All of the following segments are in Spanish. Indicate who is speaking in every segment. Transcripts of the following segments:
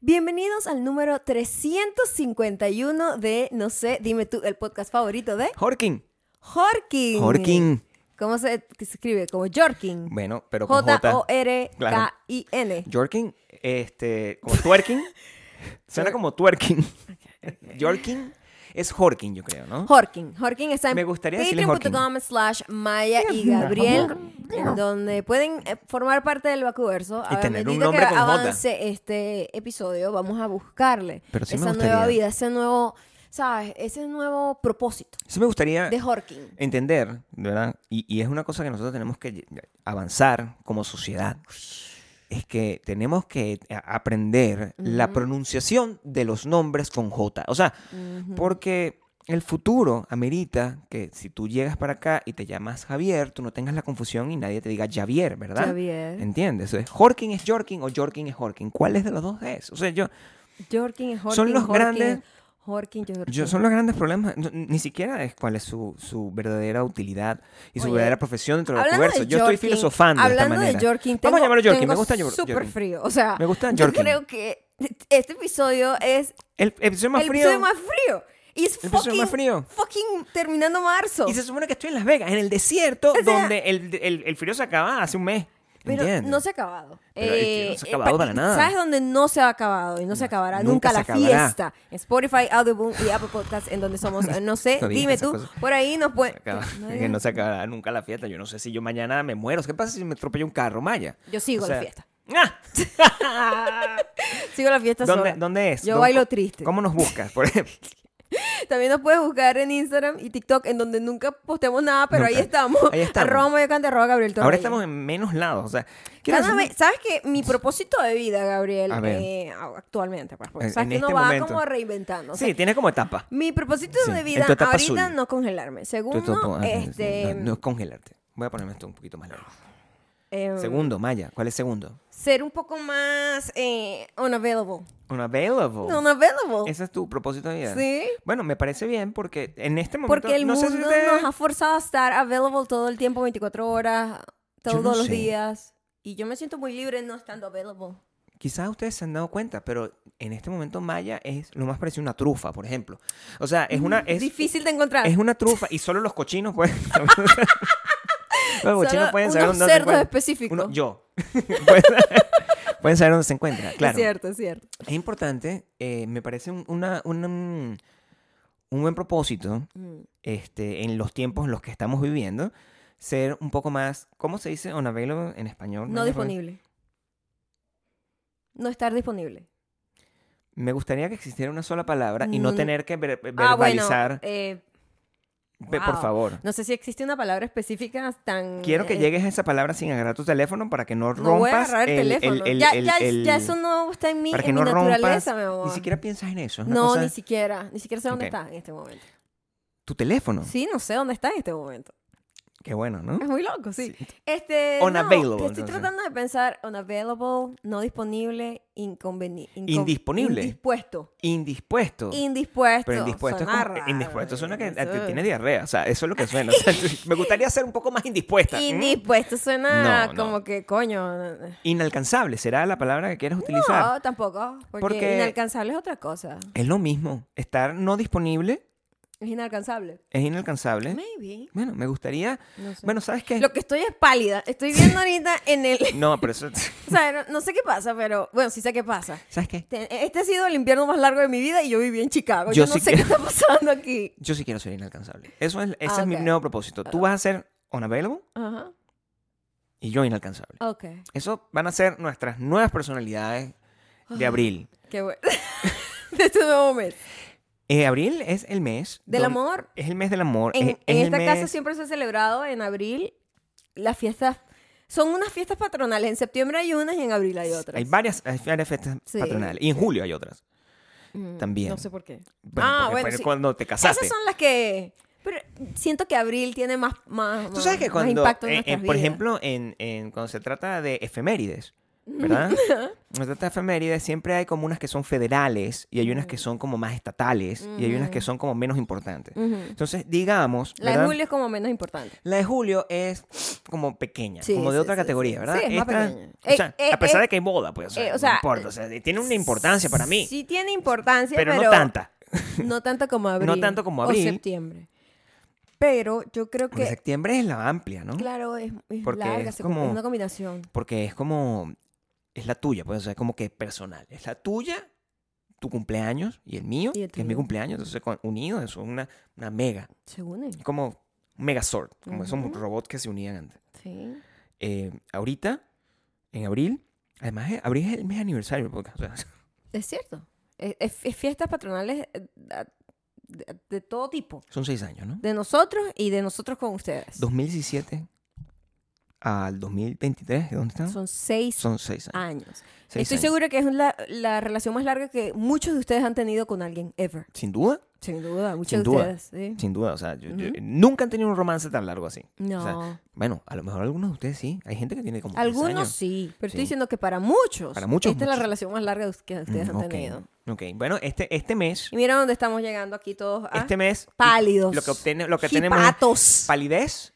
Speaker 1: Bienvenidos al número 351 de No sé, dime tú, el podcast favorito de
Speaker 2: Horkin.
Speaker 1: Jorkin.
Speaker 2: Jorkin.
Speaker 1: ¿Cómo se, que se escribe? Como Jorkin.
Speaker 2: Bueno, pero con J.
Speaker 1: E. J-O-R-K-I-N.
Speaker 2: Jorkin, este, como twerking. Suena como twerking. Jorkin es Horkin, yo creo, ¿no?
Speaker 1: Jorkin. Jorkin está en
Speaker 2: Me gustaría decirle Jorkin.
Speaker 1: patreon.com slash Maya y Gabriel, en donde pueden eh, formar parte del Vacuverso.
Speaker 2: Y tener un
Speaker 1: medida
Speaker 2: nombre
Speaker 1: que
Speaker 2: con J.
Speaker 1: avance este episodio, vamos a buscarle
Speaker 2: Pero sí me
Speaker 1: esa
Speaker 2: gustaría.
Speaker 1: nueva vida, ese nuevo, ¿sabes? Ese nuevo propósito
Speaker 2: Eso me gustaría
Speaker 1: de Jorkin.
Speaker 2: entender, ¿verdad? Y, y es una cosa que nosotros tenemos que lle- avanzar como sociedad. Es que tenemos que a- aprender la pronunciación de los nombres con J. O sea, porque el futuro amerita que si tú llegas para acá y te llamas Javier, tú no tengas la confusión y nadie te diga Javier, ¿verdad?
Speaker 1: Javier.
Speaker 2: ¿Entiendes? Es Jorkin es Jorkin o Jorkin es Jorkin. ¿Cuál es de los dos es? O sea, yo,
Speaker 1: Jorkin es Jorkin.
Speaker 2: Son los
Speaker 1: Jorkin,
Speaker 2: grandes-
Speaker 1: Jorkin, Jorkin.
Speaker 2: yo son los grandes problemas. No, ni siquiera es cuál es su, su verdadera utilidad y su
Speaker 1: Oye,
Speaker 2: verdadera profesión dentro del
Speaker 1: Hablando de
Speaker 2: universo. Yo estoy
Speaker 1: Jorkin,
Speaker 2: filosofando de esta
Speaker 1: Hablando
Speaker 2: manera.
Speaker 1: de Jorkin, tengo,
Speaker 2: Vamos a llamarlo Jorkin.
Speaker 1: tengo
Speaker 2: Me gusta Jor-
Speaker 1: Súper
Speaker 2: Jorkin.
Speaker 1: frío. O sea,
Speaker 2: Me gusta
Speaker 1: yo
Speaker 2: Jorkin.
Speaker 1: creo que este episodio es
Speaker 2: El episodio más
Speaker 1: el
Speaker 2: frío.
Speaker 1: episodio más frío. Y es
Speaker 2: El episodio
Speaker 1: fucking,
Speaker 2: más frío.
Speaker 1: fucking terminando marzo.
Speaker 2: Y se supone que estoy en Las Vegas, en el desierto,
Speaker 1: sea-
Speaker 2: donde el, el- el frío se acaba hace un mes.
Speaker 1: Pero
Speaker 2: ¿Entiendes?
Speaker 1: no se ha acabado. Eh,
Speaker 2: Pero es que no se ha acabado
Speaker 1: pa-
Speaker 2: para nada.
Speaker 1: ¿Sabes dónde no se ha acabado y no se acabará nunca,
Speaker 2: nunca se
Speaker 1: la
Speaker 2: acabará.
Speaker 1: fiesta? En Spotify, Audioboom y Apple Podcasts, en donde somos, eh, no sé,
Speaker 2: No digas
Speaker 1: dime
Speaker 2: esas
Speaker 1: tú,
Speaker 2: cosas.
Speaker 1: por ahí nos pueden...
Speaker 2: Acaba- que no se acabará nunca la fiesta. Yo no sé si yo mañana me muero. ¿Qué pasa si me atropella un carro, Maya?
Speaker 1: Yo sigo
Speaker 2: O
Speaker 1: la
Speaker 2: sea,
Speaker 1: fiesta.
Speaker 2: ¡Ah!
Speaker 1: Sigo la fiesta
Speaker 2: ¿Dónde,
Speaker 1: sola.
Speaker 2: dónde es?
Speaker 1: Yo
Speaker 2: ¿Dó-
Speaker 1: bailo triste.
Speaker 2: ¿Cómo nos buscas? Por ejemplo,
Speaker 1: También nos puedes buscar en Instagram y TikTok, en donde nunca posteamos nada, pero ahí
Speaker 2: Nunca.
Speaker 1: estamos.
Speaker 2: Ahí estamos.
Speaker 1: Arroba Mayocante, arroba Gabriel
Speaker 2: ahora
Speaker 1: Torreyes.
Speaker 2: estamos en menos lados. O sea, quiero
Speaker 1: Cada
Speaker 2: decir-
Speaker 1: vez- ¿Sabes qué? Mi propósito de vida, Gabriel,
Speaker 2: A ver.
Speaker 1: eh, actualmente, pues, porque
Speaker 2: En-
Speaker 1: sabes
Speaker 2: en
Speaker 1: que uno
Speaker 2: este
Speaker 1: va
Speaker 2: momento.
Speaker 1: como reinventando. o sea,
Speaker 2: Sí, tiene como etapa.
Speaker 1: mi propósito
Speaker 2: Sí,
Speaker 1: de
Speaker 2: en
Speaker 1: vida
Speaker 2: tu etapa
Speaker 1: ahorita
Speaker 2: azul.
Speaker 1: no congelarme. Segundo,
Speaker 2: Tu- tu- tu- ah,
Speaker 1: este,
Speaker 2: no, no es congelarte. Voy a ponerme esto un poquito más largo.
Speaker 1: eh,
Speaker 2: Segundo, Maya. ¿Cuál es segundo?
Speaker 1: ser un poco más eh, unavailable.
Speaker 2: Unavailable.
Speaker 1: No, unavailable.
Speaker 2: Ese Oh. es tu propósito de vida.
Speaker 1: Sí.
Speaker 2: Bueno, me parece bien porque en este momento.
Speaker 1: Porque el
Speaker 2: no sé
Speaker 1: mundo
Speaker 2: si ustedes-
Speaker 1: nos ha forzado a estar available todo el tiempo, 24 horas, todos
Speaker 2: no
Speaker 1: los
Speaker 2: sé.
Speaker 1: días. Y yo me siento muy libre no estando available.
Speaker 2: Quizás ustedes se han dado cuenta, pero en este momento Maya es lo más parecido a una trufa, por ejemplo. O sea, es una. Es,
Speaker 1: Mm, Difícil de encontrar.
Speaker 2: Es una trufa y solo los cochinos pueden. los
Speaker 1: Solo
Speaker 2: cochinos pueden saber
Speaker 1: unos
Speaker 2: dónde se
Speaker 1: cerdos
Speaker 2: encuentra.
Speaker 1: específicos.
Speaker 2: Uno- yo. pueden, pueden saber dónde se encuentra,
Speaker 1: Es
Speaker 2: claro. Es,
Speaker 1: cierto, es cierto.
Speaker 2: importante, eh, me parece un, una- una, mm, un buen propósito
Speaker 1: Mm.
Speaker 2: este, en los tiempos en los que estamos viviendo, ser un poco más, ¿cómo se dice unavailable en español?
Speaker 1: No
Speaker 2: me acuerdo.
Speaker 1: disponible. No estar disponible.
Speaker 2: Me gustaría que existiera una sola palabra y
Speaker 1: No,
Speaker 2: no
Speaker 1: no.
Speaker 2: tener que ver-
Speaker 1: Mm. Ah, bueno.
Speaker 2: verbalizar,
Speaker 1: eh,
Speaker 2: Ve, por
Speaker 1: wow.
Speaker 2: favor.
Speaker 1: no sé si existe una palabra específica tan...
Speaker 2: Quiero que
Speaker 1: eh,
Speaker 2: llegues a esa palabra sin agarrar tu teléfono para que no
Speaker 1: No voy a
Speaker 2: rompas
Speaker 1: agarrar el, teléfono.
Speaker 2: el-
Speaker 1: ya,
Speaker 2: el-
Speaker 1: ya,
Speaker 2: el-
Speaker 1: ya eso no está en mi,
Speaker 2: para que
Speaker 1: en mi
Speaker 2: no rompas.
Speaker 1: naturaleza, mi amor.
Speaker 2: Ni siquiera piensas en eso. es una
Speaker 1: no,
Speaker 2: cosa-
Speaker 1: ni siquiera. Ni siquiera sé dónde
Speaker 2: Ok.
Speaker 1: está en este momento.
Speaker 2: tu teléfono.
Speaker 1: Sí, no sé dónde está en este momento.
Speaker 2: Qué bueno, ¿no?
Speaker 1: Es muy loco, sí. Este,
Speaker 2: Mm. Unavailable,
Speaker 1: no, estoy
Speaker 2: entonces.
Speaker 1: tratando de pensar unavailable, no disponible, inconveniente.
Speaker 2: Indisponible.
Speaker 1: Indispuesto.
Speaker 2: Indispuesto.
Speaker 1: Indispuesto.
Speaker 2: pero indispuesto
Speaker 1: Suena
Speaker 2: es como, eh,
Speaker 1: raro,
Speaker 2: indispuesto suena que
Speaker 1: eso.
Speaker 2: que tiene diarrea, o sea, eso es lo que suena. o sea, me gustaría ser un poco más indispuesta. ¿Mm?
Speaker 1: Indispuesto suena
Speaker 2: No, no.
Speaker 1: como que coño.
Speaker 2: Inalcanzable será la palabra que quieras utilizar.
Speaker 1: No, tampoco. Porque,
Speaker 2: Porque-
Speaker 1: inalcanzable es otra cosa.
Speaker 2: Es lo mismo, estar no disponible
Speaker 1: Es inalcanzable.
Speaker 2: es inalcanzable.
Speaker 1: Maybe.
Speaker 2: Bueno, me gustaría,
Speaker 1: No sé.
Speaker 2: bueno, ¿sabes ¿Eh? qué?
Speaker 1: Lo que estoy es pálida. Estoy viendo ahorita en el.
Speaker 2: No, pero eso
Speaker 1: O sea, no, no sé qué pasa, pero bueno, sí sé qué pasa.
Speaker 2: ¿sabes qué?
Speaker 1: Te- Este ha sido el invierno más largo de mi vida y yo viví en Chicago. Yo,
Speaker 2: Yo
Speaker 1: no
Speaker 2: sí
Speaker 1: sé
Speaker 2: que-
Speaker 1: qué está pasando aquí.
Speaker 2: Yo sí quiero ser inalcanzable. Eso es, ese
Speaker 1: Ah,
Speaker 2: es mi
Speaker 1: ok.
Speaker 2: nuevo propósito. Tú vas a ser unavailable
Speaker 1: Ajá.
Speaker 2: y yo inalcanzable.
Speaker 1: Ok.
Speaker 2: Eso van a ser nuestras nuevas personalidades
Speaker 1: Ah.
Speaker 2: de abril.
Speaker 1: Qué bueno. De este nuevo mes.
Speaker 2: Eh, abril es el mes
Speaker 1: Del
Speaker 2: don-
Speaker 1: amor.
Speaker 2: Es el mes del amor.
Speaker 1: En,
Speaker 2: Eh,
Speaker 1: en
Speaker 2: es, es el
Speaker 1: esta casa
Speaker 2: mes-
Speaker 1: siempre se ha celebrado en abril las fiestas. Son unas fiestas patronales. En septiembre hay unas y en abril hay otras.
Speaker 2: Hay varias, hay varias fiestas
Speaker 1: Sí.
Speaker 2: patronales. Y en julio hay otras.
Speaker 1: Mm,
Speaker 2: también.
Speaker 1: No sé por qué.
Speaker 2: Bueno,
Speaker 1: Ah,
Speaker 2: porque
Speaker 1: bueno,
Speaker 2: fue
Speaker 1: sí.
Speaker 2: cuando te casaste.
Speaker 1: Esas son las que. Pero siento que abril tiene más, más,
Speaker 2: Tú sabes
Speaker 1: más-
Speaker 2: que
Speaker 1: más
Speaker 2: cuando,
Speaker 1: impacto en
Speaker 2: en- en-
Speaker 1: nuestras
Speaker 2: por
Speaker 1: vidas.
Speaker 2: ejemplo, en, en- cuando se trata de efemérides, ¿verdad? En estas efemérides siempre hay como unas que son federales y hay unas
Speaker 1: Mm.
Speaker 2: que son como más estatales y hay unas que son como menos importantes. Entonces, digamos...
Speaker 1: La de
Speaker 2: ¿verdad?
Speaker 1: julio es como menos importante.
Speaker 2: La de julio es como pequeña,
Speaker 1: Sí,
Speaker 2: como de
Speaker 1: sí,
Speaker 2: otra
Speaker 1: sí,
Speaker 2: categoría,
Speaker 1: sí.
Speaker 2: ¿verdad?
Speaker 1: Sí, es más pequeña.
Speaker 2: o
Speaker 1: Eh,
Speaker 2: sea,
Speaker 1: eh,
Speaker 2: a pesar
Speaker 1: eh,
Speaker 2: de que hay boda, pues, o sea,
Speaker 1: eh, o
Speaker 2: no
Speaker 1: sea,
Speaker 2: importa, o sea, tiene una importancia para mí,
Speaker 1: Sí tiene importancia,
Speaker 2: pero,
Speaker 1: pero,
Speaker 2: no tanta.
Speaker 1: No tanto como abril.
Speaker 2: tanto como
Speaker 1: O
Speaker 2: abril.
Speaker 1: septiembre. Pero yo creo
Speaker 2: Porque
Speaker 1: que,
Speaker 2: septiembre es la amplia, ¿no?
Speaker 1: claro, es, es
Speaker 2: Porque
Speaker 1: larga,
Speaker 2: es
Speaker 1: se-
Speaker 2: como-
Speaker 1: una combinación.
Speaker 2: Porque es como, es la tuya, pues, o sea, es como que personal. Es la tuya, tu cumpleaños y el mío,
Speaker 1: Y el
Speaker 2: que es mi
Speaker 1: tuyo.
Speaker 2: cumpleaños, entonces con- unidos, eso es una, una mega,
Speaker 1: Se unen.
Speaker 2: es como un megazord, como esos
Speaker 1: Ujú.
Speaker 2: robots que se unían antes.
Speaker 1: Sí.
Speaker 2: Eh, ahorita, en abril, además, eh, abril es el mes de aniversario, del podcast, o sea,
Speaker 1: Es cierto. Es, es- es fiestas patronales eh, a- de, de todo tipo.
Speaker 2: son seis años, ¿no?
Speaker 1: De nosotros y de nosotros con ustedes.
Speaker 2: 2017 al 2023, ¿de ¿dónde están?
Speaker 1: Son seis
Speaker 2: Son seis años.
Speaker 1: años.
Speaker 2: seis
Speaker 1: Estoy
Speaker 2: años.
Speaker 1: segura que es la, la relación más larga que muchos de ustedes han tenido con alguien ever.
Speaker 2: Sin duda,
Speaker 1: Sin duda, muchos
Speaker 2: Sin
Speaker 1: de
Speaker 2: duda.
Speaker 1: ustedes. ¿sí?
Speaker 2: sin duda. O sea, yo- yo-
Speaker 1: Ujú.
Speaker 2: nunca han tenido un romance tan largo así.
Speaker 1: No.
Speaker 2: O sea, bueno, a lo mejor algunos de ustedes sí. Hay gente que tiene como 10
Speaker 1: Algunos
Speaker 2: años.
Speaker 1: sí, pero estoy
Speaker 2: Sí.
Speaker 1: diciendo que para muchos,
Speaker 2: Para muchos,
Speaker 1: esta es
Speaker 2: muchos.
Speaker 1: la relación más larga que ustedes
Speaker 2: Mm,
Speaker 1: han
Speaker 2: ok,
Speaker 1: tenido.
Speaker 2: Ok, bueno, este, este mes,
Speaker 1: Y mira dónde estamos llegando aquí todos a
Speaker 2: este mes,
Speaker 1: pálidos.
Speaker 2: lo que, obtiene, lo que tenemos es
Speaker 1: jipatos.
Speaker 2: palidez,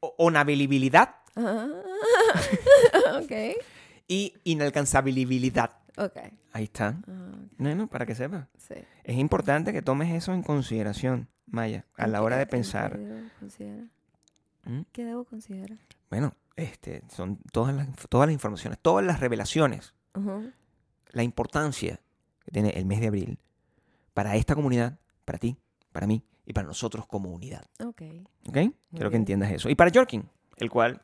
Speaker 2: o- onabilibilidad
Speaker 1: Ah, ok,
Speaker 2: y inalcanzabilidad.
Speaker 1: ok.
Speaker 2: Ahí está.
Speaker 1: Ah,
Speaker 2: Bueno, para que sepas.
Speaker 1: sí.
Speaker 2: Es importante que tomes eso en consideración, Maya, a la
Speaker 1: ¿Qué-
Speaker 2: hora de
Speaker 1: qué
Speaker 2: pensar.
Speaker 1: debo considerar?
Speaker 2: ¿Mm?
Speaker 1: ¿Qué debo considerar?
Speaker 2: Bueno, este, son todas las, inf- todas las informaciones, todas las revelaciones,
Speaker 1: Ujú.
Speaker 2: la importancia que tiene el mes de abril para esta comunidad, para ti, para mí y para nosotros como unidad.
Speaker 1: Ok.
Speaker 2: ¿Ok? Quiero que
Speaker 1: bien.
Speaker 2: entiendas eso. Y para Jorkin, el cual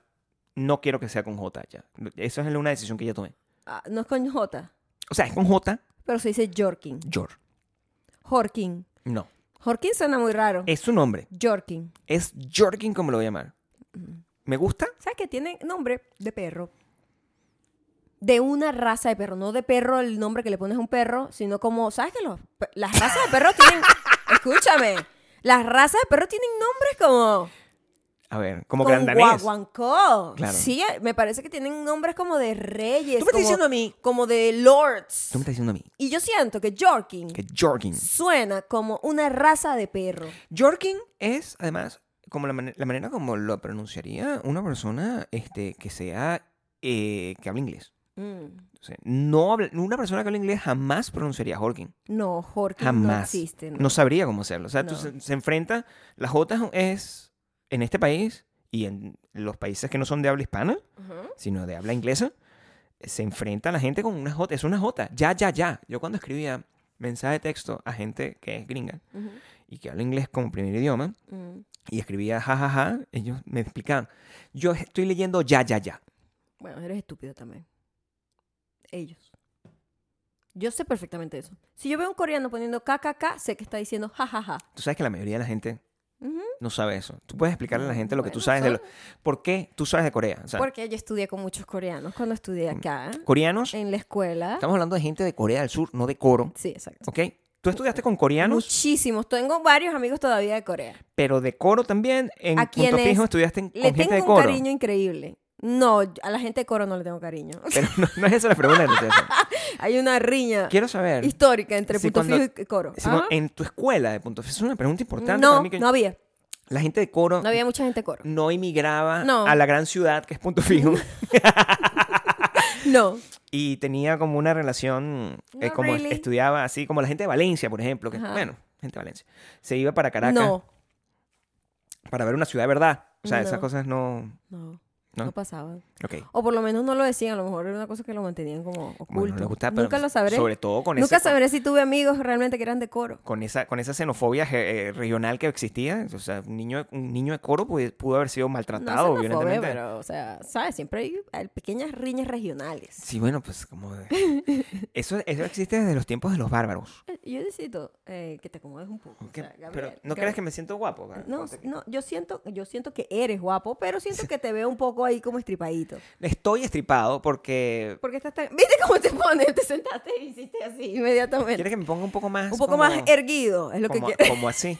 Speaker 2: no quiero que sea con J ya. Esa es una decisión que ya tomé.
Speaker 1: Ah, no es con J,
Speaker 2: O sea, es con J,
Speaker 1: pero se dice Jorkin.
Speaker 2: Jor.
Speaker 1: Jorkin.
Speaker 2: No.
Speaker 1: Jorkin suena muy raro.
Speaker 2: Es su nombre.
Speaker 1: Jorkin.
Speaker 2: Es Jorkin como lo voy a llamar.
Speaker 1: Mm.
Speaker 2: ¿Me gusta?
Speaker 1: ¿Sabes que tiene nombre de perro? De una raza de perro, no de perro el nombre que le pones a un perro, sino como, ¿sabes que los, pe- las razas de perro tienen, escúchame, las razas de perro tienen nombres como,
Speaker 2: A ver, como
Speaker 1: con
Speaker 2: grandanés.
Speaker 1: guaguancó.
Speaker 2: Claro.
Speaker 1: Sí, eh, me parece que tienen nombres como de reyes,
Speaker 2: Tú me estás
Speaker 1: como,
Speaker 2: diciendo a mí.
Speaker 1: como de lords.
Speaker 2: Tú me estás diciendo a mí
Speaker 1: Y yo siento que Jorkin
Speaker 2: que Jorkin.
Speaker 1: suena como una raza de perro.
Speaker 2: Jorkin es, además, como la, mane- la manera como lo pronunciaría una persona este, que sea, eh, que hable inglés.
Speaker 1: Mm.
Speaker 2: O sea, no habla- una persona que habla inglés jamás pronunciaría Jorkin.
Speaker 1: No, Jorkin no
Speaker 2: Jamás.
Speaker 1: existe. ¿no?
Speaker 2: sabría cómo hacerlo. O sea, tú
Speaker 1: No.
Speaker 2: se, se enfrenta, la J es, en este país y en los países que no son de habla hispana,
Speaker 1: Ujú.
Speaker 2: sino de habla inglesa, se enfrenta a la gente con una J. Es una J. Ya, ya, ya. Yo cuando escribía mensaje de texto a gente que es gringa
Speaker 1: Ujú.
Speaker 2: y que habla inglés como primer idioma,
Speaker 1: Mm.
Speaker 2: y escribía jajaja, ellos me explicaban, yo estoy leyendo ya, ya, ya.
Speaker 1: Bueno, eres estúpido también. Ellos. Yo sé perfectamente eso. Si yo veo un coreano poniendo KKK, sé que está diciendo jajaja.
Speaker 2: Tú sabes que la mayoría de la gente
Speaker 1: Ujú.
Speaker 2: no sabe eso. Tú puedes explicarle a la gente lo que tú
Speaker 1: Mm, Bueno,
Speaker 2: sabes de
Speaker 1: son-
Speaker 2: lo... ¿Por qué tú sabes de Corea? O sea,
Speaker 1: Porque yo estudié con muchos coreanos cuando estudié acá,
Speaker 2: coreanos,
Speaker 1: en la escuela.
Speaker 2: Mm. estamos hablando de gente de Corea del Sur, no de coro,
Speaker 1: Sí, exacto.
Speaker 2: ¿ok? Tú estudiaste con coreanos,
Speaker 1: Muchísimos. Tengo varios amigos todavía de Corea.
Speaker 2: pero de coro también, en
Speaker 1: ¿A
Speaker 2: Punto
Speaker 1: quiénes
Speaker 2: Fijo estudiaste en- con
Speaker 1: Le
Speaker 2: gente
Speaker 1: tengo
Speaker 2: de
Speaker 1: un
Speaker 2: coro.
Speaker 1: cariño increíble. No, yo- a la gente de coro no le tengo cariño.
Speaker 2: Pero no, no es esa la pregunta. que te estoy haciendo.
Speaker 1: Hay una riña
Speaker 2: Quiero saber,
Speaker 1: histórica entre
Speaker 2: si
Speaker 1: punto
Speaker 2: cuando-
Speaker 1: fijo y coro.
Speaker 2: si no,
Speaker 1: Ajá.
Speaker 2: en tu escuela de Punto Fijo, es una pregunta importante para
Speaker 1: No,
Speaker 2: mí que
Speaker 1: no había.
Speaker 2: la gente de coro
Speaker 1: No había mucha gente de coro.
Speaker 2: no emigraba
Speaker 1: No.
Speaker 2: a la gran ciudad que es Punto Fijo.
Speaker 1: No.
Speaker 2: y tenía como una relación, eh,
Speaker 1: No,
Speaker 2: como
Speaker 1: really.
Speaker 2: estudiaba así, como la gente de Valencia, por ejemplo, que
Speaker 1: Ajá.
Speaker 2: bueno, gente de Valencia, se iba para Caracas
Speaker 1: No.
Speaker 2: para ver una ciudad de verdad. O sea, esas
Speaker 1: No.
Speaker 2: cosas no...
Speaker 1: No.
Speaker 2: ¿No?
Speaker 1: No pasaban.
Speaker 2: Ok.
Speaker 1: O por lo menos no lo decían, a lo mejor era una cosa que lo mantenían como oculto.
Speaker 2: Bueno, no les gustaba, pero
Speaker 1: Nunca lo sabré.
Speaker 2: Sobre todo con,
Speaker 1: Nunca
Speaker 2: ese-
Speaker 1: sabré si tuve amigos realmente que eran de coro.
Speaker 2: con esa con esa xenofobia ge- eh, regional que existía. O sea, un niño, un niño de coro pude- pudo haber sido maltratado
Speaker 1: no es xenofobia,
Speaker 2: violentamente.
Speaker 1: pero, o sea, ¿sabes? Siempre hay, hay pequeñas riñas regionales.
Speaker 2: Sí, bueno, pues como... de- Eso, eso existe desde los tiempos de los bárbaros.
Speaker 1: Eh, Yo necesito eh, que te acomodes un poco.
Speaker 2: ¿Qué? pero no creas que me siento guapo. Gabriel?
Speaker 1: No,
Speaker 2: Ponte aquí.
Speaker 1: no, yo siento, yo siento que eres guapo, pero siento que te veo un poco ahí como estripadito.
Speaker 2: Estoy estripado porque...
Speaker 1: Porque estás tan... ¿Viste cómo te pones? Te sentaste y hiciste así inmediatamente.
Speaker 2: ¿Quieres que me ponga un poco más...
Speaker 1: Un poco
Speaker 2: como-
Speaker 1: más erguido, es lo que
Speaker 2: como,
Speaker 1: quiero.
Speaker 2: como así.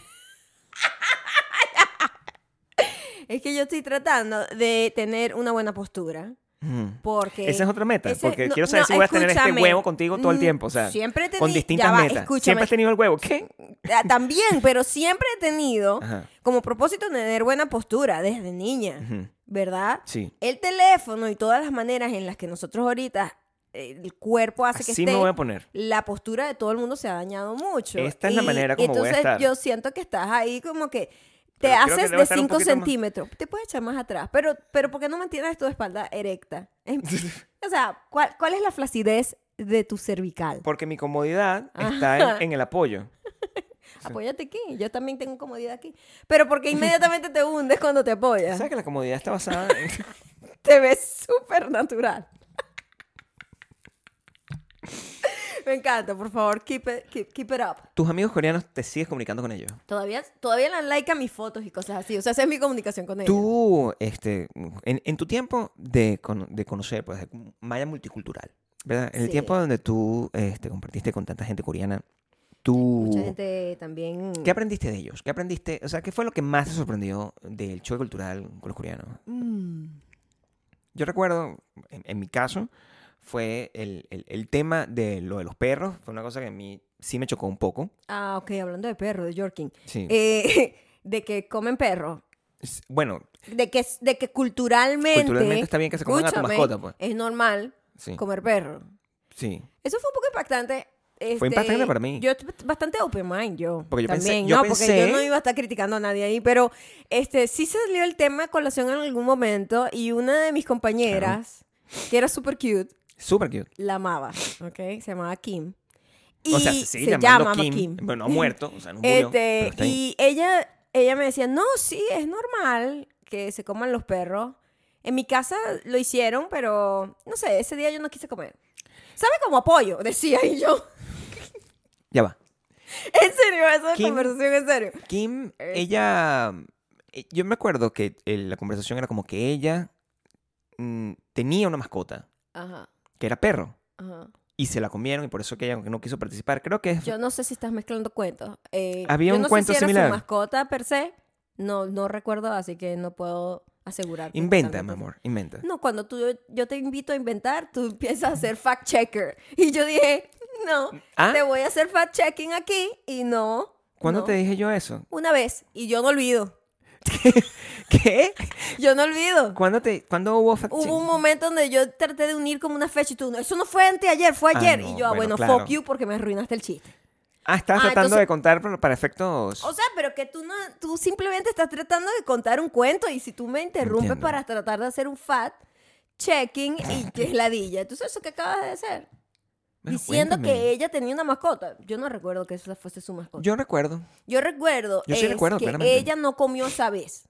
Speaker 1: Es que yo estoy tratando de tener una buena postura.
Speaker 2: Ujú.
Speaker 1: Porque
Speaker 2: Esa es otra meta,
Speaker 1: ese-
Speaker 2: porque
Speaker 1: no,
Speaker 2: quiero saber
Speaker 1: no,
Speaker 2: si voy a tener este
Speaker 1: escúchame.
Speaker 2: huevo contigo todo el tiempo, o sea,
Speaker 1: Mm, siempre he
Speaker 2: con
Speaker 1: teni-
Speaker 2: distintas
Speaker 1: ya va,
Speaker 2: metas. Siempre
Speaker 1: escúchame.
Speaker 2: has tenido el huevo, ¿qué?
Speaker 1: Ah, También, pero siempre he tenido
Speaker 2: Ajá.
Speaker 1: como propósito tener buena postura desde niña,
Speaker 2: Ujú.
Speaker 1: ¿verdad?
Speaker 2: Sí.
Speaker 1: El teléfono y todas las maneras en las que nosotros ahorita eh, el cuerpo hace que este
Speaker 2: Así
Speaker 1: esté
Speaker 2: me voy a poner.
Speaker 1: la postura de todo el mundo se ha dañado mucho.
Speaker 2: Esta es la manera como voy a
Speaker 1: entonces
Speaker 2: estar.
Speaker 1: yo siento que estás ahí como que te
Speaker 2: Pero creo que
Speaker 1: haces
Speaker 2: debo
Speaker 1: de
Speaker 2: estar un
Speaker 1: 5
Speaker 2: poquito más-
Speaker 1: centímetros. Te puedes echar más atrás, pero, pero ¿por qué no mantienes tu espalda erecta? Em, o sea, ¿cuál, cuál es la flacidez de tu cervical?
Speaker 2: Porque mi comodidad está en, en el apoyo.
Speaker 1: Apóyate aquí, yo también tengo comodidad aquí. Pero porque inmediatamente te hundes cuando te apoyas.
Speaker 2: ¿Sabes que la comodidad está basada en...
Speaker 1: Te ves súper natural. Me encanta, por favor, keep it, keep- keep it up.
Speaker 2: Tus amigos coreanos te sigues comunicando con ellos.
Speaker 1: Todavía, todavía le dan like a mis fotos y cosas así. O sea, esa es mi comunicación con ellos.
Speaker 2: Tú, este, en, en tu tiempo de, cono- de conocer, pues, Maya multicultural, ¿verdad? En el
Speaker 1: Sí.
Speaker 2: tiempo donde tú este, compartiste con tanta gente coreana, tú...
Speaker 1: Mucha gente también.
Speaker 2: ¿Qué aprendiste de ellos? ¿Qué aprendiste? O sea, ¿qué fue lo que más te sorprendió del choque cultural con los coreanos?
Speaker 1: Mm,
Speaker 2: Yo recuerdo, en, en mi caso, fue el, el- el tema de lo de los perros. Fue una cosa que a mí sí me chocó un poco.
Speaker 1: Ah, ok, hablando de perro, de Yorkin.
Speaker 2: Sí.
Speaker 1: Eh, de que comen perro.
Speaker 2: S- Bueno,
Speaker 1: De que, de que culturalmente.
Speaker 2: Culturalmente está bien que se coman a tu
Speaker 1: escúchame,
Speaker 2: mascota, pues.
Speaker 1: Es normal
Speaker 2: sí.
Speaker 1: comer perro.
Speaker 2: Sí.
Speaker 1: Eso fue un poco impactante. este,
Speaker 2: impactante para mí.
Speaker 1: Yo estoy bastante open mind, yo.
Speaker 2: Porque yo pensé-
Speaker 1: también,
Speaker 2: yo
Speaker 1: no, porque
Speaker 2: pensé-
Speaker 1: yo no iba a estar criticando a nadie ahí, pero este sí salió el tema a colación en algún momento y una de mis compañeras, que era super cute,
Speaker 2: Súper cute.
Speaker 1: la amaba, ¿ok? Se llamaba Kim.
Speaker 2: o sea, se sigue llamando Kim.
Speaker 1: Kim.
Speaker 2: Bueno, no ha muerto, o sea, no murió. pero
Speaker 1: Este,
Speaker 2: está ahí.
Speaker 1: y ella, ella me decía, no, sí, es normal que se coman los perros. En mi casa lo hicieron, pero no sé, ese día yo no quise comer. Sabe como apoyo, decía y yo.
Speaker 2: Ya va.
Speaker 1: En serio, esa
Speaker 2: Kim-
Speaker 1: conversación, en serio.
Speaker 2: Kim,
Speaker 1: Eh.
Speaker 2: ella... eh, Yo me acuerdo que eh, la conversación era como que ella mm, tenía una mascota,
Speaker 1: Ajá,
Speaker 2: que era perro,
Speaker 1: ajá.
Speaker 2: y se la comieron y por eso que ella no quiso participar. Creo que es...
Speaker 1: Yo no sé si estás mezclando cuentos. Eh,
Speaker 2: Había
Speaker 1: yo
Speaker 2: un
Speaker 1: no
Speaker 2: cuento
Speaker 1: sé si era
Speaker 2: similar.
Speaker 1: Su mascota per se, no, no recuerdo, así que no puedo asegurar.
Speaker 2: inventa, mi amor, inventa.
Speaker 1: No, cuando tú, yo te invito a inventar, tú empiezas a ser fact checker. Y yo dije, no,
Speaker 2: ¿Ah?
Speaker 1: te voy a hacer fact checking aquí y no.
Speaker 2: ¿Cuándo
Speaker 1: no.
Speaker 2: te dije yo eso?
Speaker 1: Una vez y yo no olvido.
Speaker 2: ¿Qué?
Speaker 1: Yo no olvido.
Speaker 2: ¿Cuándo, te, ¿cuándo hubo Ah, fact
Speaker 1: Hubo un momento donde yo traté de unir como una fecha y tú, no, eso no fue anteayer, fue
Speaker 2: Ah,
Speaker 1: ayer.
Speaker 2: no,
Speaker 1: y yo, ah, bueno,
Speaker 2: bueno, claro.
Speaker 1: fuck you porque me arruinaste el chiste.
Speaker 2: Ah, estabas
Speaker 1: Ah,
Speaker 2: tratando
Speaker 1: entonces-
Speaker 2: de contar pero para efectos.
Speaker 1: O sea, pero que tú no, tú simplemente estás tratando de contar un cuento y si tú me interrumpes
Speaker 2: Entiendo.
Speaker 1: para tratar de hacer un fat checking y que es ladilla. Entonces, ¿eso que acabas de hacer?
Speaker 2: Bueno,
Speaker 1: diciendo
Speaker 2: cuéntame.
Speaker 1: que ella tenía una mascota. Yo no recuerdo que esa fuese su mascota. Yo,
Speaker 2: Yo recuerdo.
Speaker 1: recuerdo,
Speaker 2: Yo sí
Speaker 1: es
Speaker 2: recuerdo,
Speaker 1: que
Speaker 2: claramente.
Speaker 1: ella no comió esa vez.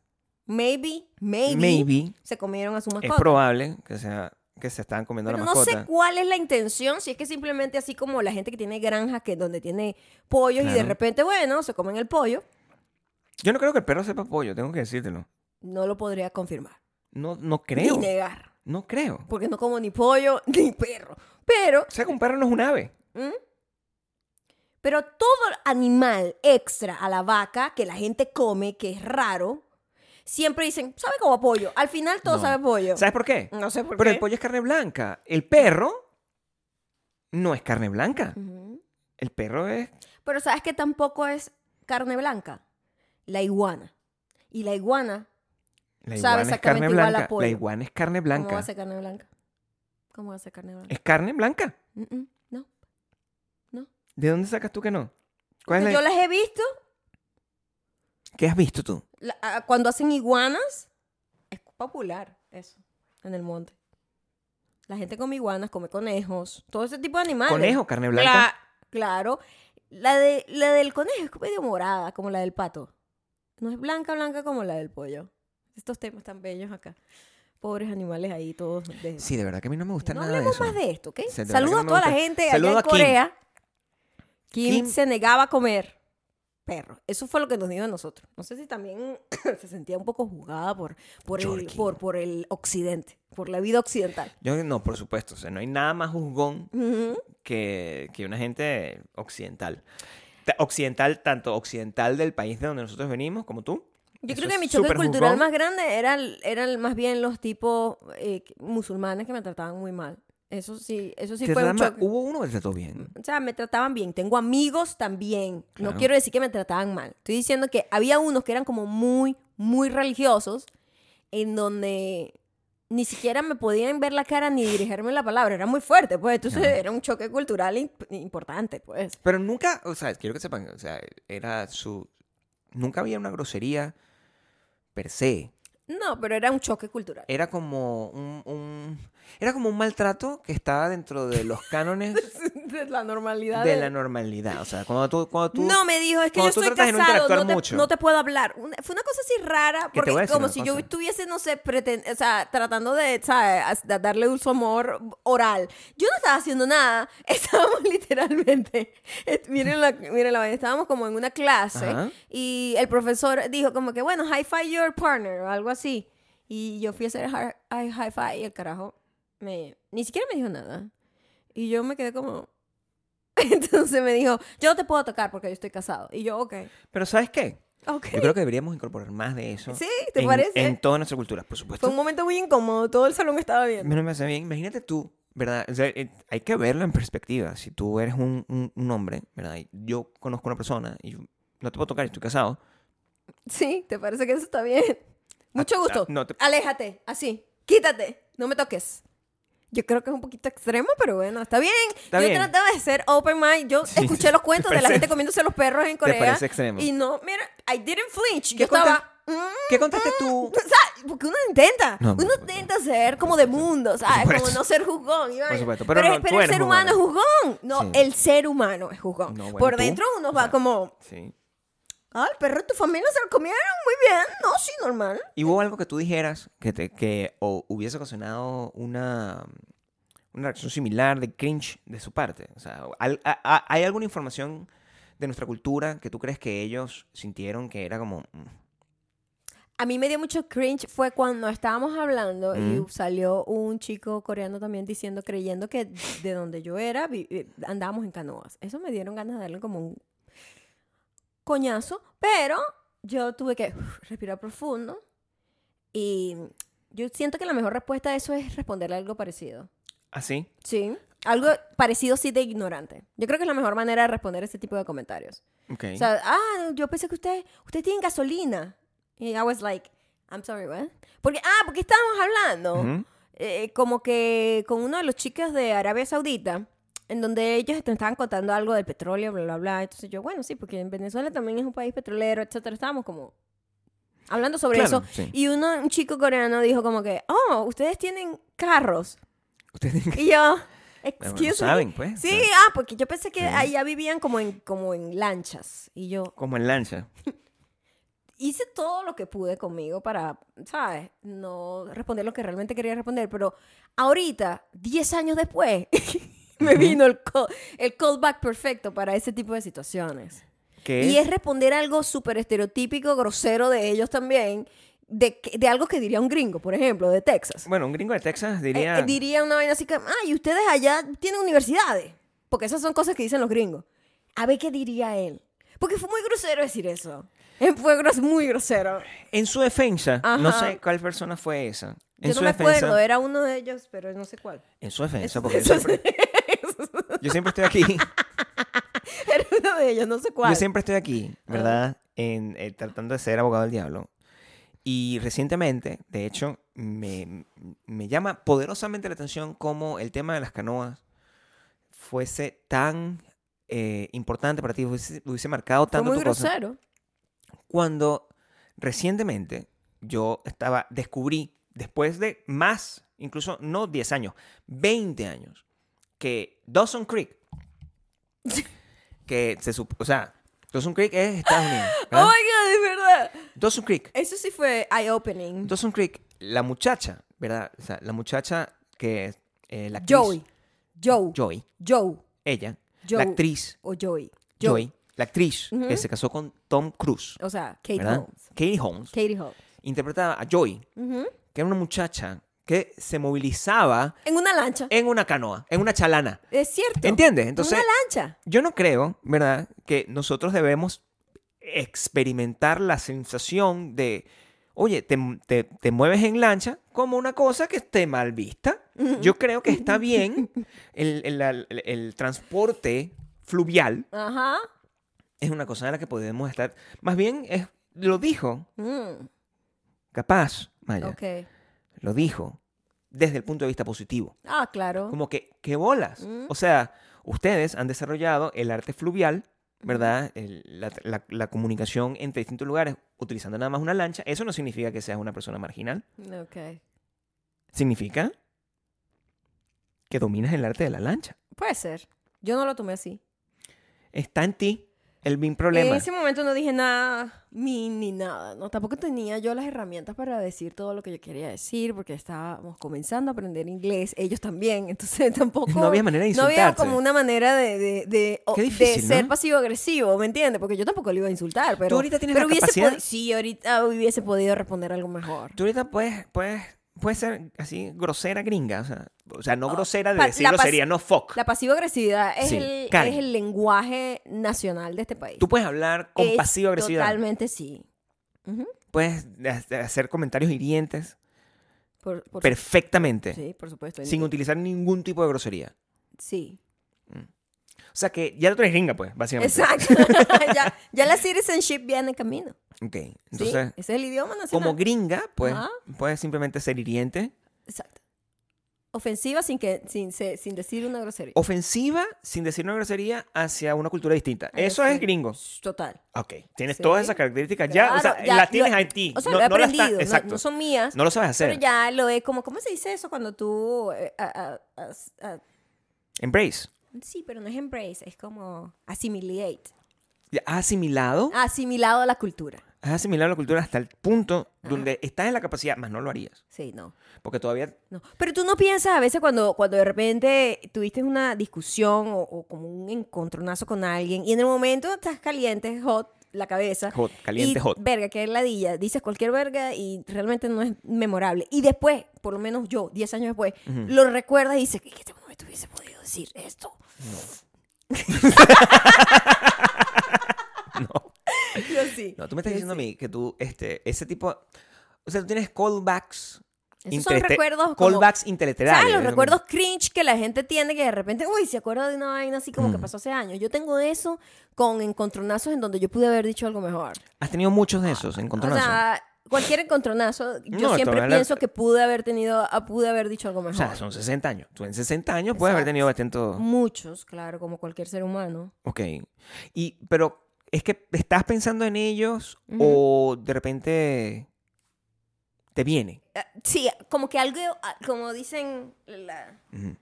Speaker 1: Maybe, maybe,
Speaker 2: Maybe.
Speaker 1: se comieron a su
Speaker 2: Es
Speaker 1: mascota.
Speaker 2: probable que sea que se estaban comiendo
Speaker 1: pero
Speaker 2: la
Speaker 1: no
Speaker 2: mascota.
Speaker 1: sé cuál es la intención, si es que simplemente así como la gente que tiene granjas, que donde tiene pollos y de
Speaker 2: Claro.
Speaker 1: repente, bueno, se comen el pollo,
Speaker 2: Yo no creo que el perro sepa pollo, tengo que decírtelo.
Speaker 1: no lo podría confirmar.
Speaker 2: No, no creo.
Speaker 1: Ni negar.
Speaker 2: No creo.
Speaker 1: Porque no como ni pollo ni perro. Pero,
Speaker 2: O sea, que un perro no es un ave.
Speaker 1: ¿Mm? pero todo animal extra a la vaca que la gente come, que es raro, siempre dicen, sabe como a pollo. Al final todo
Speaker 2: No.
Speaker 1: sabe a pollo.
Speaker 2: ¿Sabes por qué?
Speaker 1: No sé Mm, por
Speaker 2: Pero
Speaker 1: qué.
Speaker 2: el pollo es carne blanca. El perro no es carne blanca.
Speaker 1: Ujú.
Speaker 2: El perro es.
Speaker 1: Pero sabes que tampoco es carne blanca. La iguana. Y la iguana, Sabe
Speaker 2: La iguana es carne
Speaker 1: exactamente igual a
Speaker 2: blanca.
Speaker 1: pollo.
Speaker 2: La iguana es carne
Speaker 1: ¿cómo va
Speaker 2: blanca.
Speaker 1: a ser carne blanca? ¿Cómo va a ser carne blanca?
Speaker 2: Es carne blanca.
Speaker 1: Mm, mm, No.
Speaker 2: ¿De dónde sacas tú que no? ¿Cuál es
Speaker 1: Yo
Speaker 2: la-
Speaker 1: las he visto
Speaker 2: ¿Qué has visto tú?
Speaker 1: la- ah, cuando hacen iguanas. Es popular eso en el monte. La gente come iguanas, come conejos, todo ese tipo de animales.
Speaker 2: ¿Conejo, carne blanca?
Speaker 1: Cla- claro. La, de, la del conejo es medio morada, como la del pato. No es blanca, blanca como la del pollo. Estos temas tan bellos acá. Pobres animales ahí, todos. De...
Speaker 2: Sí, de verdad que a mí no me gusta
Speaker 1: no
Speaker 2: nada de
Speaker 1: hablemos
Speaker 2: eso.
Speaker 1: más de esto, ¿ok?
Speaker 2: Sí, de verdad
Speaker 1: Saludos
Speaker 2: que
Speaker 1: a
Speaker 2: no me
Speaker 1: toda la
Speaker 2: gusta.
Speaker 1: gente
Speaker 2: Saludo
Speaker 1: allá
Speaker 2: a
Speaker 1: en
Speaker 2: Kim.
Speaker 1: Corea. Kim,
Speaker 2: Kim.
Speaker 1: se negaba a comer perro. Eso fue lo que nos dijo a nosotros. No sé si también se sentía un poco jugada por, por, el,
Speaker 2: Yorkie.
Speaker 1: por, por el occidente, por la vida occidental.
Speaker 2: Yo no, por supuesto, o sea, no hay nada más juzgón
Speaker 1: Ujú.
Speaker 2: que, que una gente occidental. Ta- Occidental, tanto occidental del país de donde nosotros venimos, como tú,
Speaker 1: Yo
Speaker 2: Eso
Speaker 1: creo que
Speaker 2: es
Speaker 1: mi choque
Speaker 2: súper
Speaker 1: cultural
Speaker 2: juzgón.
Speaker 1: más grande era el- eran más bien los tipos eh, que- musulmanes que me trataban muy mal. Eso sí, eso sí
Speaker 2: Te
Speaker 1: fue un
Speaker 2: tratan-
Speaker 1: choque. Mm.
Speaker 2: Hubo uno que te trató bien.
Speaker 1: O sea, me trataban bien. Tengo amigos también.
Speaker 2: Claro.
Speaker 1: No quiero decir que me trataban mal. Estoy diciendo que había unos que eran como muy, muy religiosos, en donde ni siquiera me podían ver la cara ni dirigirme la palabra. Era muy fuerte, pues. Entonces
Speaker 2: Claro.
Speaker 1: era un choque cultural imp- importante, pues.
Speaker 2: Pero nunca, o sea, quiero que sepan, o sea, era su... Nunca había una grosería per se.
Speaker 1: No, pero era un choque cultural.
Speaker 2: Era como un, un- Era como un maltrato que estaba dentro de los cánones
Speaker 1: de la normalidad.
Speaker 2: de la normalidad. O sea, cuando tú... Cuando tú
Speaker 1: No, me dijo, es que yo
Speaker 2: cuando tú
Speaker 1: estoy
Speaker 2: tratas de no
Speaker 1: casado, no
Speaker 2: interactuar
Speaker 1: te,
Speaker 2: mucho.
Speaker 1: no te puedo hablar. Una- fue una cosa así rara,
Speaker 2: te
Speaker 1: porque
Speaker 2: voy a decir
Speaker 1: como
Speaker 2: una
Speaker 1: si yo
Speaker 2: cosa.
Speaker 1: estuviese, no sé, preten- o sea, tratando de ¿sabes? as- da- darle un su amor oral. Yo no estaba haciendo nada, estábamos literalmente, et- miren la, miren la vaina, estábamos como en una clase
Speaker 2: Ajá.
Speaker 1: y el profesor dijo como que, bueno, high five your partner o algo así. Y yo fui a hacer hi- hi- high five y el carajo me, ni siquiera me dijo nada. Y yo me quedé como... Entonces me dijo, yo no te puedo tocar porque yo estoy casado. Y yo, ok.
Speaker 2: Pero ¿sabes qué?
Speaker 1: Ok.
Speaker 2: Yo creo que deberíamos incorporar más de eso.
Speaker 1: Sí, ¿te
Speaker 2: en,
Speaker 1: parece?
Speaker 2: En toda nuestra cultura, por supuesto.
Speaker 1: Fue un momento muy incómodo, todo el salón estaba viendo.
Speaker 2: No me hace bien. Imagínate tú, ¿verdad? O sea, eh, hay que verlo en perspectiva. Si tú eres un, un- un hombre, ¿verdad? Y Yo conozco una persona y yo no te puedo tocar, estoy casado.
Speaker 1: Sí, ¿te parece que eso está bien? Mucho gusto.
Speaker 2: Ah, no te-
Speaker 1: Aléjate, así. Quítate, no me toques. Yo creo que es un poquito extremo, pero bueno, está bien.
Speaker 2: Está
Speaker 1: yo
Speaker 2: bien.
Speaker 1: trataba de ser open mind. Yo
Speaker 2: Sí,
Speaker 1: escuché los cuentos
Speaker 2: te
Speaker 1: de la
Speaker 2: parece-
Speaker 1: gente comiéndose los perros en Corea.
Speaker 2: parece extremo.
Speaker 1: Y no, mira, I didn't flinch.
Speaker 2: ¿Qué
Speaker 1: Yo estaba. "Mm,
Speaker 2: ¿Qué contaste tú?
Speaker 1: O sea, porque uno intenta,
Speaker 2: No, por
Speaker 1: uno
Speaker 2: supuesto.
Speaker 1: intenta ser como de mundo, ¿sabes?
Speaker 2: Por
Speaker 1: Como
Speaker 2: supuesto.
Speaker 1: no ser juzgón. y vaina.
Speaker 2: supuesto, pero no,
Speaker 1: el-
Speaker 2: tú
Speaker 1: el
Speaker 2: eres
Speaker 1: ser humano es juzgón. No,
Speaker 2: Sí.
Speaker 1: el ser humano es juzgón.
Speaker 2: No, bueno,
Speaker 1: Por
Speaker 2: tú,
Speaker 1: dentro uno
Speaker 2: o
Speaker 1: va
Speaker 2: sea.
Speaker 1: como,
Speaker 2: Sí.
Speaker 1: ah, el perro de tu familia se lo comieron muy bien. No, sí, normal.
Speaker 2: ¿Y hubo algo que tú dijeras que, te, que o hubiese ocasionado una, una reacción similar de cringe de su parte? O sea, ¿al- a- a- ¿hay alguna información de nuestra cultura que tú crees que ellos sintieron que era como... mm,
Speaker 1: A mí me dio mucho cringe fue cuando estábamos hablando
Speaker 2: Mm.
Speaker 1: y salió un chico coreano también diciendo, creyendo que de donde yo era vi- eh, andábamos en canoas. Eso me dieron ganas de darle como un coñazo, pero yo tuve que uf, respirar profundo y yo siento que la mejor respuesta a eso es responderle algo parecido.
Speaker 2: ¿Así?
Speaker 1: Sí, algo parecido sí de ignorante. Yo creo que es la mejor manera de responder ese tipo de comentarios.
Speaker 2: Ok.
Speaker 1: O sea, ah, yo pensé que ustedes, ustedes tienen gasolina. Y I was like, I'm sorry, what? Porque, ah, porque estábamos hablando,
Speaker 2: Ujú.
Speaker 1: eh, como que con uno de los chicos de Arabia Saudita, en donde ellos te estaban contando algo del petróleo, bla, bla, bla. Entonces yo, bueno, sí, porque en Venezuela también es un país petrolero, etcétera. Estábamos como hablando sobre
Speaker 2: Claro,
Speaker 1: eso.
Speaker 2: sí.
Speaker 1: Y uno, un chico coreano dijo como que, oh, ustedes tienen carros.
Speaker 2: Ustedes
Speaker 1: Y yo,
Speaker 2: Bueno,
Speaker 1: excuse me.
Speaker 2: saben, pues. o
Speaker 1: Sí,
Speaker 2: sea,
Speaker 1: ah, porque yo pensé que
Speaker 2: Sí.
Speaker 1: allá vivían como en, como en lanchas. Y yo,
Speaker 2: Como en lancha.
Speaker 1: hice todo lo que pude conmigo para, ¿sabes? No responder lo que realmente quería responder, pero ahorita, 10 años después, me vino el, call- el callback perfecto para ese tipo de situaciones.
Speaker 2: Que
Speaker 1: Y
Speaker 2: es-
Speaker 1: es responder algo súper estereotípico, grosero de ellos también, de, que- de algo que diría un gringo, por ejemplo, de Texas.
Speaker 2: Bueno, un gringo de Texas
Speaker 1: Eh, eh,
Speaker 2: diría...
Speaker 1: diría una vaina así que, ah, y ustedes allá tienen universidades, porque esas son cosas que dicen los gringos. A ver qué diría él. Porque fue muy grosero decir eso. Eh, Fue gros- muy grosero.
Speaker 2: En su defensa, no
Speaker 1: Ajá.
Speaker 2: sé cuál persona fue esa. En
Speaker 1: Yo
Speaker 2: su
Speaker 1: no me
Speaker 2: defensa,
Speaker 1: acuerdo, eh. era uno de ellos, pero no sé cuál.
Speaker 2: En su defensa,
Speaker 1: Eso-
Speaker 2: porque
Speaker 1: eso
Speaker 2: yo, siempre, yo siempre estoy aquí.
Speaker 1: Era uno de ellos, no sé cuál. Ah.
Speaker 2: Yo siempre estoy aquí, ¿verdad? En, eh, tratando de ser abogado del diablo. Y recientemente, de hecho, me, me llama poderosamente la atención cómo el tema de las canoas fuese tan eh, importante para ti, hubiese, hubiese marcado
Speaker 1: fue
Speaker 2: tanto
Speaker 1: muy
Speaker 2: tu cosa.
Speaker 1: grosero.
Speaker 2: Cuando recientemente yo estaba, descubrí, después de más, incluso no 10 años, 20 años, que Dawson Creek, que se sup- o sea, Dawson Creek es Estados Unidos.
Speaker 1: Oh
Speaker 2: ¿verdad?
Speaker 1: my God, es verdad.
Speaker 2: Dawson Creek.
Speaker 1: Eso sí fue eye-opening.
Speaker 2: Dawson Creek, la muchacha, ¿verdad? O sea, la muchacha que eh, la actriz,
Speaker 1: Joey. Joe. Joe.
Speaker 2: Joey, ella,
Speaker 1: Joe.
Speaker 2: la actriz,
Speaker 1: O Joey. Joe.
Speaker 2: Joey, la actriz
Speaker 1: Ujú.
Speaker 2: que se casó con Tom Cruise,
Speaker 1: O sea, Katie
Speaker 2: ¿verdad?
Speaker 1: Holmes.
Speaker 2: Katie Holmes,
Speaker 1: Katie Holmes.
Speaker 2: interpretaba a Joey,
Speaker 1: Ujú.
Speaker 2: que era una muchacha que se movilizaba
Speaker 1: En una lancha.
Speaker 2: en una canoa, en una chalana.
Speaker 1: Es cierto. En una
Speaker 2: ¿Entiendes? Eh, Entonces,
Speaker 1: lancha.
Speaker 2: yo no creo, ¿verdad?, que nosotros debemos eh, experimentar la sensación de, oye, te, te- te mueves en lancha como una cosa que esté mal vista. Yo creo que está bien el, el- el- el transporte fluvial.
Speaker 1: Ajá.
Speaker 2: Es una cosa de la que podemos estar. Más bien, es, lo dijo,
Speaker 1: Mm,
Speaker 2: Ah, capaz, Maya,
Speaker 1: ok.
Speaker 2: lo dijo desde el punto de vista positivo.
Speaker 1: Ah, claro.
Speaker 2: Como que, ¿qué bolas?
Speaker 1: Mm.
Speaker 2: O sea, ustedes han desarrollado el arte fluvial, ¿verdad? El- la, la- la comunicación entre distintos lugares utilizando nada más una lancha. Eso no significa que seas una persona marginal.
Speaker 1: Ok.
Speaker 2: Significa que dominas el arte de la lancha.
Speaker 1: Puede ser. Yo no lo tomé así.
Speaker 2: Está en ti el bin problema.
Speaker 1: En ese momento no dije nada, ni, ni nada, ¿no? Tampoco tenía yo las herramientas para decir todo lo que yo quería decir, porque estábamos comenzando a aprender inglés, ellos también, entonces tampoco...
Speaker 2: No había manera de
Speaker 1: No había
Speaker 2: insultarse.
Speaker 1: como una manera de, de, de- o-
Speaker 2: Qué
Speaker 1: de
Speaker 2: difícil,
Speaker 1: ser
Speaker 2: ¿no?
Speaker 1: pasivo-agresivo, ¿me entiendes? Porque yo tampoco le iba a insultar, pero...
Speaker 2: ahorita tienes
Speaker 1: pero
Speaker 2: la
Speaker 1: hubiese
Speaker 2: capacidad-
Speaker 1: podi- Sí, ahorita hubiese podido responder algo mejor.
Speaker 2: Tú ahorita puedes, puedes, puedes ser así grosera gringa. O sea, o sea no grosera de
Speaker 1: Oh, pa-
Speaker 2: decir
Speaker 1: la pas-
Speaker 2: grosería, no fuck.
Speaker 1: La pasivo-agresividad es,
Speaker 2: Sí,
Speaker 1: el,
Speaker 2: Karen.
Speaker 1: es el lenguaje nacional de este país.
Speaker 2: Tú puedes hablar con
Speaker 1: Es
Speaker 2: pasivo-agresividad.
Speaker 1: Totalmente sí. Ujú.
Speaker 2: Puedes ha- hacer comentarios hirientes
Speaker 1: Por- por su-
Speaker 2: perfectamente.
Speaker 1: sí, por supuesto.
Speaker 2: sin utilizar ningún tipo de grosería.
Speaker 1: Sí.
Speaker 2: O sea que ya tú eres gringa, pues, básicamente.
Speaker 1: Exacto. ya, ya la citizenship viene en camino.
Speaker 2: Ok,
Speaker 1: ¿sí?
Speaker 2: entonces,
Speaker 1: Ese es el idioma nacional.
Speaker 2: como gringa, pues,
Speaker 1: Ajá.
Speaker 2: puedes simplemente ser hiriente.
Speaker 1: Exacto. Ofensiva sin, que, sin, se- sin decir una grosería.
Speaker 2: Oh, Ofensiva, sin decir una grosería, hacia una cultura distinta.
Speaker 1: Ah,
Speaker 2: Eso
Speaker 1: sí.
Speaker 2: es gringo.
Speaker 1: Total.
Speaker 2: Ok, tienes
Speaker 1: Sí.
Speaker 2: todas esas características ya, o
Speaker 1: Claro,
Speaker 2: sea,
Speaker 1: ya
Speaker 2: las
Speaker 1: lo-
Speaker 2: tienes en ti.
Speaker 1: O sea,
Speaker 2: no,
Speaker 1: lo he
Speaker 2: no las
Speaker 1: aprendido.
Speaker 2: estás-
Speaker 1: no-
Speaker 2: exacto.
Speaker 1: no, son mías.
Speaker 2: No lo sabes hacer.
Speaker 1: pero ya lo he como... ¿Cómo se dice eso cuando tú... eh, a- a- a- a-
Speaker 2: Embrace.
Speaker 1: sí, pero no es embrace. Es como assimilate.
Speaker 2: Ya Has
Speaker 1: Ah.
Speaker 2: asimilado,
Speaker 1: Asimilado a la cultura.
Speaker 2: has asimilado la cultura hasta el punto donde estás en la capacidad, más no lo harías.
Speaker 1: Sí, no.
Speaker 2: Porque todavía
Speaker 1: No. Pero tú no piensas a veces cuando, cuando de repente tuviste una discusión o, o como un encontronazo con alguien y en el momento estás caliente, hot, la cabeza.
Speaker 2: Hot, caliente,
Speaker 1: y,
Speaker 2: hot.
Speaker 1: Verga, que ladilla. Dices cualquier verga y realmente no es memorable. Y después, por lo menos yo, 10 años después, lo recuerdas y dices, que este momento hubiese podido decir esto. No. Yo sí.
Speaker 2: No, tú me estás
Speaker 1: yo
Speaker 2: diciendo
Speaker 1: sí.
Speaker 2: a mí que tú, este, ese tipo. O sea, tú tienes callbacks.
Speaker 1: Esos son
Speaker 2: intereste-
Speaker 1: recuerdos como-
Speaker 2: Callbacks interestereales.
Speaker 1: ¿Sabes los
Speaker 2: Es como-
Speaker 1: recuerdos cringe que la gente tiene que de repente, uy, se acuerda de una vaina así como que pasó hace años? Yo tengo eso con encontronazos en donde yo pude haber dicho algo mejor.
Speaker 2: Has tenido muchos de esos
Speaker 1: O
Speaker 2: encontronazos. O sea,
Speaker 1: sea, cualquier encontronazo, yo
Speaker 2: No,
Speaker 1: siempre
Speaker 2: toda la-
Speaker 1: pienso que pude haber tenido, ah, pude haber dicho algo mejor.
Speaker 2: son 60 años. Tú en 60 años puedes haber
Speaker 1: Exacto.
Speaker 2: tenido bastante.
Speaker 1: Muchos, claro, como cualquier ser humano.
Speaker 2: Ok. Y, pero, ¿es que estás pensando en ellos o de repente te viene?
Speaker 1: Eh, Sí, como que algo, ah, como dicen la-
Speaker 2: Ujú.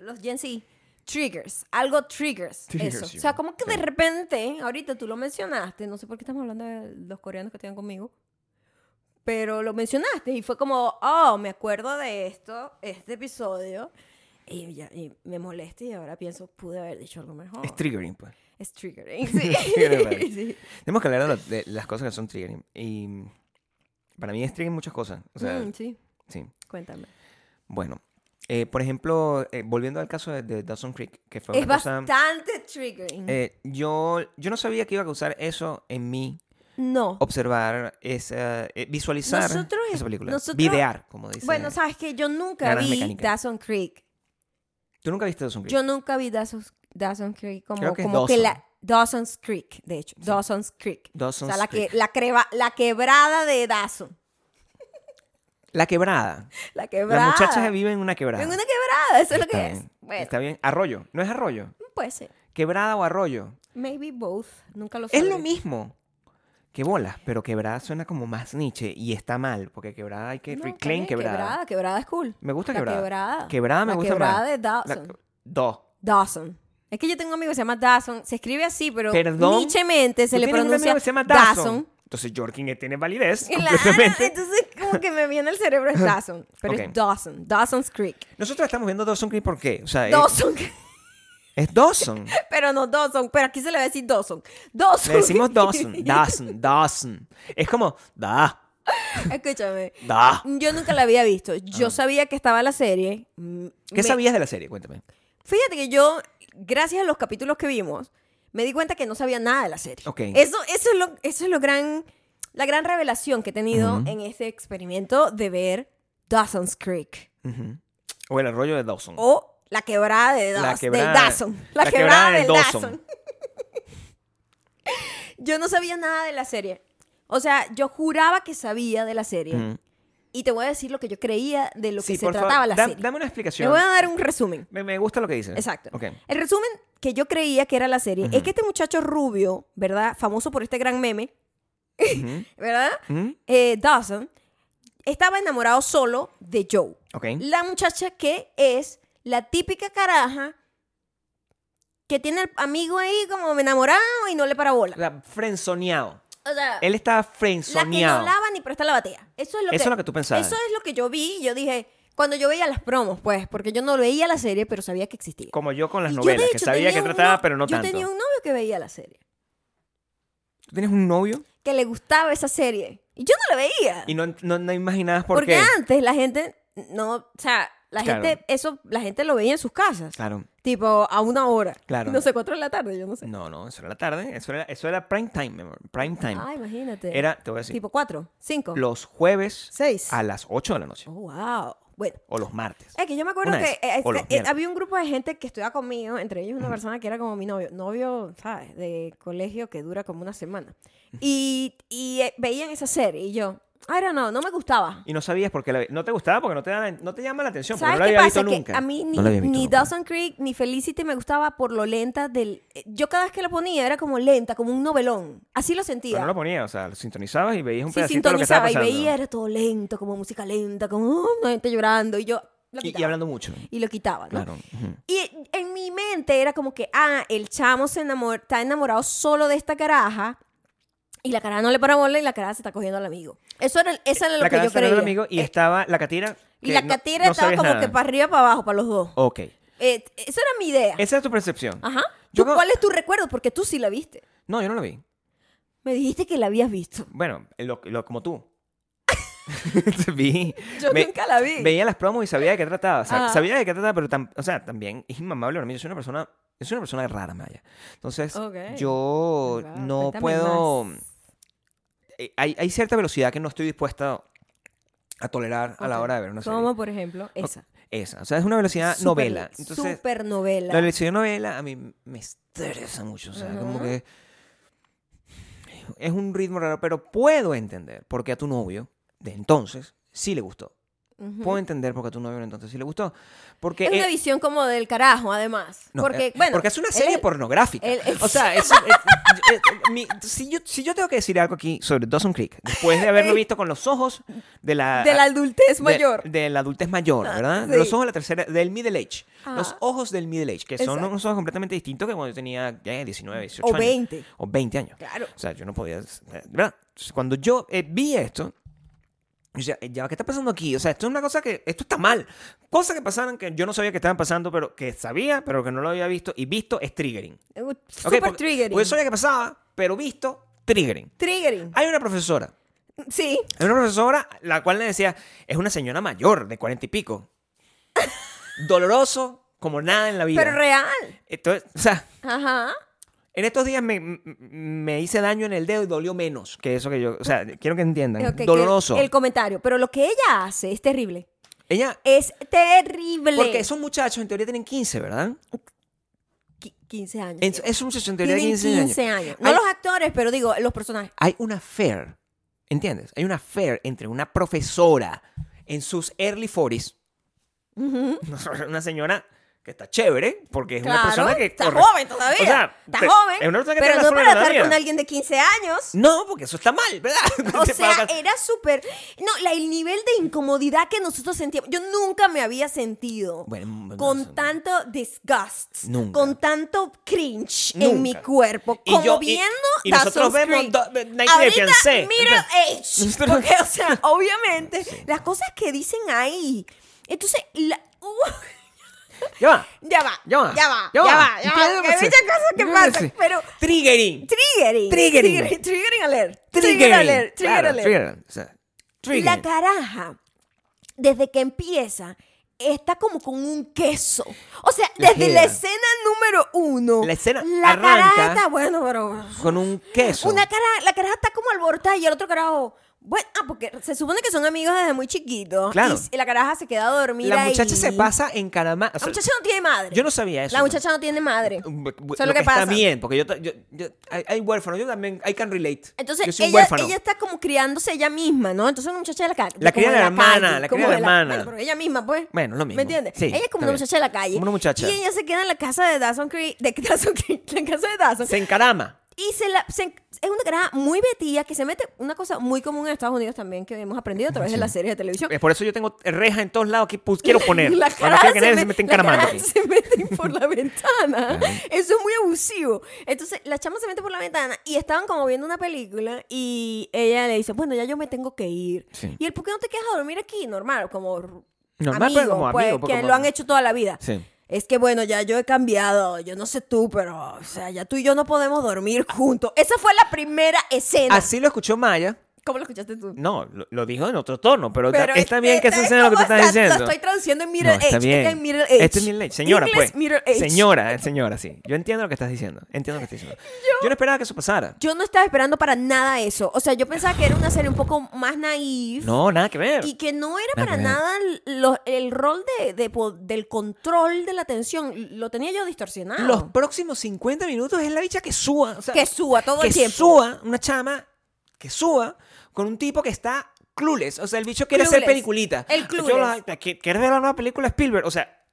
Speaker 1: los Gen Z, triggers, algo triggers,
Speaker 2: Triggers,
Speaker 1: eso.
Speaker 2: sí.
Speaker 1: O sea, como que de repente, ahorita tú lo mencionaste, no sé por qué estamos hablando de los coreanos que están conmigo, pero lo mencionaste y fue como, oh, me acuerdo de esto, este episodio, y, ya- y me molesta y ahora pienso, pude haber dicho algo mejor.
Speaker 2: Es triggering, pues.
Speaker 1: Es triggering, sí.
Speaker 2: Triggering, vale.
Speaker 1: Sí.
Speaker 2: Tenemos que hablar de, lo- de las cosas que son triggering. Y para mí es triggering muchas cosas. O sea,
Speaker 1: Mm, sí,
Speaker 2: sí.
Speaker 1: cuéntame.
Speaker 2: Bueno, eh, por ejemplo, eh, volviendo al caso de, de Dawson Creek, que fue
Speaker 1: Es
Speaker 2: una cosa...
Speaker 1: bastante triggering.
Speaker 2: eh, yo, yo no sabía que iba a causar eso en mí,
Speaker 1: no.
Speaker 2: observar, esa, eh, visualizar
Speaker 1: Nosotros-
Speaker 2: esa película,
Speaker 1: nosotros-
Speaker 2: videar, como dice.
Speaker 1: Bueno, sabes que yo nunca
Speaker 2: Ganas
Speaker 1: vi
Speaker 2: mecánicas.
Speaker 1: Dawson Creek.
Speaker 2: ¿Tú nunca viste Dawson Creek?
Speaker 1: Yo nunca vi Dawson's, Dawson's Creek como,
Speaker 2: Creo que es
Speaker 1: como que
Speaker 2: Dawson.
Speaker 1: la Dawson's Creek, de hecho, Dawson's Creek.
Speaker 2: Dawson's
Speaker 1: o sea, la
Speaker 2: Creek.
Speaker 1: que la creva- la quebrada de Dawson.
Speaker 2: La quebrada.
Speaker 1: La quebrada.
Speaker 2: Las muchachas viven en una quebrada.
Speaker 1: En una quebrada, eso es lo
Speaker 2: Está
Speaker 1: que es.
Speaker 2: bien,
Speaker 1: Bueno,
Speaker 2: Está bien. Arroyo. No es arroyo.
Speaker 1: puede ser.
Speaker 2: Quebrada o arroyo.
Speaker 1: Maybe both, nunca lo
Speaker 2: Es
Speaker 1: sabré.
Speaker 2: lo mismo. Que bolas, pero quebrada suena como más niche y está mal, porque quebrada hay que
Speaker 1: No, está
Speaker 2: reclaim
Speaker 1: bien,
Speaker 2: quebrada.
Speaker 1: quebrada. Quebrada es cool.
Speaker 2: Me gusta
Speaker 1: La
Speaker 2: quebrada.
Speaker 1: quebrada.
Speaker 2: Quebrada me
Speaker 1: La
Speaker 2: gusta más.
Speaker 1: quebrada de
Speaker 2: La-
Speaker 1: Dawson.
Speaker 2: Dos.
Speaker 1: Dawson. Es que yo tengo un amigo que se llama Dawson. Se escribe así, pero
Speaker 2: Perdón.
Speaker 1: nichemente se
Speaker 2: Tú
Speaker 1: le
Speaker 2: tienes un
Speaker 1: pronuncia
Speaker 2: amigo que se llama
Speaker 1: Dawson.
Speaker 2: Dawson. Entonces Jorkin tiene validez
Speaker 1: Claro,
Speaker 2: completamente.
Speaker 1: entonces como que me viene al cerebro es Dawson, pero
Speaker 2: Ok.
Speaker 1: es Dawson, Dawson's Creek.
Speaker 2: Nosotros estamos viendo Dawson Creek ¿por qué? O sea, es-
Speaker 1: Dawson,
Speaker 2: es, Dawson.
Speaker 1: pero no Dawson, pero aquí se le va a decir Dawson. Dawson.
Speaker 2: Le decimos Dawson, Dawson, Dawson. Es como da,
Speaker 1: Escúchame.
Speaker 2: da.
Speaker 1: Yo nunca la había visto. Yo sabía que estaba la serie. Mm,
Speaker 2: Ah. ¿Qué
Speaker 1: me-
Speaker 2: sabías de la serie? Cuéntame.
Speaker 1: Fíjate que yo, gracias a los capítulos que vimos, me di cuenta que no sabía nada de la serie.
Speaker 2: Ok.
Speaker 1: Eso, eso es lo, eso es lo gran, la gran revelación que he tenido
Speaker 2: Ujú.
Speaker 1: en este experimento de ver Dawson's Creek.
Speaker 2: Ujú. O el arroyo de Dawson.
Speaker 1: O la quebrada de
Speaker 2: La
Speaker 1: Daws-
Speaker 2: quebrada-
Speaker 1: del Dawson. La, quebrada,
Speaker 2: la quebrada
Speaker 1: del
Speaker 2: del
Speaker 1: Dawson.
Speaker 2: Dawson.
Speaker 1: yo no sabía nada de la serie. O sea, yo juraba que sabía de la serie.
Speaker 2: Ujú.
Speaker 1: Y te voy a decir lo que yo creía de lo
Speaker 2: Sí,
Speaker 1: que se
Speaker 2: por favor,
Speaker 1: trataba la
Speaker 2: da-
Speaker 1: serie.
Speaker 2: Dame una
Speaker 1: Te
Speaker 2: explicación.
Speaker 1: voy a dar un resumen.
Speaker 2: Me, me gusta lo que dices.
Speaker 1: Exacto.
Speaker 2: Ok.
Speaker 1: El resumen que yo creía que era la serie es que este muchacho rubio, ¿verdad? Famoso por este gran meme,
Speaker 2: Ujú.
Speaker 1: ¿verdad?
Speaker 2: Ujú.
Speaker 1: Eh, Dawson estaba enamorado solo de Joe.
Speaker 2: Ok.
Speaker 1: La muchacha que es la típica caraja que tiene al amigo ahí como enamorado y no le para bola.
Speaker 2: La- frenzoneado.
Speaker 1: O sea,
Speaker 2: Él estaba
Speaker 1: la que no
Speaker 2: frenzoneado.
Speaker 1: lava ni presta la batea. Eso es lo,
Speaker 2: Eso
Speaker 1: que,
Speaker 2: es lo que tú pensabas.
Speaker 1: Eso es lo que yo vi y yo dije, cuando yo veía las promos, pues, porque yo no veía la serie, pero sabía que existía.
Speaker 2: Como yo con las
Speaker 1: Y yo, de
Speaker 2: novelas, que
Speaker 1: hecho,
Speaker 2: sabía
Speaker 1: tenía
Speaker 2: que
Speaker 1: un
Speaker 2: trataba,
Speaker 1: no-
Speaker 2: pero no
Speaker 1: yo
Speaker 2: tanto.
Speaker 1: tenía un novio que veía la serie,
Speaker 2: ¿Tú tienes un novio?
Speaker 1: que le gustaba esa serie. Y yo no la veía.
Speaker 2: Y no, no, no imaginabas por
Speaker 1: porque
Speaker 2: qué.
Speaker 1: antes la gente no, o sea, la
Speaker 2: Claro.
Speaker 1: gente eso la gente lo veía en sus casas.
Speaker 2: Claro.
Speaker 1: Tipo a una hora.
Speaker 2: Claro.
Speaker 1: No sé, cuatro de la tarde, yo no sé.
Speaker 2: No, no, eso era la tarde. Eso era, eso era prime time, mi amor, Prime time.
Speaker 1: Ah, imagínate.
Speaker 2: Era, te voy a decir,
Speaker 1: tipo cuatro, cinco,
Speaker 2: los jueves
Speaker 1: seis.
Speaker 2: a las 8 de la noche.
Speaker 1: Oh, wow. Bueno.
Speaker 2: O los martes.
Speaker 1: Es que yo me acuerdo
Speaker 2: Una
Speaker 1: que
Speaker 2: de
Speaker 1: eh,
Speaker 2: esas, o
Speaker 1: eh,
Speaker 2: los
Speaker 1: eh,
Speaker 2: miércoles.
Speaker 1: había un grupo de gente que estudiaba conmigo, entre ellos una persona que era como mi novio, novio, ¿sabes? De colegio que dura como una semana. Y, y, eh, veían esa serie y yo, I don't know, no me gustaba.
Speaker 2: Y no sabías por qué la ve- No te gustaba porque no te, da- no te llama la atención. Porque
Speaker 1: ¿Sabes
Speaker 2: no la
Speaker 1: qué
Speaker 2: había
Speaker 1: pasa?
Speaker 2: visto
Speaker 1: Que
Speaker 2: nunca.
Speaker 1: a mí ni,
Speaker 2: No la había visto
Speaker 1: ni
Speaker 2: nunca.
Speaker 1: Dawson Creek ni Felicity me gustaba por lo lenta del... eh, Yo cada vez que la ponía era como lenta, como un novelón. Así lo sentía.
Speaker 2: Pero no lo ponía, o sea, lo sintonizabas y veías un
Speaker 1: Sí,
Speaker 2: pedacito de lo que estaba
Speaker 1: sintonizaba y
Speaker 2: pasando.
Speaker 1: veía, era todo lento, como música lenta, como "Oh, una gente llorando y yo... lo
Speaker 2: Y- y,
Speaker 1: quitaba.
Speaker 2: hablando mucho.
Speaker 1: Y lo quitaba, ¿no?
Speaker 2: Claro. ujú.
Speaker 1: Y en mi mente era como que, ah, el chamo se enamor está enamorado solo de esta caraja y la caraja no le para bola y la caraja se está cogiendo al amigo. Eso era, eso era lo
Speaker 2: Eh, la
Speaker 1: que
Speaker 2: cara
Speaker 1: yo creía.
Speaker 2: del amigo y estaba la catira.
Speaker 1: Y
Speaker 2: que
Speaker 1: la
Speaker 2: no-
Speaker 1: catira
Speaker 2: no
Speaker 1: estaba
Speaker 2: sabías
Speaker 1: como
Speaker 2: nada.
Speaker 1: que para arriba, para abajo, para los dos.
Speaker 2: Ok.
Speaker 1: Eh, esa era mi idea.
Speaker 2: Esa es tu percepción.
Speaker 1: Ajá.
Speaker 2: Yo
Speaker 1: ¿Tú
Speaker 2: creo-
Speaker 1: ¿Cuál es tu recuerdo? Porque tú sí la viste.
Speaker 2: No, yo no lo vi.
Speaker 1: Me dijiste que la habías visto.
Speaker 2: Bueno, lo, lo- como tú. vi.
Speaker 1: Yo
Speaker 2: Ve-
Speaker 1: nunca la vi.
Speaker 2: Veía las promos y sabía de qué trataba. o sea,
Speaker 1: Ajá.
Speaker 2: sabía de qué trataba, pero tam- o sea, también es inmamable para mí. Yo soy una persona, yo soy una persona rara, Maya. Entonces,
Speaker 1: Ok.
Speaker 2: yo
Speaker 1: Wow,
Speaker 2: no
Speaker 1: cuéntame
Speaker 2: puedo.
Speaker 1: más.
Speaker 2: eh, Hay, hay cierta velocidad que no estoy dispuesta a tolerar a la
Speaker 1: Ok.
Speaker 2: hora de ver una serie.
Speaker 1: Como por ejemplo esa.
Speaker 2: Esa. O sea, es una velocidad
Speaker 1: Super-
Speaker 2: novela. Entonces,
Speaker 1: super novela.
Speaker 2: la velocidad novela a mí me estresa mucho. O sea, como
Speaker 1: Ajá.
Speaker 2: que. Es un ritmo raro, pero puedo entender porque a tu novio de entonces sí le gustó. Puedo entender porque a tu novio de entonces sí le gustó. Porque.
Speaker 1: Es una
Speaker 2: él-
Speaker 1: visión como del carajo, además.
Speaker 2: e- no,
Speaker 1: porque,
Speaker 2: eh,
Speaker 1: bueno.
Speaker 2: porque es una
Speaker 1: él
Speaker 2: serie
Speaker 1: es-
Speaker 2: pornográfica.
Speaker 1: él es-
Speaker 2: o sea, es- es- es- mi- si, yo, si yo tengo que decir algo aquí sobre Dawson Creek, después de haberlo visto con los ojos de la,
Speaker 1: De la adultez
Speaker 2: de-
Speaker 1: mayor. Ah,
Speaker 2: de la adultez mayor, ¿verdad?
Speaker 1: sí.
Speaker 2: De los ojos de la tercera, del middle age. Los
Speaker 1: Ajá.
Speaker 2: ojos del middle age, que son
Speaker 1: Exacto.
Speaker 2: unos ojos completamente distintos que cuando yo tenía eh, 19, 18
Speaker 1: o
Speaker 2: años.
Speaker 1: 20.
Speaker 2: O 20 años.
Speaker 1: Claro.
Speaker 2: O sea, yo no podía. ¿Verdad? Cuando yo eh, vi esto, yo decía, "Eh, ya, va, ¿qué está pasando aquí? O sea, esto es una cosa que. Esto está mal. Cosas que pasaron que yo no sabía que estaban pasando, pero que sabía, pero que no lo había visto. Y visto es triggering.
Speaker 1: Eh,
Speaker 2: ¿ok?
Speaker 1: Super
Speaker 2: porque, pues
Speaker 1: triggering.
Speaker 2: porque yo sabía que pasaba, pero visto, triggering.
Speaker 1: Triggering.
Speaker 2: Hay una profesora.
Speaker 1: Sí.
Speaker 2: Hay una profesora la cual le decía, es una señora mayor, de cuarenta y pico. Doloroso como nada en la vida.
Speaker 1: Pero real.
Speaker 2: Entonces, o sea.
Speaker 1: Ajá.
Speaker 2: En estos días me, m- me hice daño en el dedo y dolió menos que eso que yo. O sea, quiero que entiendan.
Speaker 1: Ok, que el-
Speaker 2: Doloroso.
Speaker 1: El, comentario. Pero lo que ella hace es terrible.
Speaker 2: Ella.
Speaker 1: Es terrible.
Speaker 2: Porque esos muchachos en teoría tienen 15, ¿verdad?
Speaker 1: Qui- 15 años.
Speaker 2: Es- Esos muchachos en teoría
Speaker 1: Tienen
Speaker 2: 15,
Speaker 1: 15 años. No
Speaker 2: hay,
Speaker 1: los actores, pero digo, los personajes.
Speaker 2: hay una fair. ¿Entiendes? Hay una fair entre una profesora en sus early 40s.
Speaker 1: Ujú.
Speaker 2: Una señora que está chévere porque es
Speaker 1: Claro.
Speaker 2: una persona que.
Speaker 1: está
Speaker 2: corre-
Speaker 1: joven todavía.
Speaker 2: O sea,
Speaker 1: está
Speaker 2: te-
Speaker 1: joven.
Speaker 2: es una persona que
Speaker 1: pero
Speaker 2: tiene
Speaker 1: no
Speaker 2: la
Speaker 1: para
Speaker 2: forma de
Speaker 1: estar
Speaker 2: la
Speaker 1: con
Speaker 2: vida.
Speaker 1: alguien de 15 años.
Speaker 2: No, porque eso está mal, ¿verdad?
Speaker 1: O sea, eh, era súper... No, la- el nivel de incomodidad que nosotros sentíamos... Yo nunca me había sentido
Speaker 2: Bueno, no sé.
Speaker 1: con tanto disgust,
Speaker 2: Nunca.
Speaker 1: con tanto cringe en
Speaker 2: Nunca.
Speaker 1: mi cuerpo,
Speaker 2: Y
Speaker 1: como
Speaker 2: yo- y-
Speaker 1: viendo
Speaker 2: y nosotros
Speaker 1: Dawson's
Speaker 2: vemos
Speaker 1: Creek.
Speaker 2: Do- Night of the
Speaker 1: Ahorita
Speaker 2: Fiancé.
Speaker 1: Middle Age.
Speaker 2: Nosotros-
Speaker 1: Porque, o sea, obviamente, las cosas que dicen ahí... Entonces, la-
Speaker 2: Ya va.
Speaker 1: ya va,
Speaker 2: Ya va.
Speaker 1: ya va, ya va, ya va, porque hay muchas cosas que pasan, pero...
Speaker 2: Triggering.
Speaker 1: Triggering.
Speaker 2: Triggering.
Speaker 1: Triggering, triggering alert.
Speaker 2: Triggering.
Speaker 1: Trigger alert. Trigger
Speaker 2: Claro,
Speaker 1: alert.
Speaker 2: trigger, o sea, triggering.
Speaker 1: La caraja, desde que empieza, está como con un queso. O sea,
Speaker 2: La
Speaker 1: desde la
Speaker 2: jeva.
Speaker 1: escena número uno.
Speaker 2: La escena
Speaker 1: la
Speaker 2: arranca
Speaker 1: caraja está, bueno, pero...
Speaker 2: Con un queso.
Speaker 1: Una cara, la caraja está como alborotada y el otro carajo... Bueno, ah, porque se supone que son amigos desde muy chiquitos.
Speaker 2: Claro.
Speaker 1: Y s- Y la caraja se queda dormida
Speaker 2: la muchacha
Speaker 1: y-
Speaker 2: se pasa en Canamá.
Speaker 1: La muchacha no tiene madre.
Speaker 2: yo no sabía eso.
Speaker 1: La
Speaker 2: ¿no?
Speaker 1: muchacha no tiene madre.
Speaker 2: Mm, Bu- bu-
Speaker 1: Eso es lo que pasa.
Speaker 2: Está bien, porque yo, ta- yo, yo- hay, hay huérfanos, yo también, I can relate. yo
Speaker 1: Entonces,
Speaker 2: soy un
Speaker 1: ella,
Speaker 2: huérfano.
Speaker 1: ella está como criándose ella misma, ¿no? Entonces, una muchacha de la calle.
Speaker 2: La cría
Speaker 1: como
Speaker 2: la
Speaker 1: calle,
Speaker 2: hermana, la
Speaker 1: como
Speaker 2: cría la
Speaker 1: de
Speaker 2: hermana.
Speaker 1: Bueno, pero ella misma, pues.
Speaker 2: Bueno, lo mismo.
Speaker 1: ¿Me entiendes?
Speaker 2: Sí,
Speaker 1: ella es como una
Speaker 2: está bien.
Speaker 1: muchacha de la calle.
Speaker 2: Como una muchacha.
Speaker 1: Y ella se queda en la casa de Dawson Creek. De Dawson Creek, en la casa de Dawson.
Speaker 2: Se encarama.
Speaker 1: Y se la, se- es una cara muy vetía que se mete. Una cosa muy común en Estados Unidos también que hemos aprendido a través de las series de televisión.
Speaker 2: Es por eso yo tengo reja en todos lados que pus- quiero poner.
Speaker 1: La
Speaker 2: Para no
Speaker 1: caraja
Speaker 2: quiero que nadie
Speaker 1: me-
Speaker 2: se meta
Speaker 1: la
Speaker 2: encaramando
Speaker 1: caraja
Speaker 2: aquí.
Speaker 1: se meten por la ventana. Eso es muy abusivo. Entonces, la chama se mete por la ventana y estaban como viendo una película y ella le dice, bueno, ya yo me tengo que ir.
Speaker 2: Sí.
Speaker 1: Y él, ¿por qué no te quedas a dormir aquí? Normal, como r-
Speaker 2: Normal,
Speaker 1: amigo,
Speaker 2: pero como
Speaker 1: pues,
Speaker 2: amigo, porque
Speaker 1: que
Speaker 2: como-
Speaker 1: lo han hecho toda la vida.
Speaker 2: Sí.
Speaker 1: Es que bueno, ya yo he cambiado, yo no sé tú, pero o sea, ya tú y yo no podemos dormir juntos. Esa fue la primera escena.
Speaker 2: Así lo escuchó Maya.
Speaker 1: ¿Cómo lo escuchaste tú?
Speaker 2: No, lo, lo dijo en otro tono, pero, ta-
Speaker 1: Pero
Speaker 2: está
Speaker 1: es
Speaker 2: bien que eso
Speaker 1: es
Speaker 2: sea lo que tú
Speaker 1: como
Speaker 2: estás
Speaker 1: está-
Speaker 2: diciendo.
Speaker 1: Lo estoy traduciendo en middle
Speaker 2: no, está
Speaker 1: age.
Speaker 2: bien.
Speaker 1: Está en middle age.
Speaker 2: Este es middle age. Señora,
Speaker 1: English
Speaker 2: pues.
Speaker 1: middle age.
Speaker 2: Señora, señora, sí. Yo entiendo lo que estás diciendo. Entiendo lo que estás diciendo. Yo, no esperaba que eso pasara.
Speaker 1: Yo no estaba esperando para nada eso. O sea, yo pensaba que era una serie un poco más naive.
Speaker 2: No, nada que ver.
Speaker 1: Y que no era
Speaker 2: Nada
Speaker 1: para
Speaker 2: que ver.
Speaker 1: nada lo- el rol de, de po- del control de la atención. Lo tenía yo distorsionado.
Speaker 2: Los próximos 50 minutos es la bicha que suba. o sea,
Speaker 1: que suba todo
Speaker 2: que
Speaker 1: el tiempo.
Speaker 2: suba una chama que suba con un tipo que está clueless. O sea, el bicho quiere hacer
Speaker 1: Clueless.
Speaker 2: peliculita.
Speaker 1: El
Speaker 2: Yo
Speaker 1: clueless.
Speaker 2: la- ¿qui- ¿Quieres ver la nueva película de Spielberg? O sea,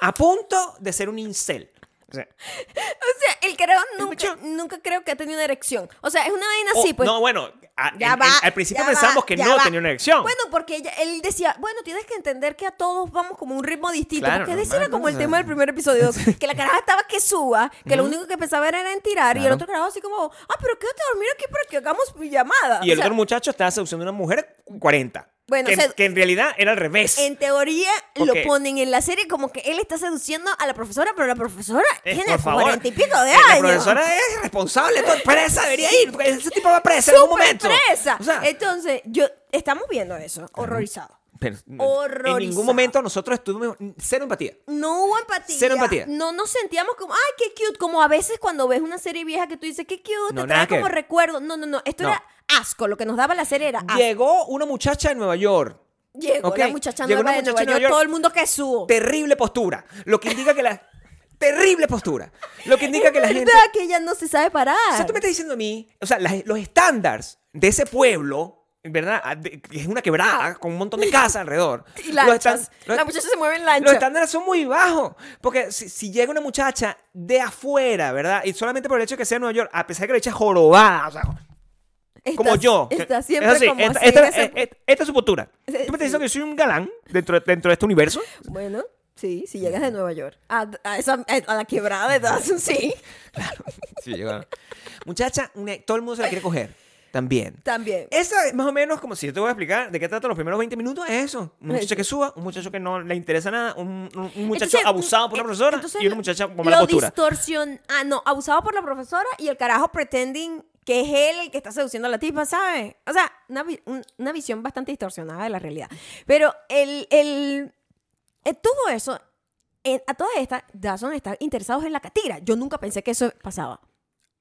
Speaker 2: a punto de ser un incel. O sea,
Speaker 1: O sea, el carajo
Speaker 2: El
Speaker 1: nunca,
Speaker 2: bicho-
Speaker 1: nunca creo que ha tenido una erección. O sea, es una vaina
Speaker 2: o-
Speaker 1: así, pues.
Speaker 2: No, bueno, a-
Speaker 1: Ya
Speaker 2: en-
Speaker 1: va,
Speaker 2: en- al principio
Speaker 1: ya
Speaker 2: pensamos
Speaker 1: va,
Speaker 2: que
Speaker 1: ya
Speaker 2: no
Speaker 1: va.
Speaker 2: tenía una erección.
Speaker 1: Bueno, porque ella- él decía, bueno, tienes que entender que a todos vamos como un ritmo distinto.
Speaker 2: Claro,
Speaker 1: porque ese
Speaker 2: normal,
Speaker 1: era como
Speaker 2: ¿no?
Speaker 1: el
Speaker 2: O sea,
Speaker 1: tema del primer episodio, que la caraja estaba que suba, que lo único que pensaba era en tirar, y el
Speaker 2: Claro.
Speaker 1: otro carajo así como, ah, pero quédate a dormir aquí para que hagamos llamada.
Speaker 2: y
Speaker 1: O
Speaker 2: el
Speaker 1: sea,
Speaker 2: otro muchacho estaba seduciendo a una mujer 40.
Speaker 1: Bueno,
Speaker 2: que,
Speaker 1: o sea-
Speaker 2: que en realidad era al revés.
Speaker 1: En teoría
Speaker 2: Porque-
Speaker 1: lo ponen en la serie como que él está seduciendo a la profesora, pero la profesora
Speaker 2: Eh,
Speaker 1: tiene
Speaker 2: por favor.
Speaker 1: cuarenta y pico de
Speaker 2: Eh,
Speaker 1: años.
Speaker 2: La profesora es responsable, todo presa, debería ir. porque Ese tipo va presa en algún
Speaker 1: Súper
Speaker 2: momento.
Speaker 1: presa. Eh,
Speaker 2: O sea,
Speaker 1: Entonces, yo estamos viendo eso, horrorizado.
Speaker 2: pero en
Speaker 1: horrorizada.
Speaker 2: ningún momento nosotros tuvimos cero empatía.
Speaker 1: No hubo empatía.
Speaker 2: Cero empatía.
Speaker 1: No nos sentíamos como, ay, qué cute. Como a veces cuando ves una serie vieja que tú dices, qué cute,
Speaker 2: No,
Speaker 1: te
Speaker 2: nada
Speaker 1: trae
Speaker 2: que
Speaker 1: como
Speaker 2: ver.
Speaker 1: recuerdo. No, no, no. Esto
Speaker 2: No.
Speaker 1: era asco. Lo que nos daba la serie era asco.
Speaker 2: Llegó una muchacha de Nueva York.
Speaker 1: Llegó
Speaker 2: Ok,
Speaker 1: la muchacha
Speaker 2: llegó
Speaker 1: nueva
Speaker 2: una
Speaker 1: de
Speaker 2: muchacha
Speaker 1: Nueva
Speaker 2: de Nueva
Speaker 1: York,
Speaker 2: York.
Speaker 1: todo el mundo que subo.
Speaker 2: Terrible postura. Lo que indica que la. terrible postura. Lo que indica
Speaker 1: Es
Speaker 2: que la gente.
Speaker 1: verdad que ella no se sabe parar.
Speaker 2: O sea, tú me estás diciendo a mí. O sea, las- los estándares de ese pueblo. ¿Verdad? Ah, de- que Es una quebrada con un montón de casas alrededor.
Speaker 1: Y
Speaker 2: Los estan-
Speaker 1: lanchas.
Speaker 2: los-
Speaker 1: la muchacha se mueve en lancha.
Speaker 2: Los estándares son muy bajos. Porque si, si llega una muchacha de afuera, ¿verdad? Y solamente por el hecho de que sea de Nueva York, a pesar de que le echa jorobada, o sea, como
Speaker 1: Estás-
Speaker 2: yo. que-
Speaker 1: Está
Speaker 2: es
Speaker 1: siempre
Speaker 2: así,
Speaker 1: como
Speaker 2: esta,
Speaker 1: así
Speaker 2: esta-
Speaker 1: en ese-
Speaker 2: eh, eh, esta es su postura. ¿Tú me
Speaker 1: Sí.
Speaker 2: estás diciendo que soy un galán dentro, dentro de este universo?
Speaker 1: Bueno, sí, si llegas de Nueva York. A, a esa, a la quebrada de Dawson, sí.
Speaker 2: Sí, llegaba. Muchacha, una- todo el mundo se la quiere coger. También.
Speaker 1: También.
Speaker 2: Esa es más o menos como si yo te voy a explicar de qué tratan los primeros 20 minutos. Es eso. Un muchacho
Speaker 1: Eso.
Speaker 2: que suba, un muchacho que no le interesa nada, un, un- un muchacho
Speaker 1: Pues Entonces,
Speaker 2: abusado por
Speaker 1: eh,
Speaker 2: una profesora
Speaker 1: entonces
Speaker 2: y una
Speaker 1: lo-
Speaker 2: muchacha con mala
Speaker 1: lo
Speaker 2: postura.
Speaker 1: distorsion- Ah, no, abusado por la profesora y el carajo pretending que es él el que está seduciendo a la tipa, ¿sabes? O sea, una, vi- un- una visión bastante distorsionada de la realidad. Pero el, el, eh, todo eso, eh, a todas estas, Dawson está interesados en la catira. Yo nunca pensé que eso pasaba.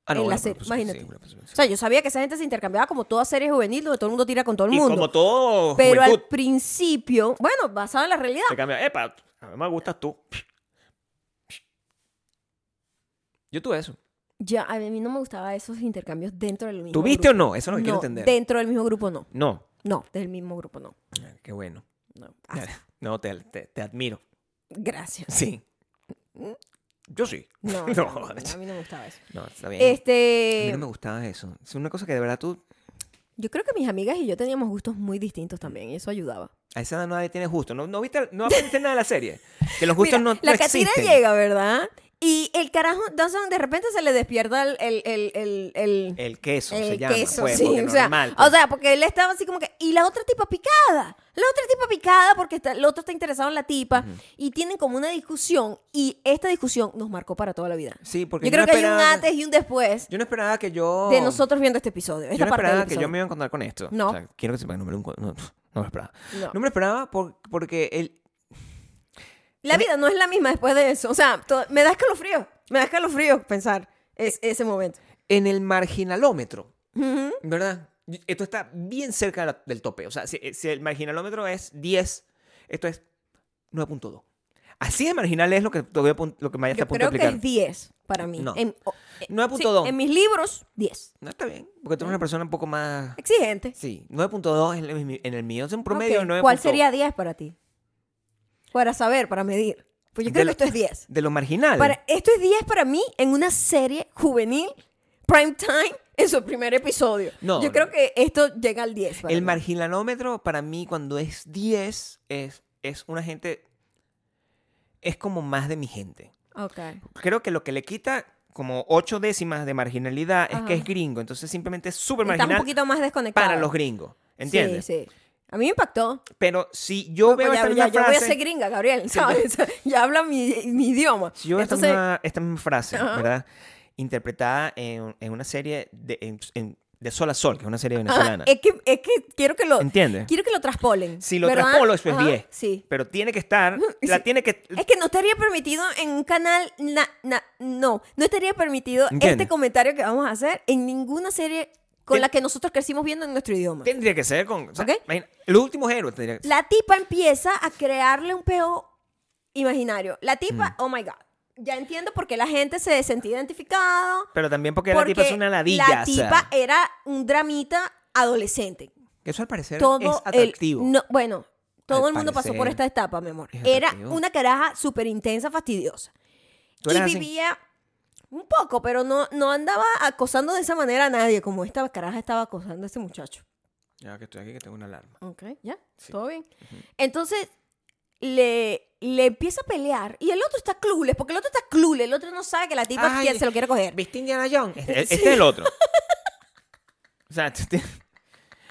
Speaker 2: Ah,
Speaker 1: en la
Speaker 2: bueno,
Speaker 1: serie,
Speaker 2: pero-
Speaker 1: imagínate.
Speaker 2: sí, bueno, pues, sí.
Speaker 1: O sea, yo sabía que esa gente se intercambiaba como toda serie juvenil donde todo el mundo tira con todo el
Speaker 2: Y
Speaker 1: mundo.
Speaker 2: como todo
Speaker 1: Pero
Speaker 2: juventud,
Speaker 1: al principio, bueno, basado en la realidad,
Speaker 2: te cambia. Epa, a mí me gustas tú. Yo tuve eso.
Speaker 1: ya a mí no me gustaban esos intercambios dentro del mismo
Speaker 2: ¿Tuviste o
Speaker 1: grupo.
Speaker 2: no? Eso es lo que quiero entender.
Speaker 1: dentro del mismo grupo no.
Speaker 2: No.
Speaker 1: No, del mismo grupo no.
Speaker 2: Ah, Qué bueno.
Speaker 1: No. Ah,
Speaker 2: No, te, te- te admiro.
Speaker 1: gracias.
Speaker 2: Sí. Yo sí.
Speaker 1: No, no,
Speaker 2: No,
Speaker 1: no, no, a mí no me gustaba eso.
Speaker 2: No, está bien. A mí
Speaker 1: Este,
Speaker 2: no me gustaba eso. Es una cosa que de verdad tú.
Speaker 1: yo creo que mis amigas y yo teníamos gustos muy distintos también y eso ayudaba.
Speaker 2: A esa edad nadie tiene justo. No, no, viste, no aprendiste nada de la serie. Que los gustos
Speaker 1: Mira,
Speaker 2: no,
Speaker 1: la
Speaker 2: no
Speaker 1: catira
Speaker 2: existen.
Speaker 1: llega, ¿verdad? Y el carajo, Dawson de repente se le despierta el, el, el, el, el-
Speaker 2: El queso se
Speaker 1: El
Speaker 2: llama.
Speaker 1: queso,
Speaker 2: pues,
Speaker 1: sí,
Speaker 2: porque
Speaker 1: o sea,
Speaker 2: normal,
Speaker 1: o sea, porque él estaba así como que, y la otra tipa picada, la otra tipa picada porque está- el otro está interesado en la tipa y tienen como una discusión y esta discusión nos marcó para toda la vida.
Speaker 2: Sí,
Speaker 1: yo
Speaker 2: porque yo
Speaker 1: creo
Speaker 2: no
Speaker 1: que hay un
Speaker 2: esperaba-
Speaker 1: antes y un después
Speaker 2: Yo no esperaba que yo.
Speaker 1: de nosotros viendo este episodio, esta
Speaker 2: yo no
Speaker 1: parte del
Speaker 2: esperaba que yo
Speaker 1: episodio.
Speaker 2: me iba a encontrar con esto.
Speaker 1: No.
Speaker 2: O sea, quiero que sepa que no me lo encu- No, no me lo esperaba.
Speaker 1: No.
Speaker 2: No me lo esperaba por- porque el,
Speaker 1: La vida no es la misma después de eso. O sea, to- me da escalofrío. Me da escalofrío pensar es- ese momento.
Speaker 2: En el marginalómetro,
Speaker 1: Ujú.
Speaker 2: ¿verdad? Y- Esto está bien cerca de la- del tope. O sea, si, eh, si el marginalómetro es 10, esto es 9.2. Así de marginal es lo que, todavía pun- lo que Maya está
Speaker 1: Yo
Speaker 2: a Este punto de
Speaker 1: creo que es
Speaker 2: explicar.
Speaker 1: 10 para mí.
Speaker 2: No.
Speaker 1: En, o- eh,
Speaker 2: 9.2.
Speaker 1: sí, en mis libros, 10.
Speaker 2: No está bien, porque tú eres una persona un poco más...
Speaker 1: Exigente.
Speaker 2: Sí, 9.2 es en el- en el mío, es un promedio
Speaker 1: Ok,
Speaker 2: de 9.2.
Speaker 1: ¿Cuál sería 10 para ti? Para saber, para medir. Pues yo
Speaker 2: De
Speaker 1: creo
Speaker 2: lo-
Speaker 1: que esto es 10.
Speaker 2: De lo marginal.
Speaker 1: Para, esto es 10 para mí en una serie juvenil, prime time, en su primer episodio.
Speaker 2: No,
Speaker 1: yo
Speaker 2: no.
Speaker 1: creo que esto llega al 10. para
Speaker 2: El
Speaker 1: mí.
Speaker 2: marginalómetro para mí cuando es 10 es, es una gente... Es como más de mi gente.
Speaker 1: Ok.
Speaker 2: Creo que lo que le quita como ocho décimas de marginalidad es
Speaker 1: Ajá.
Speaker 2: que es gringo. Entonces simplemente es súper
Speaker 1: Estás un
Speaker 2: marginal
Speaker 1: poquito más desconectado.
Speaker 2: para los gringos. ¿Entiendes?
Speaker 1: Sí, sí. A mí me impactó.
Speaker 2: Pero si yo
Speaker 1: Porque
Speaker 2: veo
Speaker 1: ya-
Speaker 2: esta
Speaker 1: ya-
Speaker 2: misma
Speaker 1: yo voy a
Speaker 2: frase...
Speaker 1: ser gringa, Gabriel, ¿sabes? ya habla mi, mi idioma.
Speaker 2: Si yo veo esta
Speaker 1: Entonces,
Speaker 2: misma- esta misma frase,
Speaker 1: Ajá.
Speaker 2: ¿verdad? Interpretada en, en una serie de, en- en- de Sol a Sol, que es una serie venezolana.
Speaker 1: ajá, es, que, es que quiero que lo,
Speaker 2: ¿Entiendes?
Speaker 1: quiero que lo traspolen.
Speaker 2: Si lo
Speaker 1: ¿verdad?
Speaker 2: traspolo, eso es
Speaker 1: Ajá,
Speaker 2: 10.
Speaker 1: Sí.
Speaker 2: Pero tiene que estar, la tiene que...
Speaker 1: Es que no estaría permitido en un canal, na- na- no, no estaría permitido
Speaker 2: Entiendo.
Speaker 1: este comentario que vamos a hacer en ninguna serie con
Speaker 2: Ten-
Speaker 1: la que nosotros crecimos viendo en nuestro idioma.
Speaker 2: Tendría que ser con... o sea,
Speaker 1: ¿Ok?
Speaker 2: imagina, los últimos héroes tendría que-
Speaker 1: La tipa empieza a crearle un peo imaginario. La tipa,
Speaker 2: Mm.
Speaker 1: oh my god, ya entiendo por qué la gente se sentía identificada.
Speaker 2: Pero también porque,
Speaker 1: porque
Speaker 2: la tipa es una ladilla.
Speaker 1: La
Speaker 2: o sea,
Speaker 1: tipa era un dramita adolescente.
Speaker 2: que eso al parecer es
Speaker 1: todo el
Speaker 2: atractivo.
Speaker 1: no, bueno, todo
Speaker 2: Al
Speaker 1: el mundo pasó por
Speaker 2: parecer,
Speaker 1: esta etapa, mi amor.
Speaker 2: es
Speaker 1: Era
Speaker 2: atractivo.
Speaker 1: una caraja súper intensa, fastidiosa.
Speaker 2: Tú
Speaker 1: y
Speaker 2: eras así.
Speaker 1: vivía un poco, pero no, no andaba acosando de esa manera a nadie, como esta caraja estaba acosando a este muchacho.
Speaker 2: Ya que estoy aquí que tengo una alarma.
Speaker 1: Ok, ya,
Speaker 2: Sí.
Speaker 1: todo bien. Entonces, le, le empieza a pelear y el otro está clueless, porque el otro está clueless, el otro no sabe que la tipa es
Speaker 2: Ay.
Speaker 1: quien se lo quiere coger.
Speaker 2: ¿Viste Indiana Jones? Este,
Speaker 1: Sí.
Speaker 2: este es el otro. o sea, este tú te-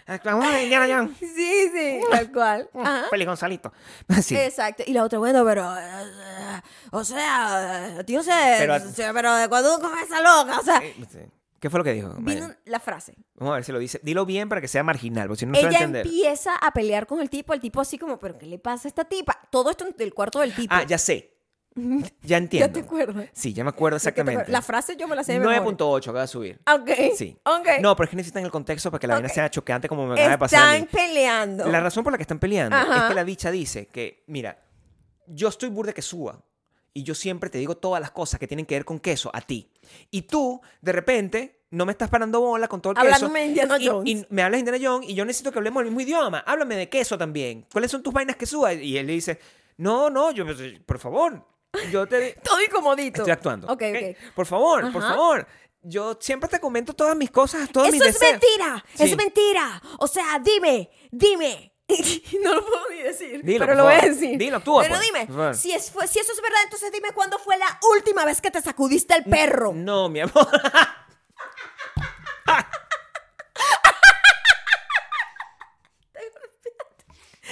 Speaker 2: Ah, vamos a ver Indiana Jones.
Speaker 1: Sí, sí, tal cual. Ajá.
Speaker 2: Feliz Gonzalito. Sí.
Speaker 1: Exacto. Y la otra, bueno, pero. eh, o sea, tío, se,
Speaker 2: Pero-
Speaker 1: pero, pero ¿de cuándo come esa loca? O sea,
Speaker 2: Eh, sí. ¿Qué fue lo que dijo?
Speaker 1: ah.
Speaker 2: Maya?
Speaker 1: vino la frase.
Speaker 2: Vamos a ver si lo dice. Dilo bien para que sea marginal, porque si no, no se va a
Speaker 1: Ella
Speaker 2: entender.
Speaker 1: empieza a pelear con el tipo, el tipo así como, ¿pero qué le pasa a esta tipa? Todo esto del cuarto del tipo.
Speaker 2: Ah, ya sé. Ya
Speaker 1: ¿Ya
Speaker 2: entiendo.
Speaker 1: te acuerdas?
Speaker 2: sí, ya me acuerdo
Speaker 1: ¿Ya te acuerdas?
Speaker 2: exactamente.
Speaker 1: La frase yo me la sé de memoria.
Speaker 2: 9.8 acaba de subir.
Speaker 1: Ok.
Speaker 2: Sí.
Speaker 1: Ok.
Speaker 2: No, pero es que necesitan el contexto para que la vaina
Speaker 1: Ok.
Speaker 2: sea chocante como me acaba de pasar. a mí.
Speaker 1: Están peleando.
Speaker 2: La razón por la que están peleando es
Speaker 1: Ajá.
Speaker 2: que la bicha dice que, mira, yo estoy burda que suba y yo siempre te digo todas las cosas que tienen que ver con queso a ti. Y tú, de repente, no me estás parando bola con todo el
Speaker 1: Hablándome de
Speaker 2: queso.
Speaker 1: Indiana
Speaker 2: y-
Speaker 1: Jones.
Speaker 2: Y, me hablas de Indiana Jones y yo necesito que hablemos el mismo idioma. Háblame de queso también. ¿Cuáles son tus vainas que suba? Y él le dice, no, no, yo, pues, por favor, yo te...
Speaker 1: Todo incomodito.
Speaker 2: Estoy actuando.
Speaker 1: Ok, ok.
Speaker 2: Por favor, por
Speaker 1: Ajá.
Speaker 2: favor. Yo siempre te comento todas mis cosas, todos mis
Speaker 1: Eso es
Speaker 2: deseos.
Speaker 1: mentira,
Speaker 2: Sí.
Speaker 1: es mentira. O sea, dime, dime. no lo puedo ni decir,
Speaker 2: Dilo,
Speaker 1: pero
Speaker 2: por
Speaker 1: lo voy a
Speaker 2: favor.
Speaker 1: decir.
Speaker 2: Dilo, actúa,
Speaker 1: Pero
Speaker 2: pues, por favor.
Speaker 1: dime, si, es, fue- si eso es verdad, entonces dime cuándo fue la última vez que te sacudiste el perro.
Speaker 2: No, mi amor.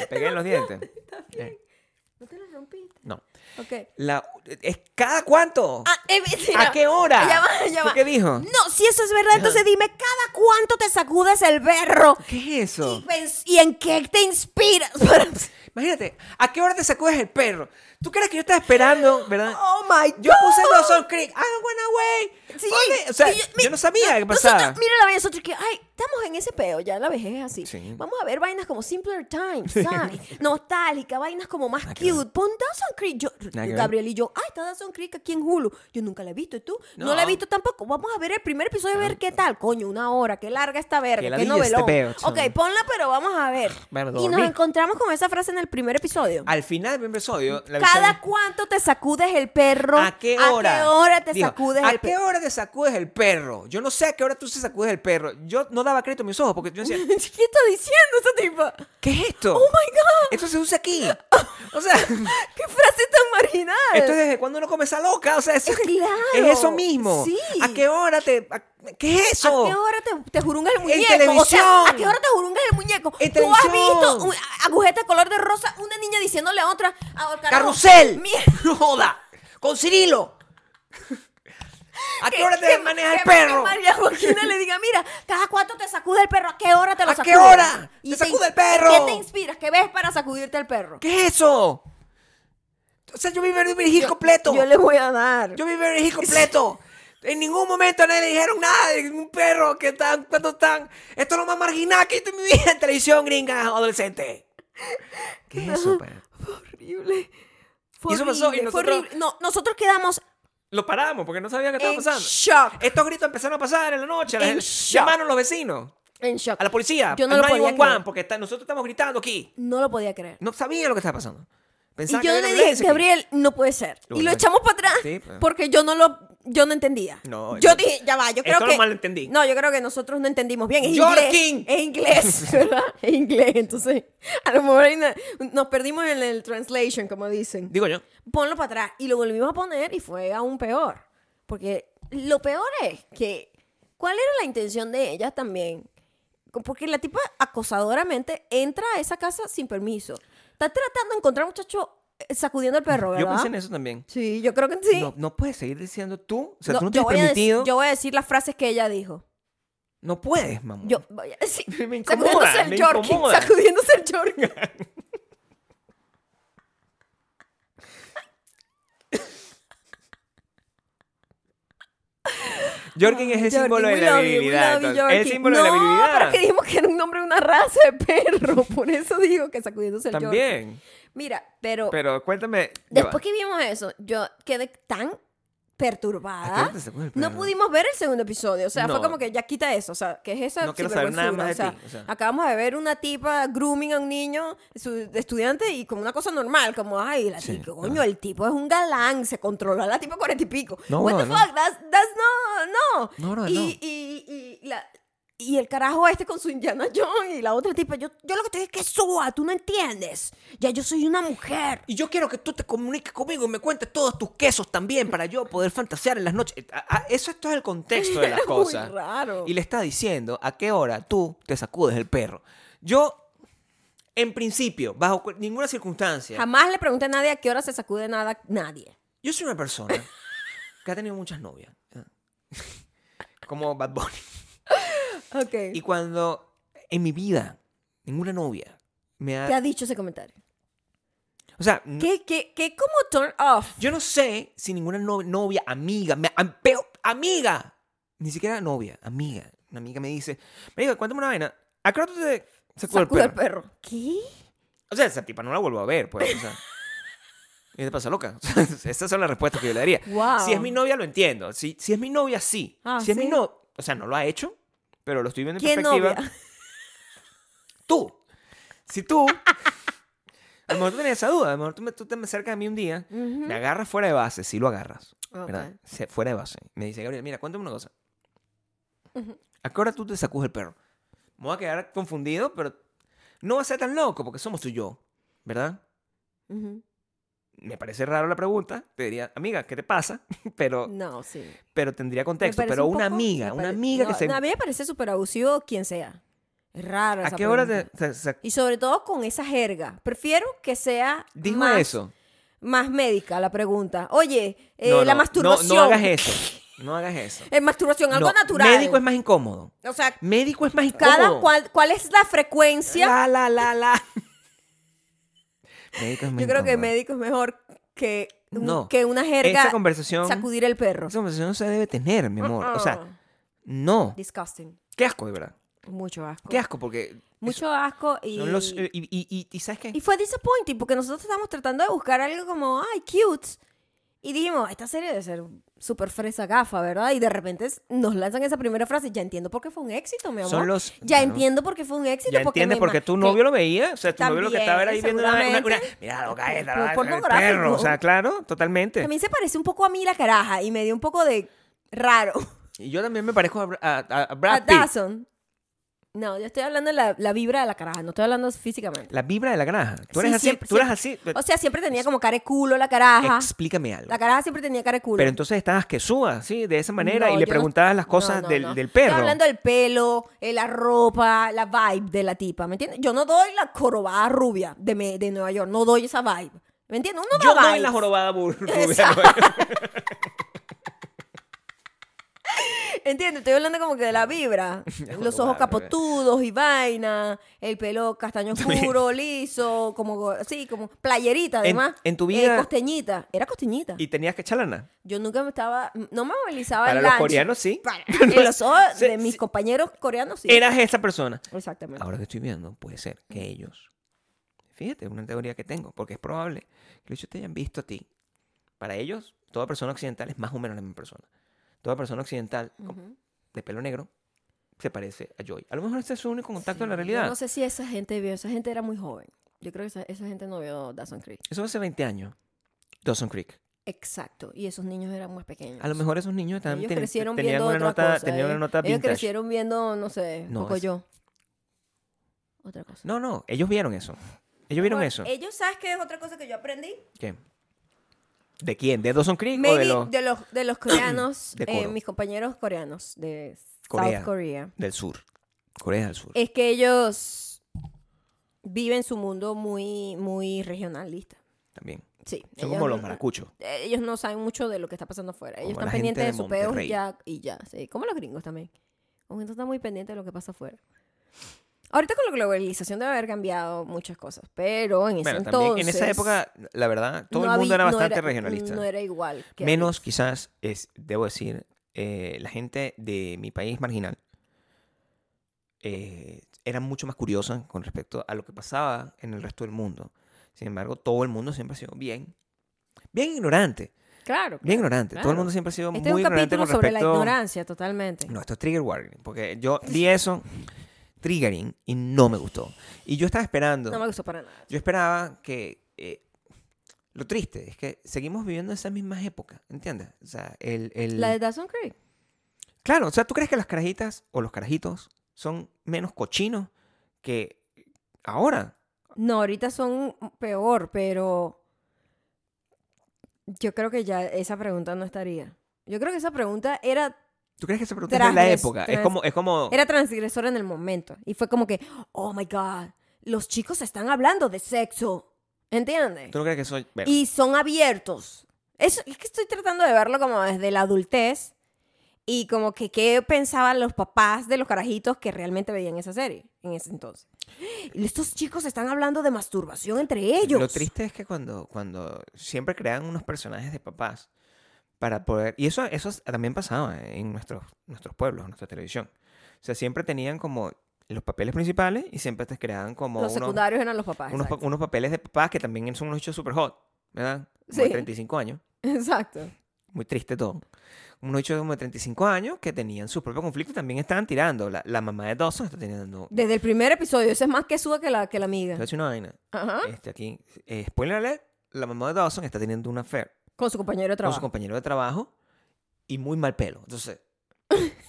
Speaker 2: Me pegué en los dientes. Eh,
Speaker 1: No te lo rompiste.
Speaker 2: No.
Speaker 1: Ok.
Speaker 2: La, es cada cuánto.
Speaker 1: Ah, eh, mira.
Speaker 2: ¿A qué hora?
Speaker 1: Ya va, ya
Speaker 2: ¿Tú
Speaker 1: va.
Speaker 2: qué dijo?
Speaker 1: No, si eso es verdad, entonces dime cada cuánto te sacudes el perro
Speaker 2: ¿Qué es
Speaker 1: y,
Speaker 2: eso?
Speaker 1: pens- y en qué te inspiras.
Speaker 2: Imagínate, ¿a qué hora te sacudes el perro? ¿Tú crees que yo estaba esperando, verdad?
Speaker 1: oh my God.
Speaker 2: yo puse Dawson Creek. I don't wanna wait.
Speaker 1: Sí,
Speaker 2: Ponle- O sea,
Speaker 1: y
Speaker 2: yo,
Speaker 1: mi-
Speaker 2: no sabía qué
Speaker 1: nosotros-
Speaker 2: pasaba.
Speaker 1: Mira la vaina, nosotros que, ay, estamos en ese peo, ya la vejez es así.
Speaker 2: Sí.
Speaker 1: Vamos a ver vainas como Simpler Times, ¿sabes? Nostálgica, vainas como más
Speaker 2: que ver.
Speaker 1: cute. Pon Dawson Creek. Yo,
Speaker 2: que ver.
Speaker 1: Gabriel y yo, ay, está Dawson Creek aquí en Hulu. Yo nunca la he visto, ¿y tú? No.
Speaker 2: No.
Speaker 1: la he visto tampoco. Vamos a ver el primer episodio, a ver qué tal. Coño, una hora, qué larga esta
Speaker 2: Qué
Speaker 1: verga, qué,
Speaker 2: ladilla este
Speaker 1: novelón.
Speaker 2: peo, chamo.
Speaker 1: ok, ponla, pero vamos a ver.
Speaker 2: Bueno,
Speaker 1: y nos
Speaker 2: dormí.
Speaker 1: encontramos con esa frase en el primer episodio.
Speaker 2: Al final del primer episodio, la bicha-
Speaker 1: Cada cuánto te sacudes el perro.
Speaker 2: ¿A qué
Speaker 1: ¿A
Speaker 2: hora?
Speaker 1: qué hora te
Speaker 2: Dijo,
Speaker 1: sacudes
Speaker 2: ¿A
Speaker 1: el
Speaker 2: qué
Speaker 1: perro?
Speaker 2: hora te sacudes el perro? Yo no sé a qué hora tú se sacudes el perro. Yo no daba crédito a mis ojos porque yo decía,
Speaker 1: ¿Qué está diciendo este tipo?
Speaker 2: ¿qué es esto?
Speaker 1: ¡Oh, my God!
Speaker 2: Esto se usa aquí. O sea,
Speaker 1: ¡Qué frase tan marginal!
Speaker 2: esto es desde cuando uno come esa loca. O sea, eso,
Speaker 1: Eh, claro.
Speaker 2: es eso mismo.
Speaker 1: Sí.
Speaker 2: ¿A qué hora te.? a- ¿Qué es
Speaker 1: ¿A
Speaker 2: eso?
Speaker 1: qué hora te, te jurungas el muñeco? O sea,
Speaker 2: televisión.
Speaker 1: ¿A qué hora te jurungas el muñeco?
Speaker 2: En
Speaker 1: ¿Tú has
Speaker 2: televisión.
Speaker 1: visto un- a- agujeta de color de rosa, una niña diciéndole a otra... "Ah, carajo,
Speaker 2: ¡Carrusel!
Speaker 1: mierda,
Speaker 2: ¡No joda! ¡Con Cirilo! ¿A qué hora te
Speaker 1: que-
Speaker 2: maneja el
Speaker 1: que- que
Speaker 2: perro?
Speaker 1: María Joaquina le diga, mira, cada cuánto te sacude el perro, ¿a qué hora te lo
Speaker 2: ¿A qué
Speaker 1: sacudes?
Speaker 2: hora te
Speaker 1: te
Speaker 2: sacude
Speaker 1: ins-
Speaker 2: el perro?
Speaker 1: ¿Qué te inspiras? ¿Qué ves para sacudirte el perro?
Speaker 2: ¿Qué es eso? O sea, yo vi Verdigris completo.
Speaker 1: Yo le voy a dar.
Speaker 2: Yo vi Verdigris completo. En ningún momento a nadie le dijeron nada de un perro que tan, cuando tan. Esto es lo más marginal que yo en mi vida en televisión gringa adolescente. ¿Qué es eso, pe?
Speaker 1: Fue horrible. Fue
Speaker 2: Y eso pasó, y
Speaker 1: horrible, fue
Speaker 2: nosotros-
Speaker 1: horrible. No, nosotros quedamos
Speaker 2: Lo paramos porque no sabía qué estaba
Speaker 1: en
Speaker 2: pasando.
Speaker 1: shock.
Speaker 2: Estos gritos empezaron a pasar en la noche. a la
Speaker 1: En
Speaker 2: gente-
Speaker 1: shock.
Speaker 2: Llamaron los vecinos,
Speaker 1: En shock.
Speaker 2: a la policía,
Speaker 1: Yo no
Speaker 2: al
Speaker 1: lo podía
Speaker 2: 911,
Speaker 1: creer.
Speaker 2: porque está- nosotros estamos gritando aquí.
Speaker 1: No lo podía creer.
Speaker 2: No sabía lo que estaba pasando.
Speaker 1: Y
Speaker 2: Pensaba que
Speaker 1: yo
Speaker 2: había
Speaker 1: le
Speaker 2: una
Speaker 1: dije,
Speaker 2: emergencia aquí.
Speaker 1: Gabriel, no puede ser.
Speaker 2: Lo
Speaker 1: y lo
Speaker 2: bueno.
Speaker 1: echamos para atrás
Speaker 2: Sí, pero-
Speaker 1: porque yo no lo yo no entendía.
Speaker 2: No,
Speaker 1: yo
Speaker 2: esto-
Speaker 1: dije, ya va, yo creo
Speaker 2: esto lo
Speaker 1: que
Speaker 2: malentendí.
Speaker 1: No, yo creo que nosotros no entendimos bien, es inglés.
Speaker 2: George King.
Speaker 1: Es inglés, ¿verdad? Es inglés, entonces a lo mejor hay una- nos perdimos en el translation, como dicen.
Speaker 2: Digo yo.
Speaker 1: Ponlo para atrás y lo volvimos a poner y fue aún peor, porque lo peor es que ¿cuál era la intención de ella también? Porque la tipa acosadoramente entra a esa casa sin permiso. Está tratando de encontrar a un muchacho eh, sacudiendo al perro, ¿verdad?
Speaker 2: Yo pensé en eso también.
Speaker 1: Sí, yo creo que sí.
Speaker 2: No, no puedes seguir diciendo tú. O sea,
Speaker 1: No,
Speaker 2: tú no
Speaker 1: yo,
Speaker 2: tienes
Speaker 1: voy a dec-
Speaker 2: permitido.
Speaker 1: yo voy a decir las frases que ella dijo.
Speaker 2: No puedes, mamón.
Speaker 1: Yo voy a decir.
Speaker 2: Me incomoda,
Speaker 1: sacudiéndose
Speaker 2: me
Speaker 1: el Yorkie.
Speaker 2: incomoda.
Speaker 1: Sacudiéndose el Yorkie.
Speaker 2: Jorgen es
Speaker 1: Yorkie,
Speaker 2: el símbolo de
Speaker 1: we
Speaker 2: la
Speaker 1: love you, we
Speaker 2: virilidad.
Speaker 1: love you,
Speaker 2: entonces, es
Speaker 1: Yorkie.
Speaker 2: el símbolo de la
Speaker 1: No, pero es que
Speaker 2: virilidad.
Speaker 1: dijimos que era un nombre de una raza de perro. Por eso digo que sacudiéndose el Yorkie.
Speaker 2: También.
Speaker 1: Mira, pero,
Speaker 2: Pero cuéntame. ya va.
Speaker 1: después que vimos eso, yo quedé tan
Speaker 2: ¿A
Speaker 1: perturbada.
Speaker 2: qué te sacude pues, el
Speaker 1: No
Speaker 2: perro?
Speaker 1: pudimos ver el segundo episodio. O sea, fue
Speaker 2: No.
Speaker 1: como que ya quita eso. O sea, que es esa
Speaker 2: No quiero saber nada
Speaker 1: sinvergüenzura,
Speaker 2: más
Speaker 1: o sea,
Speaker 2: de ti, o sea.
Speaker 1: acabamos de ver una tipa grooming a un niño, su de estudiante, y como una cosa normal, como, ay, la
Speaker 2: Sí,
Speaker 1: tipa,
Speaker 2: ajá.
Speaker 1: coño, el tipo es un galán, se controló a la tipa cuarenta y pico.
Speaker 2: No,
Speaker 1: What
Speaker 2: bro,
Speaker 1: the
Speaker 2: no.
Speaker 1: fuck, that's, that's no, no.
Speaker 2: No, bro,
Speaker 1: y,
Speaker 2: no.
Speaker 1: y, y la- y el carajo este con su Indiana Jones y la otra tipa, yo, yo lo que te digo es que suba, tú no entiendes. Ya yo soy una mujer.
Speaker 2: Y yo quiero que tú te comuniques conmigo y me cuentes todos tus quesos también para yo poder fantasear en las noches. Eh, a- a- Eso esto es el contexto de las
Speaker 1: Muy
Speaker 2: cosas.
Speaker 1: raro.
Speaker 2: Y le está diciendo a qué hora tú te sacudes el perro. Yo, en principio, bajo cu- ninguna circunstancia,
Speaker 1: Jamás le pregunté a nadie a qué hora se sacude nada, nadie.
Speaker 2: yo soy una persona que ha tenido muchas novias. ¿eh? Como Bad Bunny.
Speaker 1: Ok.
Speaker 2: Y cuando en mi vida, ninguna novia me
Speaker 1: ¿Qué
Speaker 2: ha...
Speaker 1: ha dicho ese comentario?
Speaker 2: O sea, n-
Speaker 1: ¿Qué, qué, qué como turn off?
Speaker 2: yo no sé si ninguna no- novia, amiga, me- am- pero- amiga, ni siquiera novia, amiga, una amiga me dice, me dijo, cuéntame una vaina, ¿a qué hora tú te sacudes el
Speaker 1: Sacude
Speaker 2: perro?
Speaker 1: al perro. ¿Qué?
Speaker 2: O sea, esa tipa no la vuelvo a ver, pues, o sea... ¿Qué te pasa, loca? Esas son las respuestas que yo le daría.
Speaker 1: Wow.
Speaker 2: Si es mi novia, lo entiendo. Si, si es mi novia, sí.
Speaker 1: Ah,
Speaker 2: si es mi
Speaker 1: ¿sí?
Speaker 2: novia... O sea, no lo ha hecho, pero lo estoy viendo en
Speaker 1: ¿Qué
Speaker 2: perspectiva.
Speaker 1: novia?
Speaker 2: tú. Si tú. A lo mejor tú tenías esa duda. A lo mejor tú, me- tú te me acercas a mí un día,
Speaker 1: Ujú.
Speaker 2: me agarras fuera de base, si lo agarras.
Speaker 1: Ok.
Speaker 2: ¿verdad? Se- Fuera de base. Me dice, Gabriel, mira, cuéntame una cosa. ¿A qué hora tú te sacudes el perro? Me voy a quedar confundido, pero no va a ser tan loco porque somos tú y yo, ¿verdad?
Speaker 1: Ujú.
Speaker 2: Me parece raro la pregunta. Te diría, amiga, ¿qué te pasa? Pero,
Speaker 1: No, sí. Mm. Me
Speaker 2: pero tendría contexto.
Speaker 1: parece
Speaker 2: Pero
Speaker 1: un
Speaker 2: una
Speaker 1: poco-
Speaker 2: amiga,
Speaker 1: me
Speaker 2: una
Speaker 1: pare-
Speaker 2: amiga que
Speaker 1: no,
Speaker 2: se...
Speaker 1: A mí me parece súper abusivo quien sea. Es raro.
Speaker 2: ¿A
Speaker 1: esa
Speaker 2: qué hora te,
Speaker 1: pregunta.
Speaker 2: te- se-
Speaker 1: Y sobre todo con esa jerga. Prefiero que sea
Speaker 2: Dijo
Speaker 1: más,
Speaker 2: eso.
Speaker 1: más médica la pregunta. Oye, eh,
Speaker 2: No,
Speaker 1: la
Speaker 2: no,
Speaker 1: masturbación.
Speaker 2: No, no hagas eso. No hagas eso.
Speaker 1: Eh, masturbación, algo
Speaker 2: No,
Speaker 1: natural.
Speaker 2: Médico es más incómodo.
Speaker 1: O sea,
Speaker 2: Médico es más incómodo.
Speaker 1: cada cual, ¿cuál es la frecuencia?
Speaker 2: La, la, la, la. Médico es más
Speaker 1: Yo creo que
Speaker 2: incómodo.
Speaker 1: médico es mejor que, un-
Speaker 2: No.
Speaker 1: que una jerga
Speaker 2: Esa conversación.
Speaker 1: sacudir el perro.
Speaker 2: Esa conversación no se debe tener, mi amor. O sea,
Speaker 1: Uh-uh.
Speaker 2: no.
Speaker 1: Disgusting.
Speaker 2: Qué asco, de verdad.
Speaker 1: Mucho asco.
Speaker 2: Qué asco, porque.
Speaker 1: Mucho asco y...
Speaker 2: son los- eh, y, y- y- y ¿sabes qué?
Speaker 1: y fue disappointing porque nosotros estábamos tratando de buscar algo como, ay, cute. Y dijimos, esta serie debe ser súper fresa gafa, ¿verdad? Y de repente es- nos lanzan esa primera frase. Ya entiendo por qué fue un éxito, mi amor.
Speaker 2: Son los-
Speaker 1: Ya
Speaker 2: claro.
Speaker 1: entiendo por qué fue un éxito.
Speaker 2: ya
Speaker 1: porque
Speaker 2: entiendes
Speaker 1: me
Speaker 2: porque
Speaker 1: ima-
Speaker 2: tu
Speaker 1: que-
Speaker 2: novio lo veía. O sea, tu novio lo que
Speaker 1: También,
Speaker 2: estaba era ahí viendo una. una, una
Speaker 1: seguramente.
Speaker 2: mira, loca esta,
Speaker 1: Por-
Speaker 2: la-
Speaker 1: por
Speaker 2: el
Speaker 1: pornográfico.
Speaker 2: perro. O sea, claro, totalmente.
Speaker 1: También se parece un poco a mí la caraja y me dio un poco de raro.
Speaker 2: Y yo también me parezco a, Bra- a- a- a
Speaker 1: A
Speaker 2: Brad Pitt.
Speaker 1: Dawson. No, yo estoy hablando de la, la vibra de la caraja, no estoy hablando físicamente.
Speaker 2: La vibra de la granja. Tú eres
Speaker 1: Sí,
Speaker 2: así.
Speaker 1: siempre-
Speaker 2: tú eres así.
Speaker 1: siempre- O sea, siempre tenía como cara de culo la caraja.
Speaker 2: Explícame algo.
Speaker 1: La caraja siempre tenía cara de culo.
Speaker 2: Pero entonces estabas que suba, ¿sí? De esa manera
Speaker 1: No,
Speaker 2: y le
Speaker 1: yo no-
Speaker 2: preguntabas las
Speaker 1: no,
Speaker 2: cosas
Speaker 1: no,
Speaker 2: del,
Speaker 1: no.
Speaker 2: del perro.
Speaker 1: Estoy hablando del pelo, eh, la ropa, la vibe de la tipa, ¿me entiendes? Yo no doy la jorobada rubia de, me- de Nueva York, no doy esa vibe. ¿Me entiendes? Uno da
Speaker 2: Yo doy
Speaker 1: vibes.
Speaker 2: la jorobada bur- rubia,
Speaker 1: Exacto.
Speaker 2: ¿no?
Speaker 1: Entiendo, estoy hablando como que de la vibra. Los ojos
Speaker 2: Vale.
Speaker 1: capotudos y vaina, el pelo castaño oscuro, liso, como go- así, como playerita
Speaker 2: En-
Speaker 1: además.
Speaker 2: en tu
Speaker 1: Eh,
Speaker 2: vida-
Speaker 1: costeñita, era costeñita.
Speaker 2: Y tenías que chalana.
Speaker 1: Yo nunca me estaba, no me movilizaba
Speaker 2: Para
Speaker 1: el
Speaker 2: los
Speaker 1: lunch.
Speaker 2: coreanos, sí.
Speaker 1: Para- en los ojos
Speaker 2: Sí,
Speaker 1: de mis
Speaker 2: sí.
Speaker 1: compañeros coreanos, sí.
Speaker 2: Eras esa persona.
Speaker 1: Exactamente.
Speaker 2: Ahora que estoy viendo, puede ser que ellos. Fíjate, una teoría que tengo, porque es probable que ellos te hayan visto a ti. Para ellos, toda persona occidental es más o menos la misma persona. Toda persona occidental con-
Speaker 1: Ujú.
Speaker 2: de pelo negro se parece a Joy. A lo mejor este es su único contacto
Speaker 1: Sí,
Speaker 2: en la
Speaker 1: yo
Speaker 2: realidad.
Speaker 1: no sé si esa gente vio, esa gente era muy joven. Yo creo que esa, esa gente no vio Dawson Creek.
Speaker 2: Eso fue hace 20 años. Dawson Creek.
Speaker 1: Exacto. Y esos niños eran muy pequeños.
Speaker 2: A lo mejor esos niños también
Speaker 1: Ellos
Speaker 2: ten-
Speaker 1: crecieron
Speaker 2: tenían,
Speaker 1: viendo
Speaker 2: una
Speaker 1: otra
Speaker 2: nota,
Speaker 1: cosa.
Speaker 2: tenían
Speaker 1: eh.
Speaker 2: una nota
Speaker 1: ellos
Speaker 2: vintage.
Speaker 1: crecieron viendo, no sé,
Speaker 2: No,
Speaker 1: poco
Speaker 2: es-
Speaker 1: yo. Otra cosa.
Speaker 2: No, no, ellos vieron eso. Ellos vieron
Speaker 1: Bueno,
Speaker 2: eso.
Speaker 1: Ellos, ¿sabes qué es otra cosa que yo aprendí?
Speaker 2: ¿Qué? ¿De quién? ¿De Dawson Creek o
Speaker 1: Maybe
Speaker 2: de los
Speaker 1: de los, de los coreanos,
Speaker 2: De
Speaker 1: eh,
Speaker 2: coro.
Speaker 1: mis compañeros coreanos de
Speaker 2: Corea.
Speaker 1: South Korea.
Speaker 2: del sur? Corea del Sur.
Speaker 1: Es que ellos viven su mundo muy, muy regionalista.
Speaker 2: también.
Speaker 1: Sí.
Speaker 2: Son
Speaker 1: ellos
Speaker 2: como los
Speaker 1: no-
Speaker 2: maracuchos.
Speaker 1: eh, Ellos no saben mucho de lo que está pasando afuera. Ellos
Speaker 2: Como
Speaker 1: están
Speaker 2: la gente
Speaker 1: pendientes de
Speaker 2: de
Speaker 1: su peo y
Speaker 2: Monterrey.
Speaker 1: ya, y ya, sí. Como los gringos también. La gente está muy pendiente de lo que pasa afuera. Ahorita con la globalización debe haber cambiado muchas cosas, pero en ese
Speaker 2: Bueno,
Speaker 1: entonces...
Speaker 2: también en esa época, la verdad, todo
Speaker 1: no
Speaker 2: el mundo
Speaker 1: había-
Speaker 2: era
Speaker 1: no
Speaker 2: bastante regionalista.
Speaker 1: No era igual. que
Speaker 2: Menos quizás, es, debo decir, eh, la gente de mi país marginal eh, era mucho más curiosa con respecto a lo que pasaba en el resto del mundo. Sin embargo, todo el mundo siempre ha sido bien, bien ignorante,
Speaker 1: ahorita. Claro.
Speaker 2: bien ignorante. Todo el
Speaker 1: Claro.
Speaker 2: mundo siempre ha sido
Speaker 1: Este es
Speaker 2: muy
Speaker 1: un
Speaker 2: ignorante
Speaker 1: capítulo
Speaker 2: con
Speaker 1: sobre la
Speaker 2: respecto...
Speaker 1: ignorancia, totalmente.
Speaker 2: No, esto es trigger warning, porque yo vi eso, triggering, y no me gustó. Y yo estaba esperando...
Speaker 1: No me gustó para nada.
Speaker 2: Yo esperaba que... eh, lo triste es que seguimos viviendo esas mismas épocas, ¿entiendes? O sea, el... el-
Speaker 1: La de Dawson Creek.
Speaker 2: Claro, o sea, ¿tú crees que las carajitas o los carajitos son menos cochinos que ahora?
Speaker 1: No, ahorita son peor, pero yo creo que ya esa pregunta no estaría. Yo creo que esa pregunta era,
Speaker 2: ¿Tú crees que se pregunta es de la
Speaker 1: Transgres-
Speaker 2: época? Es
Speaker 1: trans-
Speaker 2: como... Es como...
Speaker 1: era transgresora en el momento. Y fue como que, oh my God, los chicos están hablando de sexo. ¿Entiendes?
Speaker 2: ¿Tú no crees que soy... bueno,
Speaker 1: Y son abiertos. Eso, es que estoy tratando de verlo como desde la adultez y como que qué pensaban los papás de los carajitos que realmente veían esa serie en ese entonces. Estos chicos están hablando de masturbación entre ellos.
Speaker 2: Lo triste es que cuando, cuando siempre crean unos personajes de papás para poder... Y eso, eso también pasaba en nuestros, nuestros pueblos, en nuestra televisión. O sea, siempre tenían como los papeles principales y siempre te creaban como
Speaker 1: los
Speaker 2: unos,
Speaker 1: secundarios eran los papás.
Speaker 2: unos, pa-
Speaker 1: exacto.
Speaker 2: unos papeles de papás que también son unos hechos super hot, ¿verdad? Como de
Speaker 1: Sí.
Speaker 2: 35 años.
Speaker 1: Exacto.
Speaker 2: Muy triste todo. Unos hechos como de 35 años que tenían sus propios conflictos y también estaban tirando. La, la mamá de Dawson está teniendo...
Speaker 1: Desde el primer episodio, eso es más que suda que la, que la
Speaker 2: te voy a
Speaker 1: amiga.
Speaker 2: decir una vaina.
Speaker 1: Ajá.
Speaker 2: Este, aquí, eh, spoiler alert, la mamá de Dawson está teniendo una affair
Speaker 1: Con su compañero de
Speaker 2: con su
Speaker 1: trabajo.
Speaker 2: compañero de trabajo y muy mal pelo. Entonces,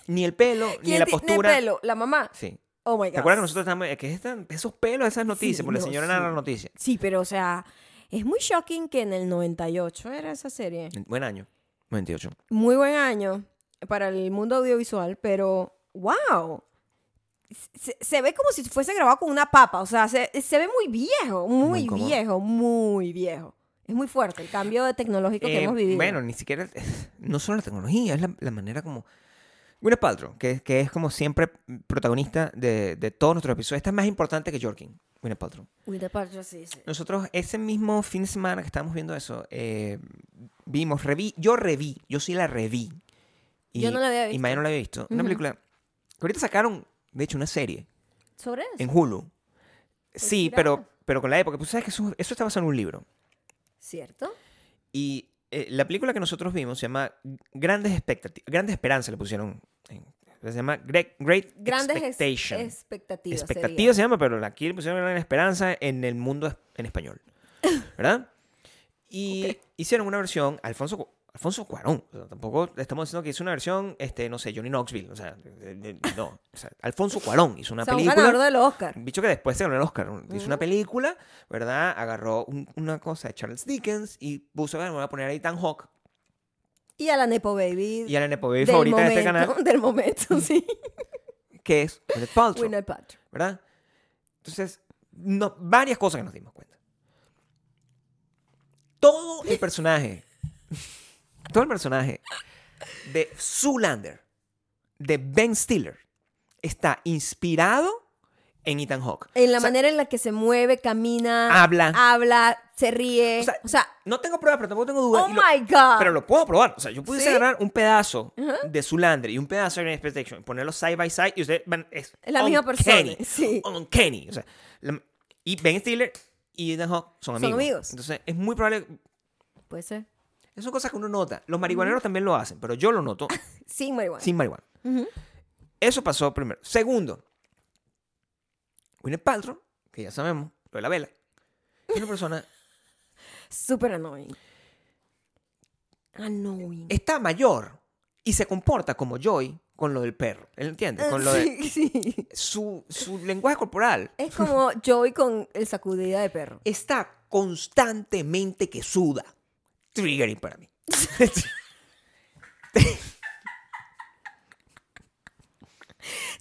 Speaker 2: ni el pelo, ni
Speaker 1: ¿Quién
Speaker 2: la
Speaker 1: tiene
Speaker 2: postura.
Speaker 1: pelo? ¿La mamá?
Speaker 2: Sí.
Speaker 1: Oh my God.
Speaker 2: ¿Te acuerdas que nosotros estábamos- eh, que están esos pelos, esas noticias?
Speaker 1: Sí,
Speaker 2: porque
Speaker 1: no,
Speaker 2: la señora
Speaker 1: sí.
Speaker 2: era la noticia.
Speaker 1: Sí, pero o sea, es muy shocking que en el 98 era esa serie.
Speaker 2: Buen año. 98.
Speaker 1: muy buen año para el mundo audiovisual, pero wow. Se, se ve como si fuese grabado con una papa, o sea, se, se ve muy viejo,
Speaker 2: Muy
Speaker 1: muy
Speaker 2: incómodo.
Speaker 1: viejo, muy viejo. Es muy fuerte el cambio de tecnológico que
Speaker 2: Eh,
Speaker 1: hemos vivido.
Speaker 2: Bueno, ni siquiera. No solo la tecnología, es la, la manera como. Gwyneth Paltrow, que, que es como siempre protagonista de, de todos nuestros episodios. Esta es más importante que Jorkin. Gwyneth Paltrow.
Speaker 1: Winter Paltrow, sí, sí.
Speaker 2: Nosotros ese mismo fin de semana que estábamos viendo eso, eh, vimos, reví, yo reví, yo sí la reví.
Speaker 1: Yo no la había
Speaker 2: Y
Speaker 1: visto.
Speaker 2: Maya no la había visto. Una
Speaker 1: Ujú.
Speaker 2: película que ahorita sacaron, de hecho, una serie
Speaker 1: Sobre eso.
Speaker 2: en Hulu. Sí,
Speaker 1: Ah, Pues mira.
Speaker 2: pero, pero con la época. Tú sabes que eso, eso está basado en un libro.
Speaker 1: ¿Cierto?
Speaker 2: Y eh, la película que nosotros vimos se llama Grandes Expectativas. Grandes Esperanzas le pusieron. en- se llama Great, Great
Speaker 1: Grandes ex-
Speaker 2: Expectation.
Speaker 1: expectativas.
Speaker 2: Expectativa
Speaker 1: sería.
Speaker 2: se llama, pero aquí le pusieron Gran Esperanza en el mundo es- en español. ¿Verdad? Y hicieron una versión, Alfonso, Cu- Alfonso Cuarón. o sea, tampoco le estamos diciendo que hizo una versión, este, no sé, Johnny Knoxville. O sea, de- de- no. o sea, Alfonso Cuarón hizo una
Speaker 1: o sea, un
Speaker 2: película.
Speaker 1: ganador del Oscar.
Speaker 2: Un bicho que después se ganó el Oscar. Hizo una película, ¿verdad? Agarró un- una cosa de Charles Dickens y puso, bueno, me voy a poner a Ethan Hawk
Speaker 1: Y a la Nepo Baby.
Speaker 2: y a la Nepo Baby
Speaker 1: del
Speaker 2: favorita
Speaker 1: momento,
Speaker 2: de este canal,
Speaker 1: Del momento, sí.
Speaker 2: que es Gwyneth Paltrow.
Speaker 1: Winter Paltrow.
Speaker 2: ¿verdad? Entonces, no, varias cosas que nos dimos cuenta. Todo el personaje, todo el personaje de Zoolander de Ben Stiller está inspirado en Ethan Hawke.
Speaker 1: En la
Speaker 2: O sea,
Speaker 1: manera en la que se mueve, camina,
Speaker 2: Habla.
Speaker 1: habla, se ríe.
Speaker 2: O
Speaker 1: O
Speaker 2: sea,
Speaker 1: sea,
Speaker 2: No tengo pruebas, pero tampoco tengo dudas.
Speaker 1: oh
Speaker 2: y lo-
Speaker 1: my God.
Speaker 2: Pero lo puedo probar. O sea, yo pudiese
Speaker 1: ¿Sí?
Speaker 2: agarrar un pedazo de Zulander y un pedazo de Grand Expectation, ponerlos side by side y ustedes van. Es
Speaker 1: Es la misma
Speaker 2: uncanny,
Speaker 1: persona, sí.
Speaker 2: uncanny. O sea, la- y Ben Stiller y Ethan Hawke son
Speaker 1: Son
Speaker 2: amigos.
Speaker 1: amigos.
Speaker 2: Entonces, es muy probable.
Speaker 1: Puede ser.
Speaker 2: Esas son cosas que uno nota. Los marihuaneros también lo hacen, pero yo lo noto
Speaker 1: Sí, marihuana.
Speaker 2: sin marihuana.
Speaker 1: Ujú.
Speaker 2: Eso pasó primero. Segundo, Gwyneth Paltrow, que ya sabemos, lo de la vela, es una persona.
Speaker 1: Súper annoying. Annoying.
Speaker 2: está mayor y se comporta como Joy con lo del perro. ¿Entiendes? Con lo de.
Speaker 1: Sí, sí.
Speaker 2: su, su lenguaje corporal
Speaker 1: Es como Joey con el sacudida de perro.
Speaker 2: está constantemente que suda. Triggering para mí. Pues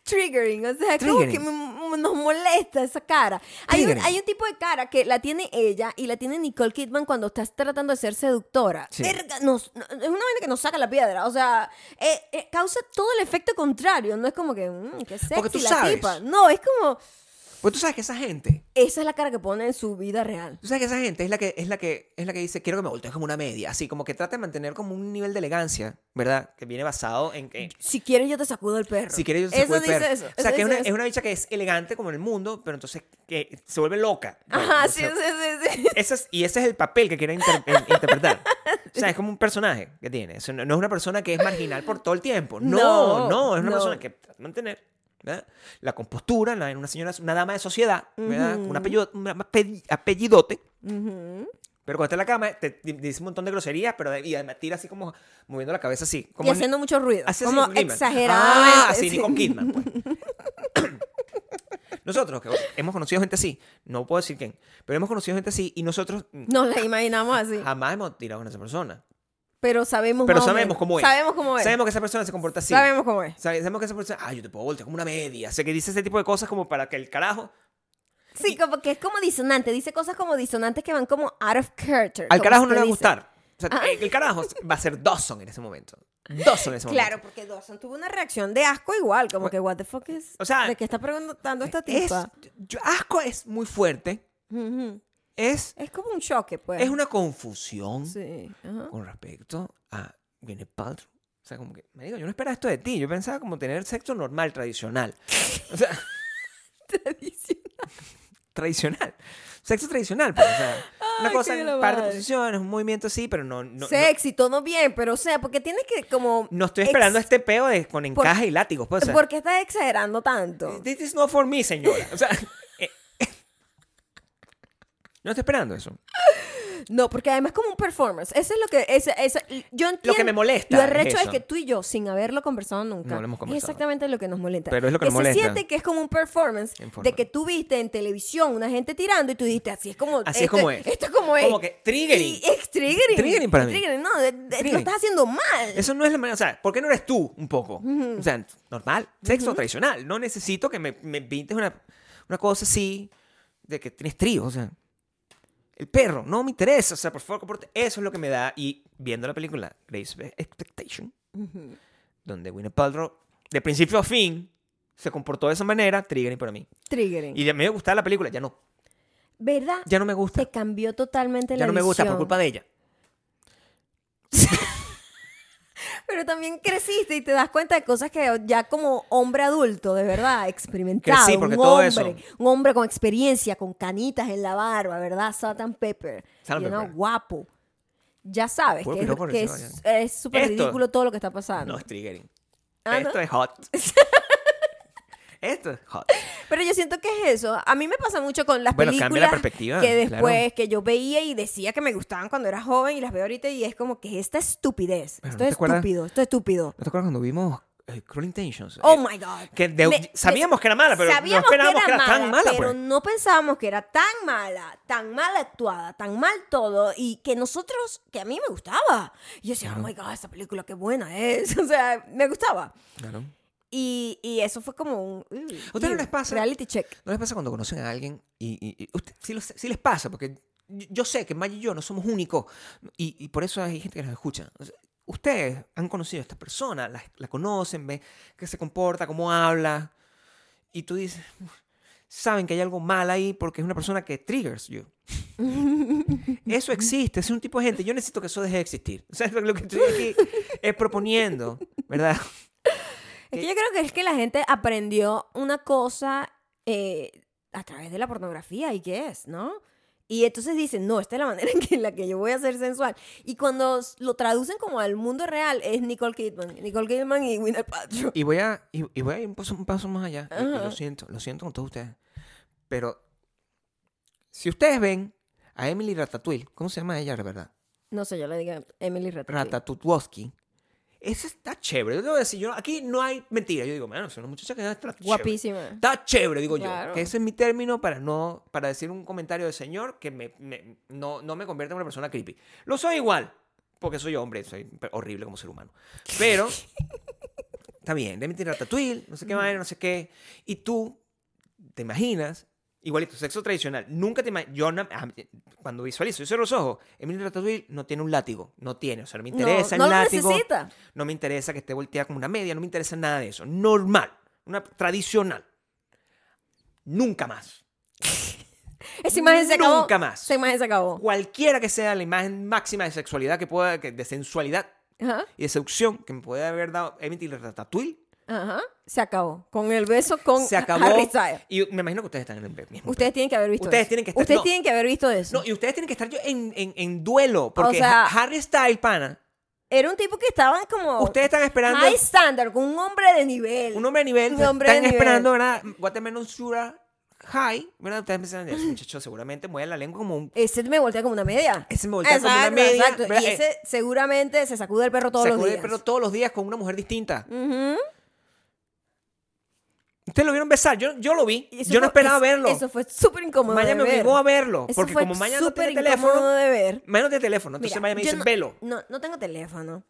Speaker 1: triggering, o sea, como
Speaker 2: Triggering.
Speaker 1: que me- me- nos molesta esa cara. Hay un,
Speaker 2: Triggering.
Speaker 1: hay un tipo de cara que la tiene ella y la tiene Nicole Kidman cuando estás tratando de ser seductora.
Speaker 2: Sí.
Speaker 1: Verga, nos- no- es una vaina que nos saca la piedra, o sea, eh, eh, causa todo el efecto contrario, no es como que, mm, qué sexy
Speaker 2: tú
Speaker 1: la
Speaker 2: sabes.
Speaker 1: tipa. No, es como,
Speaker 2: Pues tú sabes que esa gente,
Speaker 1: esa es la cara que pone en su vida real.
Speaker 2: tú sabes que esa gente es la que, es la que, es la que dice, quiero que me voltees como una media. Así como que trata de mantener como un nivel de elegancia, ¿verdad? Que viene basado en que.
Speaker 1: Si quieres yo te sacudo el perro.
Speaker 2: Si quieres, yo te
Speaker 1: eso
Speaker 2: sacudo el
Speaker 1: dice
Speaker 2: perro.
Speaker 1: Eso,
Speaker 2: O sea,
Speaker 1: eso
Speaker 2: que es
Speaker 1: dice
Speaker 2: una,
Speaker 1: eso.
Speaker 2: es una bicha que es elegante como en el mundo, pero entonces que se vuelve loca.
Speaker 1: Ajá,
Speaker 2: O
Speaker 1: sí,
Speaker 2: sea,
Speaker 1: sí, sí, sí.
Speaker 2: Ese es- y ese es el papel que quieren inter- in- interpretar. O sea, es como un personaje que tiene. Eso no, no es una persona que es marginal por todo el tiempo. No, no,
Speaker 1: No,
Speaker 2: es una
Speaker 1: no.
Speaker 2: persona que trata de mantener ¿verdad? la compostura, la- una señora, una dama de sociedad, ¿verdad? Con un, apellido, un ape- apellidote.
Speaker 1: Ujú.
Speaker 2: Pero cuando está en la cama, te di- dice un montón de groserías, pero de- y además tira así como moviendo la cabeza así. Como
Speaker 1: Y haciendo mucho ruido.
Speaker 2: así, así,
Speaker 1: como
Speaker 2: Nicole Kidman.
Speaker 1: exageradamente.
Speaker 2: Ah, así,
Speaker 1: sí.
Speaker 2: Nicole Kidman. pues. nosotros que hemos conocido gente así, no puedo decir quién, pero hemos conocido gente así y nosotros
Speaker 1: Nos la imaginamos así.
Speaker 2: jamás hemos tirado con esa persona.
Speaker 1: Pero sabemos
Speaker 2: Pero
Speaker 1: más o
Speaker 2: sabemos
Speaker 1: menos.
Speaker 2: cómo es.
Speaker 1: Sabemos cómo es.
Speaker 2: Sabemos que esa persona se comporta así.
Speaker 1: Sabemos cómo es.
Speaker 2: Sabe- Sabemos que esa persona, ah, yo te puedo voltear como una media. O sea, que dice ese tipo de cosas como para que el carajo.
Speaker 1: Sí, como que es como disonante. Dice cosas como disonantes que van como out of character.
Speaker 2: Al
Speaker 1: como
Speaker 2: carajo
Speaker 1: se
Speaker 2: no le va a
Speaker 1: dice. Ah.
Speaker 2: gustar. O sea, eh, el el carajo va a ser Dawson en ese momento. Dawson en ese momento.
Speaker 1: Claro, porque Dawson tuvo una reacción de asco igual. Como que, what the fuck is...
Speaker 2: O sea,
Speaker 1: ¿De qué está preguntando esta
Speaker 2: Es,
Speaker 1: tipa?
Speaker 2: yo- asco es muy fuerte.
Speaker 1: Ujú.
Speaker 2: Es,
Speaker 1: Es como un choque, pues.
Speaker 2: es una confusión
Speaker 1: Sí. ajá.
Speaker 2: con respecto a Gwyneth Paltrow. O sea, como que, me digo, yo no esperaba esto de ti. Yo pensaba como tener sexo normal, tradicional. O sea,
Speaker 1: Tradicional.
Speaker 2: tradicional. Sexo tradicional, pues. O sea, una
Speaker 1: Ay,
Speaker 2: cosa,
Speaker 1: qué
Speaker 2: un
Speaker 1: la
Speaker 2: par de
Speaker 1: madre.
Speaker 2: posiciones, un movimiento así, pero no. no, no
Speaker 1: Sexy, todo bien, pero o sea, porque tienes que como...
Speaker 2: no estoy esperando
Speaker 1: ex-
Speaker 2: este peo de, con encaje y látigos, pues. O sea,
Speaker 1: ¿Por qué estás exagerando tanto?
Speaker 2: This is not for me, señora. O sea. eh, eh. no estoy esperando eso.
Speaker 1: No, porque además es como un performance. Eso es lo que. ese- ese- yo entiendo.
Speaker 2: me molesta
Speaker 1: Lo arrecho
Speaker 2: es
Speaker 1: es,
Speaker 2: eso.
Speaker 1: que tú y yo, sin haberlo conversado nunca.
Speaker 2: No lo hemos
Speaker 1: es
Speaker 2: conversado.
Speaker 1: exactamente lo que nos molesta.
Speaker 2: Pero es lo que nos
Speaker 1: se
Speaker 2: molesta.
Speaker 1: siente que es como un performance
Speaker 2: En forma.
Speaker 1: de que tú viste en televisión una gente tirando y tú dijiste, así es como. este,
Speaker 2: Así es como es.
Speaker 1: Esto es como es.
Speaker 2: Como que triggering.
Speaker 1: Y es triggering.
Speaker 2: Triggering para mí.
Speaker 1: Triggering, no. de- de-
Speaker 2: Triggering.
Speaker 1: Lo estás haciendo mal.
Speaker 2: Eso no es la manera. O sea, ¿por qué no eres tú un poco? O sea, normal, sexo tradicional. No necesito que me, me pintes una, una cosa así de que tienes trío. O sea, el perro no me interesa. O sea, por favor, compórtate. Eso es lo que me da. Y viendo la película Grace Expectation,
Speaker 1: Ujú.
Speaker 2: donde Winnie Paltrow, de principio a fin, se comportó de esa manera, triggering para mí.
Speaker 1: Triggering.
Speaker 2: Y ya me gustaba la película, ya no.
Speaker 1: ¿Verdad?
Speaker 2: Ya no me gusta.
Speaker 1: Te cambió totalmente
Speaker 2: Ya
Speaker 1: la
Speaker 2: no me gusta por
Speaker 1: visión.
Speaker 2: culpa de ella.
Speaker 1: Pero también creciste y te das cuenta de cosas que ya como hombre adulto, de verdad, experimentado.
Speaker 2: Crecí, porque
Speaker 1: un
Speaker 2: todo
Speaker 1: hombre,
Speaker 2: eso-
Speaker 1: Un hombre con experiencia, con canitas en la barba, ¿verdad? Satan Pepper.
Speaker 2: Salt and
Speaker 1: you know,
Speaker 2: pepper.
Speaker 1: guapo. Ya sabes
Speaker 2: Puro
Speaker 1: que, es-
Speaker 2: piropo
Speaker 1: que
Speaker 2: encima,
Speaker 1: es es súper
Speaker 2: Esto-
Speaker 1: ridículo todo lo que está
Speaker 2: No
Speaker 1: pasando.
Speaker 2: es triggering.
Speaker 1: Ah, ¿no?
Speaker 2: Esto es hot. Esto es hot.
Speaker 1: Pero yo siento que es eso. A mí me pasa mucho con las
Speaker 2: Bueno, cambia la
Speaker 1: películas
Speaker 2: perspectiva,
Speaker 1: que después
Speaker 2: claro.
Speaker 1: que yo veía y decía que me gustaban cuando era joven y las veo ahorita y es como que esta estupidez.
Speaker 2: Pero ¿no
Speaker 1: esto
Speaker 2: te
Speaker 1: es
Speaker 2: acuerdas?
Speaker 1: estúpido, esto es estúpido.
Speaker 2: ¿No te acuerdas cuando vimos eh, Cruel Intentions?
Speaker 1: Oh
Speaker 2: Eh,
Speaker 1: my God.
Speaker 2: que de-
Speaker 1: Me-
Speaker 2: sabíamos
Speaker 1: me-
Speaker 2: que era mala, pero no
Speaker 1: sabíamos
Speaker 2: esperábamos que era tan mala,
Speaker 1: Pero
Speaker 2: pues.
Speaker 1: no pensábamos que era tan mala, tan mal actuada, tan mal todo, y que nosotros, que a mí me gustaba. Y yo decía, oh my God, esta película qué buena es. O sea, me gustaba.
Speaker 2: Claro.
Speaker 1: Y, y eso fue como un. uy,
Speaker 2: ¿Ustedes no
Speaker 1: uy,
Speaker 2: les pasa?
Speaker 1: Reality check.
Speaker 2: ¿No les pasa cuando conocen a alguien y, y- y- usted- sí, los- sí les pasa? Porque yo yo sé que Maggie y yo no somos únicos y, y por eso hay gente que nos escucha. O sea, ustedes han conocido a esta persona, la, la conocen, ven que se comporta, cómo habla, y tú dices, saben que hay algo mal ahí porque es una persona que triggers you. eso existe, es un tipo de gente. Yo necesito que eso deje de existir. O sea, lo, lo que estoy aquí es proponiendo, ¿verdad?
Speaker 1: Es que yo creo que es que la gente aprendió una cosa eh, a través de la pornografía y qué es, ¿no? Y entonces dicen, no, esta es la manera en, que, en la que yo voy a ser sensual. Y cuando s- lo traducen como al mundo real, es Nicole Kidman. Nicole Kidman y Winner Paltrow.
Speaker 2: Y voy a, y, y voy a ir un paso, un paso más allá. Y- y
Speaker 1: Ajá.
Speaker 2: lo siento, lo siento con todos ustedes. Pero si ustedes ven a Emily Ratatouille, ¿cómo se llama ella, la verdad?
Speaker 1: No sé, yo le digo Emily Ratatouille.
Speaker 2: Ratatouille. Esa está chévere. Yo debo decir, yo, aquí no hay mentira. Yo digo, bueno, es una muchacha que está chévere.
Speaker 1: Guapísima.
Speaker 2: Está chévere, digo
Speaker 1: Claro.
Speaker 2: yo. Que ese es mi término para no para decir un comentario de señor que me, me- no, no me convierte en una persona creepy. Lo soy igual, porque soy hombre, soy pe- horrible como ser humano. Pero está bien, de mi ratatouille, no sé qué vaina, no sé qué. Y tú te imaginas igualito, sexo tradicional. Nunca te imaginas. Yo no- a- cuando visualizo, yo cierro los ojos. Emily Ratatouille no tiene un látigo. No tiene. O sea, no me
Speaker 1: No,
Speaker 2: interesa
Speaker 1: no
Speaker 2: el
Speaker 1: lo
Speaker 2: látigo.
Speaker 1: necesita.
Speaker 2: No me interesa que esté volteada como una media, no me interesa nada de eso. Normal, una tradicional. Nunca más.
Speaker 1: Esa imagen se acabó.
Speaker 2: Nunca más.
Speaker 1: Esa imagen se acabó.
Speaker 2: Cualquiera que sea la imagen máxima de sexualidad que pueda, que- de sensualidad
Speaker 1: Ajá,
Speaker 2: y de seducción que me puede haber dado Emily Ratatouille,
Speaker 1: ajá. Se acabó. Con el beso con
Speaker 2: se acabó.
Speaker 1: Harry Styles.
Speaker 2: Y me imagino que ustedes están en el mismo.
Speaker 1: Ustedes tienen que haber visto
Speaker 2: Ustedes
Speaker 1: eso.
Speaker 2: tienen que estar-
Speaker 1: Ustedes
Speaker 2: no.
Speaker 1: tienen que haber visto eso.
Speaker 2: No, y ustedes tienen que estar yo en, en- en duelo, porque
Speaker 1: O sea-
Speaker 2: Ha- Harry Styles, pana,
Speaker 1: Era un tipo que estaba como...
Speaker 2: ustedes están esperando
Speaker 1: High standard, con un hombre de nivel.
Speaker 2: un hombre de nivel,
Speaker 1: Un
Speaker 2: o sea,
Speaker 1: hombre de
Speaker 2: están
Speaker 1: nivel.
Speaker 2: esperando, ¿verdad? Watermelon Sugar High, ¿verdad? Ustedes pensaron,
Speaker 1: Mm.
Speaker 2: ese muchacho seguramente mueve la lengua como un...
Speaker 1: Ese me voltea como una media.
Speaker 2: Ese me voltea como una media, ¿verdad? Eh,
Speaker 1: Y ese seguramente se sacude el perro todos los
Speaker 2: sacude el
Speaker 1: días. Mm.
Speaker 2: perro todos los días con una mujer distinta.
Speaker 1: Ujú.
Speaker 2: Ustedes lo vieron besar, yo, yo lo vi,
Speaker 1: Y eso
Speaker 2: yo no
Speaker 1: fue-
Speaker 2: esperaba
Speaker 1: eso-
Speaker 2: verlo.
Speaker 1: Eso fue súper incómodo.
Speaker 2: Maya
Speaker 1: de
Speaker 2: me
Speaker 1: ver.
Speaker 2: obligó a verlo,
Speaker 1: Eso
Speaker 2: porque
Speaker 1: fue
Speaker 2: como Maya no
Speaker 1: súper
Speaker 2: tiene
Speaker 1: incómodo
Speaker 2: teléfono,
Speaker 1: de ver.
Speaker 2: Maya no tiene teléfono, entonces
Speaker 1: Mira,
Speaker 2: Maya me
Speaker 1: yo
Speaker 2: dice,
Speaker 1: no,
Speaker 2: velo.
Speaker 1: No, no tengo teléfono.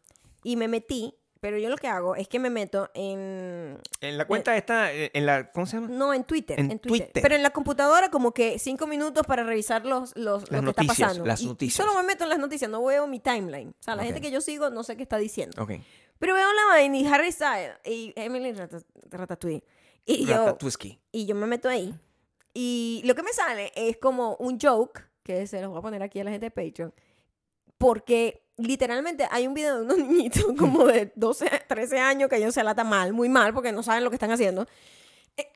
Speaker 1: Y me metí, pero yo lo que hago es que me meto en.
Speaker 2: En la cuenta esta, eh, en la, ¿cómo se llama?
Speaker 1: No, en Twitter. En,
Speaker 2: En
Speaker 1: Twitter.
Speaker 2: Twitter.
Speaker 1: Pero en la computadora, como que cinco minutos para revisar los, los, lo que
Speaker 2: Las noticias,
Speaker 1: está pasando.
Speaker 2: las
Speaker 1: Y- y
Speaker 2: noticias.
Speaker 1: solo me meto en las noticias, no veo mi timeline. O sea, la gente
Speaker 2: Ok.
Speaker 1: que yo sigo no sé qué está diciendo.
Speaker 2: Ok.
Speaker 1: Pero veo la vaina y Harry Styles y Emily Ratat- Ratatouille. Y yo,
Speaker 2: Ratatouille.
Speaker 1: y yo me meto ahí. Y lo que me sale es como un joke, que se los voy a poner aquí a la gente de Patreon, porque literalmente hay un video de unos niñitos como de 12, 13 años que ellos se lata mal, muy mal, porque no saben lo que están haciendo. Eh,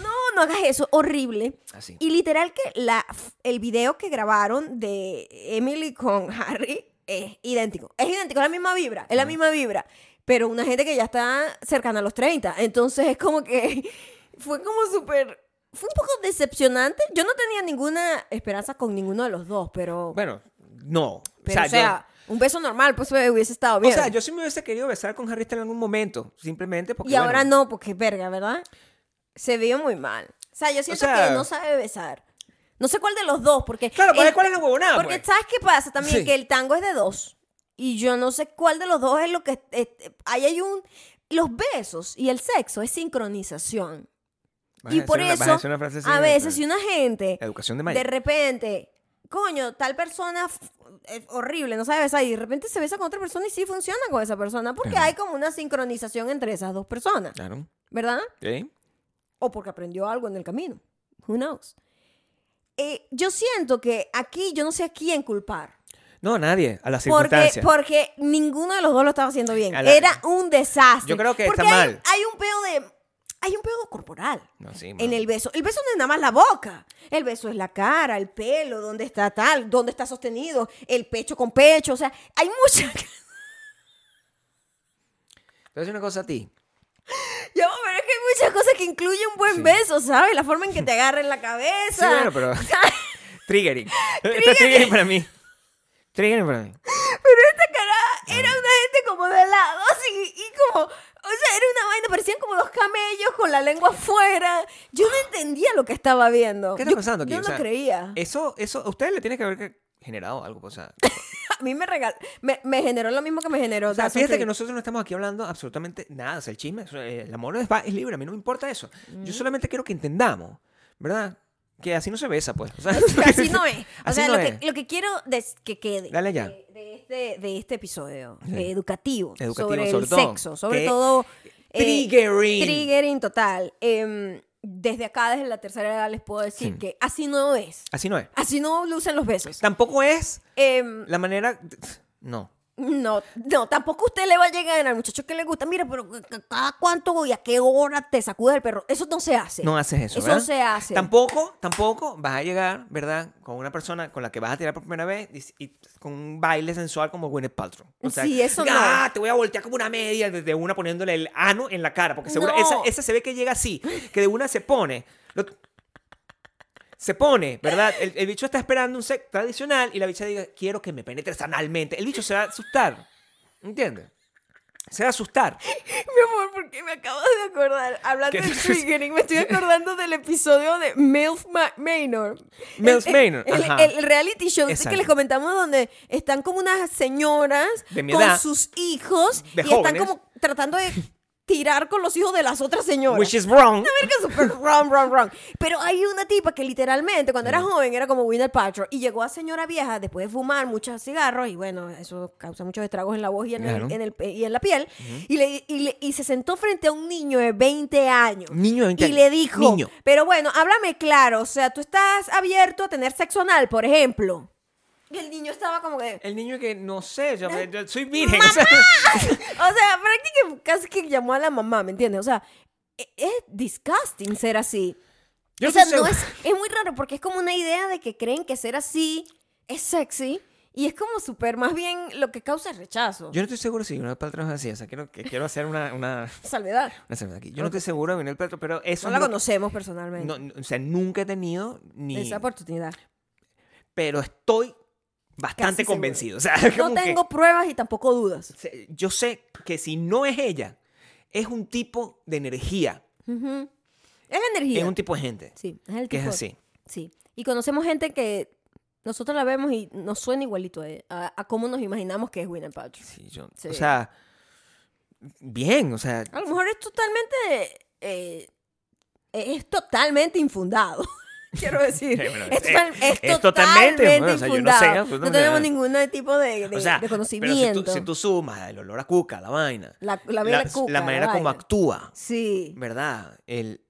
Speaker 1: No, no hagas eso, horrible.
Speaker 2: Así.
Speaker 1: Y literal que la, el video que grabaron de Emily con Harry es idéntico. Es idéntico, es la misma vibra, es la misma vibra. Pero una gente que ya está cercana a los 30. Entonces es como que fue como súper... Fue un poco decepcionante. Yo no tenía ninguna esperanza con ninguno de los dos, pero...
Speaker 2: Bueno, no.
Speaker 1: pero, o sea,
Speaker 2: yo-
Speaker 1: un beso normal, pues hubiese estado bien.
Speaker 2: O sea, yo sí me hubiese querido besar con Harry Styles en algún momento, simplemente porque.
Speaker 1: y ahora
Speaker 2: bueno,
Speaker 1: no, porque verga, ¿verdad? Se vio muy mal. O sea, yo siento
Speaker 2: sea-
Speaker 1: que no sabe besar. No sé cuál de los dos, porque...
Speaker 2: Claro, ¿cuál,
Speaker 1: el-
Speaker 2: cuál es la huevonada?
Speaker 1: Porque
Speaker 2: pues?
Speaker 1: ¿sabes qué pasa también?
Speaker 2: Sí.
Speaker 1: Que el tango es de dos. Y yo no sé cuál de los dos es lo que... es- es- ahí hay un... Los besos y el sexo es sincronización.
Speaker 2: Vas a
Speaker 1: Y
Speaker 2: decir
Speaker 1: por
Speaker 2: una- vas
Speaker 1: eso,
Speaker 2: decir una frase así,
Speaker 1: a
Speaker 2: ¿no?
Speaker 1: veces, si una gente
Speaker 2: La educación de
Speaker 1: de
Speaker 2: Maya.
Speaker 1: repente, coño, tal persona f- es horrible, no sabe besar, y de repente se besa con otra persona y sí funciona con esa persona, porque
Speaker 2: Claro.
Speaker 1: hay como una sincronización entre esas dos personas,
Speaker 2: Claro.
Speaker 1: ¿verdad?
Speaker 2: ¿Sí?
Speaker 1: o porque aprendió algo en el camino. Who knows? Eh, yo siento que aquí yo no sé a quién culpar.
Speaker 2: No, nadie. A las
Speaker 1: Porque,
Speaker 2: circunstancias.
Speaker 1: porque ninguno de los dos lo estaba haciendo bien.
Speaker 2: A la-
Speaker 1: Era un desastre.
Speaker 2: Yo creo que
Speaker 1: Porque
Speaker 2: está
Speaker 1: hay,
Speaker 2: mal.
Speaker 1: Hay un pedo de. Hay un pedo corporal.
Speaker 2: No, sí,
Speaker 1: En
Speaker 2: mano.
Speaker 1: el beso. El beso no es nada más la boca. El beso es la cara, el pelo, dónde está tal, dónde está sostenido, el pecho con pecho. O sea, hay mucha.
Speaker 2: Te voy a decir una cosa a ti.
Speaker 1: Yo, pero es que hay muchas cosas que incluye un buen beso, ¿sabes? La forma en que te agarren la
Speaker 2: Sí,
Speaker 1: cabeza.
Speaker 2: bueno, pero. triggering. Esto es triggering para mí. Triggering para mí.
Speaker 1: Pero esta cara era una gente como de lado, así, y como, o sea, era una vaina, parecían como dos camellos con la lengua afuera. Yo no entendía lo que estaba viendo.
Speaker 2: ¿Qué está
Speaker 1: yo,
Speaker 2: pasando aquí?
Speaker 1: Yo
Speaker 2: O
Speaker 1: no
Speaker 2: sea, eh,
Speaker 1: creía.
Speaker 2: Eso, eso, a ustedes le tiene que haber que- generado algo. pues, O sea,
Speaker 1: A mí me regaló, me, me generó lo mismo que me generó.
Speaker 2: o sea,
Speaker 1: Dawson
Speaker 2: fíjate que
Speaker 1: Creek.
Speaker 2: nosotros no estamos aquí hablando absolutamente nada. O sea, el chisme, eso, eh, el amor es, va- es libre. A mí no me importa eso.
Speaker 1: Mm.
Speaker 2: Yo solamente quiero que entendamos, ¿verdad? Que así no se besa, pues. O sea,
Speaker 1: Así no es. O
Speaker 2: así
Speaker 1: sea,
Speaker 2: no
Speaker 1: lo,
Speaker 2: es.
Speaker 1: Que, lo que quiero des- que quede
Speaker 2: Dale ya.
Speaker 1: de, de este, de este episodio, eh, educativo,
Speaker 2: Educativo,
Speaker 1: sobre,
Speaker 2: sobre
Speaker 1: el
Speaker 2: todo.
Speaker 1: sexo, sobre
Speaker 2: Que-
Speaker 1: todo... eh,
Speaker 2: Triggering.
Speaker 1: Triggering total. Em, desde acá, desde la tercera edad, les puedo decir
Speaker 2: Sí.
Speaker 1: que así no es.
Speaker 2: Así no es.
Speaker 1: Así no lucen los besos.
Speaker 2: Tampoco es
Speaker 1: Em,
Speaker 2: la manera. No.
Speaker 1: no, no, tampoco usted le va a llegar al muchacho que le gusta. Mira, pero c- c- ¿cada cuánto y a qué hora te sacudes el perro? Eso no se hace.
Speaker 2: No haces eso.
Speaker 1: Eso
Speaker 2: ¿verdad?
Speaker 1: se hace.
Speaker 2: Tampoco, tampoco vas a llegar, ¿verdad? Con una persona con la que vas a tirar por primera vez y, y con un baile sensual como Gwyneth Paltrow.
Speaker 1: Sí, eso no.
Speaker 2: "Ah, te voy a voltear como una media de, de una poniéndole el ano en la cara. Porque seguro,
Speaker 1: No.
Speaker 2: esa, esa se ve que llega así, que de una se pone. lo- se pone, ¿verdad? El, el bicho está esperando un sexo tradicional y la bicha diga, quiero que me penetres analmente. El bicho se va a asustar. ¿Entiendes? Se va a asustar.
Speaker 1: Mi amor, porque me acabo de acordar, hablando
Speaker 2: ¿Qué?
Speaker 1: de triggering, me estoy acordando del episodio de Milf Ma- Manor.
Speaker 2: Milf
Speaker 1: El-
Speaker 2: Manor,
Speaker 1: El,
Speaker 2: ajá.
Speaker 1: el reality show este
Speaker 2: Exacto.
Speaker 1: que les comentamos donde están como unas señoras
Speaker 2: De mi
Speaker 1: con
Speaker 2: edad,
Speaker 1: sus hijos
Speaker 2: de
Speaker 1: y están
Speaker 2: jóvenes.
Speaker 1: como tratando de tirar con los hijos de las otras señoras.
Speaker 2: Which is wrong.
Speaker 1: Verga, súper wrong, wrong, wrong. Pero hay una tipa que literalmente cuando era joven era como Winner Paltrow y llegó a señora vieja después de fumar muchos cigarros y bueno, eso causa muchos estragos en la voz y en,
Speaker 2: Claro.
Speaker 1: el, en el pe- y en la piel. y, le, y, le- y se sentó frente a un niño de 20 años.
Speaker 2: Niño de
Speaker 1: Y
Speaker 2: 20 años.
Speaker 1: le dijo,
Speaker 2: Niño.
Speaker 1: pero bueno, háblame claro, o sea, tú estás abierto a tener sexo anal, por ejemplo. Y el niño estaba como que...
Speaker 2: El niño que, no sé, yo, yo soy virgen. o sea,
Speaker 1: O sea, prácticamente casi que llamó a la mamá, ¿me entiendes? O sea, e- es disgusting ser así.
Speaker 2: Yo
Speaker 1: o sea,
Speaker 2: estoy
Speaker 1: no
Speaker 2: seguro-
Speaker 1: es, es muy raro porque es como una idea de que creen que ser así es sexy y es como súper más bien lo que causa el rechazo.
Speaker 2: Yo no estoy seguro si Gwyneth Paltrow es así. O sea, quiero, que- quiero hacer una, una,
Speaker 1: Salvedad.
Speaker 2: una salvedad aquí. Yo no estoy seguro de Gwyneth Paltrow, pero eso...
Speaker 1: No
Speaker 2: es
Speaker 1: la
Speaker 2: lo-
Speaker 1: conocemos personalmente.
Speaker 2: no- no, o sea, nunca he tenido ni...
Speaker 1: Esa oportunidad.
Speaker 2: Pero estoy bastante
Speaker 1: Casi seguro.
Speaker 2: convencido. O sea, es
Speaker 1: No
Speaker 2: como que-
Speaker 1: tengo pruebas y tampoco dudas.
Speaker 2: se- yo sé que si no es ella, es un tipo de energía.
Speaker 1: Ujú. Es la energía.
Speaker 2: Es un tipo de gente.
Speaker 1: Sí, es el
Speaker 2: que es
Speaker 1: tipo-
Speaker 2: así.
Speaker 1: Sí. Y conocemos gente que nosotros la vemos y nos suena igualito a, a- a cómo nos imaginamos que es Winner Paltrow.
Speaker 2: Sí, yo-
Speaker 1: Sí.
Speaker 2: O sea, bien, o sea...
Speaker 1: A lo mejor es totalmente. eh, es totalmente infundado. Quiero decir.
Speaker 2: Sí, bueno,
Speaker 1: es,
Speaker 2: es-
Speaker 1: total- es totalmente,
Speaker 2: es totalmente, bueno, o sea, yo no sé,
Speaker 1: infundado. no,
Speaker 2: absolutamente
Speaker 1: tenemos
Speaker 2: nada.
Speaker 1: ningún tipo de, de-
Speaker 2: o sea,
Speaker 1: de
Speaker 2: pero si tú-
Speaker 1: conocimiento.
Speaker 2: si tú sumas el olor a cuca, la vaina,
Speaker 1: la, la, la, cuca,
Speaker 2: la manera como
Speaker 1: vaina.
Speaker 2: actúa,
Speaker 1: Sí,
Speaker 2: ¿verdad? El,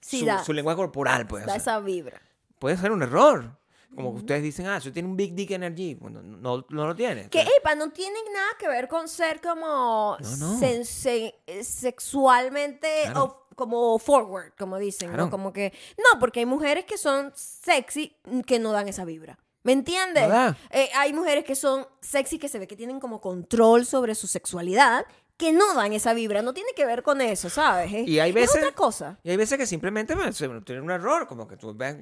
Speaker 1: sí,
Speaker 2: su,
Speaker 1: da,
Speaker 2: su lenguaje corporal, pues. o
Speaker 1: da
Speaker 2: sea,
Speaker 1: esa vibra.
Speaker 2: Puede ser un error. Como que ustedes dicen, ah, eso tiene un big dick energy. Bueno, no, no lo tiene. pues.
Speaker 1: Que,
Speaker 2: pero-
Speaker 1: epa, no tienen nada que ver con ser como
Speaker 2: No, no.
Speaker 1: sen- se- eh, sexualmente
Speaker 2: Claro.
Speaker 1: o- como forward, como dicen, ¿no?
Speaker 2: Claro.
Speaker 1: Como que, no, porque hay mujeres que son sexy mm, que no dan esa vibra. ¿Me entiendes?
Speaker 2: No da.
Speaker 1: Eh, hay mujeres que son sexy que se ve que tienen como control sobre su sexualidad que no dan esa vibra. No tiene que ver con eso, ¿sabes? Es-
Speaker 2: Y hay
Speaker 1: Es
Speaker 2: veces-
Speaker 1: otra cosa.
Speaker 2: Y hay veces que simplemente bueno, se- tiene un error. Como que tú ves-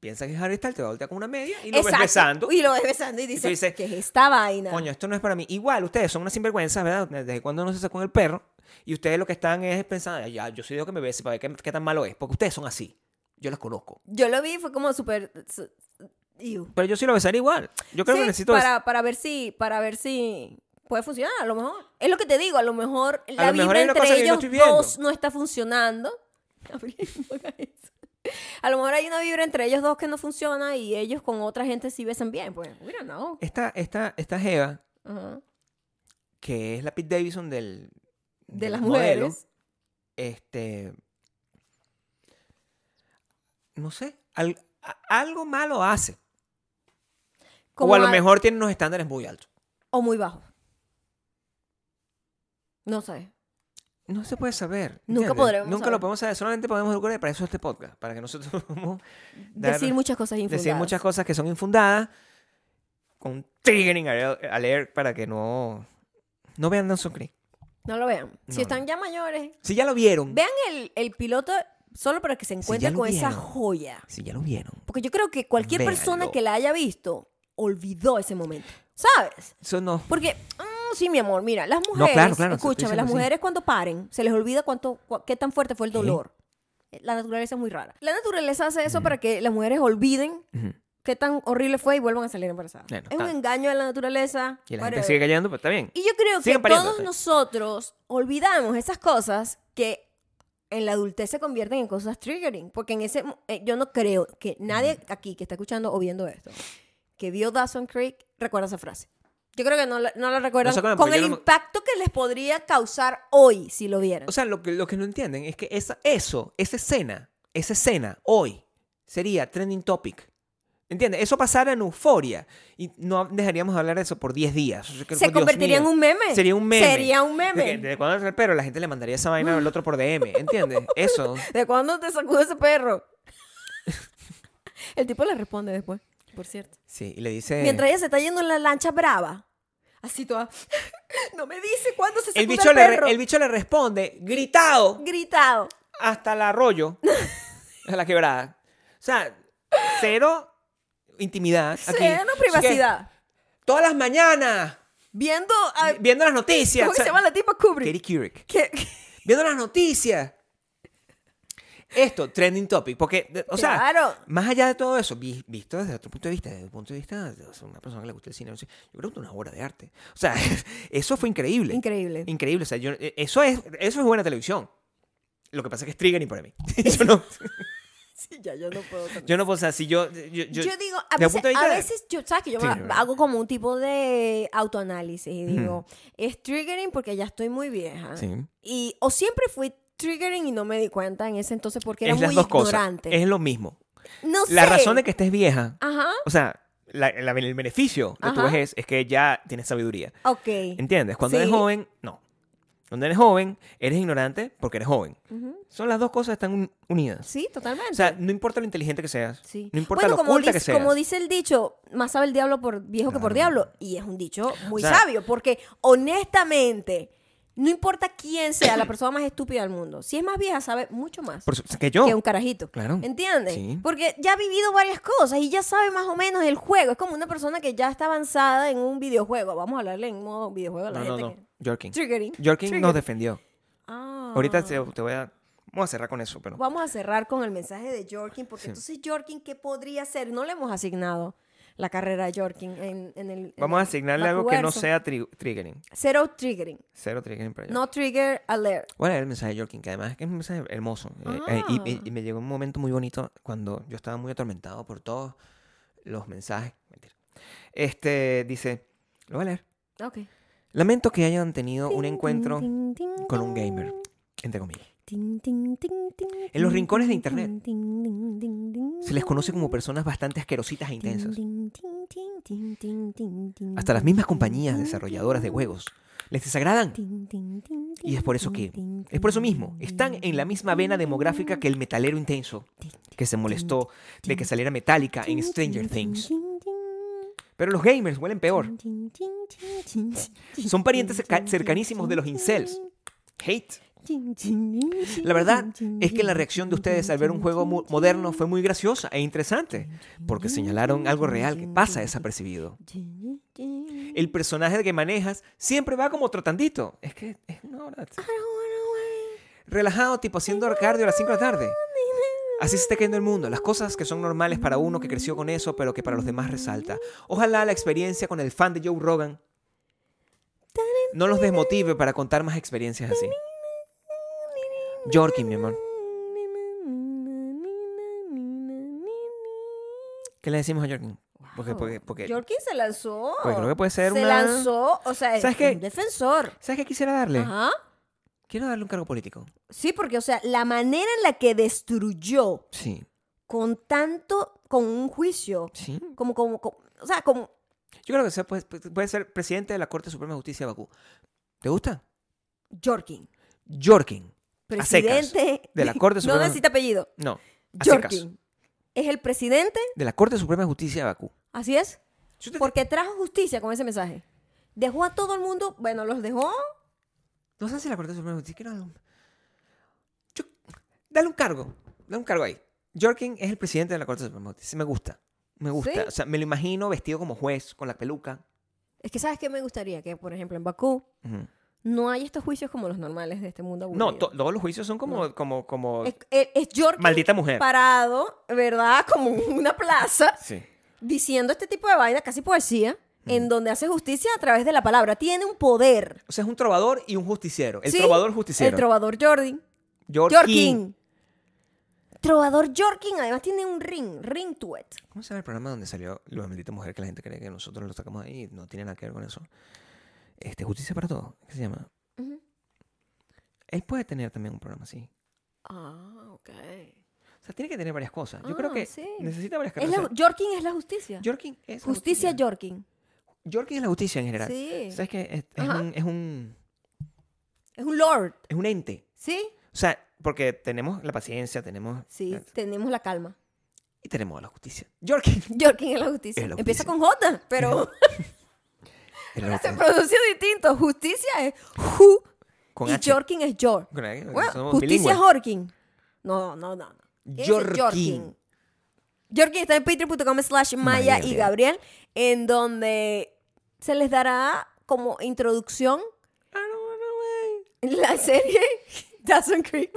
Speaker 2: piensas que es Harry Styles, te va a voltear con una media y lo
Speaker 1: Exacto.
Speaker 2: ves besando.
Speaker 1: Y lo ves besando y dices,
Speaker 2: dices,
Speaker 1: ¿qué es esta vaina?
Speaker 2: Coño, esto no es para mí. Igual, ustedes son unas sinvergüenzas, ¿verdad? Desde cuando no se sacó el perro. Y ustedes lo que están es pensando, "Ay, ya, yo soy Dios que me bese para ver qué, qué tan malo es. Porque ustedes son así. Yo las conozco.
Speaker 1: Yo lo vi y fue como súper... su- Ew.
Speaker 2: Pero yo sí lo besaré igual. Yo creo
Speaker 1: Sí,
Speaker 2: que necesito bes-
Speaker 1: para, para ver si para ver si puede funcionar a lo mejor es lo que te digo a lo mejor la
Speaker 2: lo mejor
Speaker 1: vibra
Speaker 2: hay una cosa
Speaker 1: entre
Speaker 2: que yo no
Speaker 1: ellos
Speaker 2: estoy viendo.
Speaker 1: dos no está funcionando Gabriel, no hagas eso. a lo mejor hay una vibra entre ellos dos que no funciona y ellos con otra gente sí besan bien pues we don't know
Speaker 2: Esta, esta, esta Jeva,
Speaker 1: Ajá.
Speaker 2: que es la Pete Davidson del,
Speaker 1: de,
Speaker 2: del
Speaker 1: las
Speaker 2: modelo,
Speaker 1: mujeres
Speaker 2: este. No sé. al- a- algo malo hace.
Speaker 1: como
Speaker 2: o a lo
Speaker 1: al-
Speaker 2: mejor tiene unos estándares muy altos.
Speaker 1: o muy bajos no sé
Speaker 2: No se puede saber.
Speaker 1: Nunca
Speaker 2: ¿entiendes?
Speaker 1: podremos
Speaker 2: Nunca
Speaker 1: saber.
Speaker 2: lo podemos saber. Solamente podemos lograr para eso este podcast. Para que nosotros podamos dar-
Speaker 1: decir muchas cosas infundadas
Speaker 2: decir muchas cosas que son infundadas. Con triggering al- alert para que no. No vean Dawson Creek.
Speaker 1: no lo vean si
Speaker 2: No,
Speaker 1: están ya mayores
Speaker 2: Si ya lo vieron.
Speaker 1: vean el, el piloto solo para que se encuentren
Speaker 2: lo
Speaker 1: con esa
Speaker 2: vieron.
Speaker 1: joya
Speaker 2: Si ya lo vieron.
Speaker 1: Porque yo creo que cualquier persona
Speaker 2: Véanlo.
Speaker 1: que la haya visto olvidó ese momento, ¿sabes?
Speaker 2: Eso no.
Speaker 1: Porque, mm, sí, mi amor, mira, las mujeres,
Speaker 2: claro, claro, te estoy
Speaker 1: escúchame,
Speaker 2: diciendo
Speaker 1: las
Speaker 2: que sí.
Speaker 1: mujeres cuando paren, se les olvida cuánto, cua- qué tan fuerte fue el dolor. Eh, La naturaleza es muy rara. La naturaleza hace
Speaker 2: Mm.
Speaker 1: eso para que las mujeres olviden
Speaker 2: Ujú.
Speaker 1: qué tan horrible fue y vuelvan a salir embarazadas.
Speaker 2: Bueno,
Speaker 1: es un
Speaker 2: claro.
Speaker 1: engaño a la naturaleza.
Speaker 2: Y la
Speaker 1: whatever.
Speaker 2: gente sigue callando, pues está bien.
Speaker 1: Y yo creo que
Speaker 2: Sigan pariendo,
Speaker 1: todos
Speaker 2: sí.
Speaker 1: nosotros olvidamos esas cosas que en la adultez se convierten en cosas triggering. Porque en ese. mo- eh, yo no creo que nadie aquí que está escuchando o viendo esto que vio Dawson Creek recuerda esa frase. Yo creo que no, la- no la recuerdan
Speaker 2: No se acuerdan,
Speaker 1: con
Speaker 2: pero
Speaker 1: el
Speaker 2: yo no me-
Speaker 1: impacto que les podría causar hoy si lo vieran.
Speaker 2: O sea, lo que, lo que no entienden es que esa, eso, esa escena, esa escena hoy sería trending topic. ¿Entiendes? Eso pasara en euforia y no dejaríamos de hablar de eso por 10 días. O sea, que,
Speaker 1: se
Speaker 2: Dios
Speaker 1: convertiría
Speaker 2: mío,
Speaker 1: en un meme.
Speaker 2: Sería un meme.
Speaker 1: Sería un
Speaker 2: De que-
Speaker 1: meme.
Speaker 2: de cuando el perro, la gente le mandaría esa vaina al otro por DM, ¿entiendes? Eso.
Speaker 1: ¿De cuándo te sacude ese perro? el tipo le responde después, por cierto.
Speaker 2: Sí, y le dice...
Speaker 1: Mientras ella se está yendo en la lancha brava. Así toda. no me dice cuándo se sacude
Speaker 2: el,
Speaker 1: el,
Speaker 2: bicho le,
Speaker 1: perro.
Speaker 2: re- el bicho le responde, gritado,
Speaker 1: Gritado.
Speaker 2: hasta el arroyo, a la quebrada. O sea, cero intimidad. aquí.
Speaker 1: Cero
Speaker 2: Así que,
Speaker 1: privacidad.
Speaker 2: Todas las mañanas,
Speaker 1: Viendo a...
Speaker 2: vi- viendo las noticias.
Speaker 1: ¿Cómo
Speaker 2: o
Speaker 1: que
Speaker 2: sea,
Speaker 1: se llama la tipa Kubrick?
Speaker 2: Katie Couric.
Speaker 1: Que-
Speaker 2: Viendo las noticias. Esto, trending topic. Porque, o sea,
Speaker 1: Claro.
Speaker 2: más allá de todo eso, vi- visto desde otro punto de vista, desde el punto de vista de o sea, una persona que le gusta el cine, no sé, yo creo que una obra de arte. O sea, eso fue increíble.
Speaker 1: Increíble.
Speaker 2: Increíble. O sea, yo- eh, eso, es, eso es buena televisión. Lo que pasa es que es triggering para mí. yo, no,
Speaker 1: Sí, ya, yo no puedo. con
Speaker 2: yo no, o sea, si yo. Yo, yo-
Speaker 1: Yo, digo, a
Speaker 2: desde el
Speaker 1: veces,
Speaker 2: punto de vista
Speaker 1: a
Speaker 2: de-
Speaker 1: veces yo, ¿sabes que Yo
Speaker 2: Sí,
Speaker 1: me-
Speaker 2: yo creo.
Speaker 1: hago como un tipo de autoanálisis y digo, es triggering porque ya estoy muy vieja.
Speaker 2: Sí.
Speaker 1: Y, o siempre fui triggering y no me di cuenta en ese entonces porque era
Speaker 2: Es las
Speaker 1: muy
Speaker 2: dos
Speaker 1: ignorante.
Speaker 2: cosas. Es lo mismo.
Speaker 1: No
Speaker 2: La
Speaker 1: sé.
Speaker 2: razón de que estés vieja,
Speaker 1: Ajá,
Speaker 2: o sea, la- la- el beneficio de tu
Speaker 1: Ajá.
Speaker 2: vejez es que ya tienes sabiduría.
Speaker 1: ok.
Speaker 2: ¿Entiendes? Cuando
Speaker 1: Sí.
Speaker 2: eres joven, no. Cuando eres joven, eres ignorante porque eres joven.
Speaker 1: Ujú.
Speaker 2: Son las dos cosas que están un- unidas.
Speaker 1: Sí, totalmente.
Speaker 2: O sea, no importa lo inteligente que seas.
Speaker 1: Sí.
Speaker 2: No importa
Speaker 1: Bueno,
Speaker 2: lo
Speaker 1: como
Speaker 2: culta
Speaker 1: dice,
Speaker 2: que seas.
Speaker 1: como dice el dicho, más sabe el diablo por viejo que por
Speaker 2: Claro.
Speaker 1: diablo. Y es un dicho muy
Speaker 2: O sea-
Speaker 1: sabio, porque honestamente, no importa quién sea la persona más estúpida del mundo, si es más vieja, sabe mucho más
Speaker 2: Por su- que yo.
Speaker 1: que un carajito.
Speaker 2: Claro.
Speaker 1: ¿Entiendes?
Speaker 2: Sí.
Speaker 1: Porque ya ha vivido varias cosas y ya sabe más o menos el juego. Es como una persona que ya está avanzada en un videojuego. Vamos a hablarle en modo videojuego a la
Speaker 2: No, no,
Speaker 1: gente.
Speaker 2: no.
Speaker 1: que-
Speaker 2: Jorkin.
Speaker 1: Triggering.
Speaker 2: Jorkin nos
Speaker 1: Triggering.
Speaker 2: defendió.
Speaker 1: Ah.
Speaker 2: Ahorita te, te voy a... Vamos a cerrar con eso, pero...
Speaker 1: Vamos a cerrar con el mensaje de Jorkin, porque
Speaker 2: Sí.
Speaker 1: entonces Jorkin, ¿qué podría ser? No le hemos asignado la carrera a Jorkin en, en el... en
Speaker 2: Vamos a
Speaker 1: el
Speaker 2: asignarle algo que no
Speaker 1: vacuverso.
Speaker 2: sea tri- triggering.
Speaker 1: Cero triggering.
Speaker 2: Cero triggering para Jorkin.
Speaker 1: No trigger alert.
Speaker 2: Voy a leer el mensaje de Jorkin, que además es que es un mensaje hermoso. Eh, eh, y- y, y me llegó un momento muy bonito cuando yo estaba muy atormentado por todos los mensajes. Mentira. Este, dice... Lo voy a leer.
Speaker 1: Ok.
Speaker 2: Lamento que hayan tenido un
Speaker 1: Tin,
Speaker 2: encuentro
Speaker 1: tin, tin, tin,
Speaker 2: con un
Speaker 1: tin.
Speaker 2: gamer, entre comillas.
Speaker 1: Tin, tin, tin, tin,
Speaker 2: En los
Speaker 1: tin,
Speaker 2: rincones de
Speaker 1: tin,
Speaker 2: internet.
Speaker 1: tin, tin, tin, tin,
Speaker 2: Se les conoce como
Speaker 1: tin,
Speaker 2: personas bastante asquerositas e intensas.
Speaker 1: tin, tin, tin, tin, tin, tin, tin,
Speaker 2: Hasta las
Speaker 1: tin,
Speaker 2: mismas
Speaker 1: tin,
Speaker 2: compañías
Speaker 1: tin,
Speaker 2: desarrolladoras de
Speaker 1: tin,
Speaker 2: juegos les desagradan.
Speaker 1: tin, tin, tin,
Speaker 2: Y es por eso
Speaker 1: tin,
Speaker 2: que,
Speaker 1: tin,
Speaker 2: es por eso
Speaker 1: tin,
Speaker 2: mismo, están en la misma
Speaker 1: tin,
Speaker 2: vena
Speaker 1: tin,
Speaker 2: demográfica que el metalero intenso
Speaker 1: tin,
Speaker 2: que se molestó de que saliera Metallica en Stranger Things.
Speaker 1: Tin, tin, tin.
Speaker 2: Pero los gamers huelen peor.
Speaker 1: Tin, tin, tin, tin, tin,
Speaker 2: Son parientes
Speaker 1: tin,
Speaker 2: cerca-
Speaker 1: tin,
Speaker 2: cercanísimos de los
Speaker 1: tin,
Speaker 2: incels. Hate.
Speaker 1: tin, tin, tin, tin,
Speaker 2: La verdad
Speaker 1: tin,
Speaker 2: es que la
Speaker 1: tin,
Speaker 2: reacción de
Speaker 1: tin,
Speaker 2: ustedes al ver un
Speaker 1: tin,
Speaker 2: juego
Speaker 1: tin,
Speaker 2: mu- moderno fue muy graciosa e interesante, porque señalaron algo real que pasa desapercibido.
Speaker 1: tin, tin.
Speaker 2: El personaje que manejas siempre va como trotandito. Es que es una hora. Relajado, tipo haciendo cardio a las 5 de la tarde. Así se está cayendo el mundo. Las cosas que son normales para uno que creció con eso, pero que para los demás resalta. Ojalá la experiencia con el fan de Joe Rogan no los desmotive para contar más experiencias así. Yorkie, mi amor. ¿Qué le decimos a Yorkie? Porque,
Speaker 1: Wow.
Speaker 2: porque, porque-
Speaker 1: Jorkin Oh, se lanzó.
Speaker 2: porque creo que puede ser
Speaker 1: se
Speaker 2: una...
Speaker 1: lanzó, o sea,
Speaker 2: ¿Sabes
Speaker 1: es
Speaker 2: qué?
Speaker 1: un defensor.
Speaker 2: ¿Sabes qué quisiera darle?
Speaker 1: Ajá.
Speaker 2: Quiero darle un cargo político.
Speaker 1: Sí, porque, o sea, la manera en la que destruyó
Speaker 2: Sí,
Speaker 1: con tanto, con un juicio,
Speaker 2: sí.
Speaker 1: como, como, como- o sea, como,
Speaker 2: Yo creo que sea- puede, puede ser presidente de la Corte Suprema de Justicia de Bakú. ¿Te gusta?
Speaker 1: Jorkin,
Speaker 2: Yorkin. A secas.
Speaker 1: presidente
Speaker 2: De la Corte
Speaker 1: No
Speaker 2: Suprema.
Speaker 1: necesita apellido.
Speaker 2: No, a secas.
Speaker 1: Jorkin es el presidente,
Speaker 2: de la Corte Suprema de Justicia de Bakú.
Speaker 1: así es,
Speaker 2: Yo te-
Speaker 1: porque trajo justicia con ese mensaje. Dejó a todo el mundo, bueno, los dejó.
Speaker 2: No sé si la Corte Suprema de Justicia. Quiero darle un... Yo- Dale un cargo. Dale un cargo ahí. Yorkin es el presidente de la Corte Suprema de Justicia. Me gusta. Me gusta.
Speaker 1: ¿Sí?
Speaker 2: O sea, me lo imagino vestido como juez, con la peluca.
Speaker 1: Es que, ¿sabes qué me gustaría? Que, por ejemplo, en Bakú
Speaker 2: Ujú.
Speaker 1: no hay estos juicios como los normales de este mundo aburrido.
Speaker 2: No, to- todos los juicios son como, como, como
Speaker 1: Es, es, es Jorkin
Speaker 2: maldita mujer.
Speaker 1: parado, ¿verdad? Como en una plaza.
Speaker 2: Sí.
Speaker 1: diciendo este tipo de vaina, casi poesía, en donde hace justicia a través de la palabra. Tiene un poder.
Speaker 2: O sea, es un trovador y un justiciero. El
Speaker 1: Sí,
Speaker 2: trovador
Speaker 1: El
Speaker 2: justiciero.
Speaker 1: trovador Jordi.
Speaker 2: Yorkin.
Speaker 1: Jorkin. Trovador Jorkin además tiene un ring, ring to it.
Speaker 2: ¿Cómo se llama el programa donde salió Lo maldita mujer que la gente cree que nosotros lo sacamos ahí? No tiene nada que ver con eso. Este, Justicia para Todos, ¿qué se llama?
Speaker 1: Ujú.
Speaker 2: Él puede tener también un programa así.
Speaker 1: Ah, ok.
Speaker 2: O sea, tiene que tener varias cosas. Yo
Speaker 1: Ah,
Speaker 2: creo que
Speaker 1: sí.
Speaker 2: necesita varias
Speaker 1: Es
Speaker 2: cosas.
Speaker 1: la, Jorkin es la justicia.
Speaker 2: Jorkin es la
Speaker 1: justicia Jorkin.
Speaker 2: Yorkie es la justicia en general.
Speaker 1: Sí.
Speaker 2: ¿Sabes qué? Es, es
Speaker 1: Ajá.
Speaker 2: un, es, un,
Speaker 1: Es un lord,
Speaker 2: es un ente.
Speaker 1: ¿sí?
Speaker 2: O sea, porque tenemos la paciencia, tenemos.
Speaker 1: Sí, tenemos la calma.
Speaker 2: Y tenemos la justicia. Yorkie.
Speaker 1: Jorkin es la justicia.
Speaker 2: Es la
Speaker 1: Empieza
Speaker 2: justicia.
Speaker 1: con J, pero
Speaker 2: El
Speaker 1: se
Speaker 2: loco.
Speaker 1: pronuncia distinto. Justicia es ju
Speaker 2: Con
Speaker 1: y
Speaker 2: H.
Speaker 1: Jorkin es Jor.
Speaker 2: Con H,
Speaker 1: Bueno,
Speaker 2: somos
Speaker 1: justicia
Speaker 2: bilingües.
Speaker 1: es Jorkin. No, no, no. no. ¿Qué es
Speaker 2: Jorkin.
Speaker 1: Jorkin? Jorkin está en patreon.com slash Maya y
Speaker 2: Gabriel.
Speaker 1: Gabriel, en donde se les dará como introducción
Speaker 2: I don't wanna wait.
Speaker 1: la serie Dawson Creek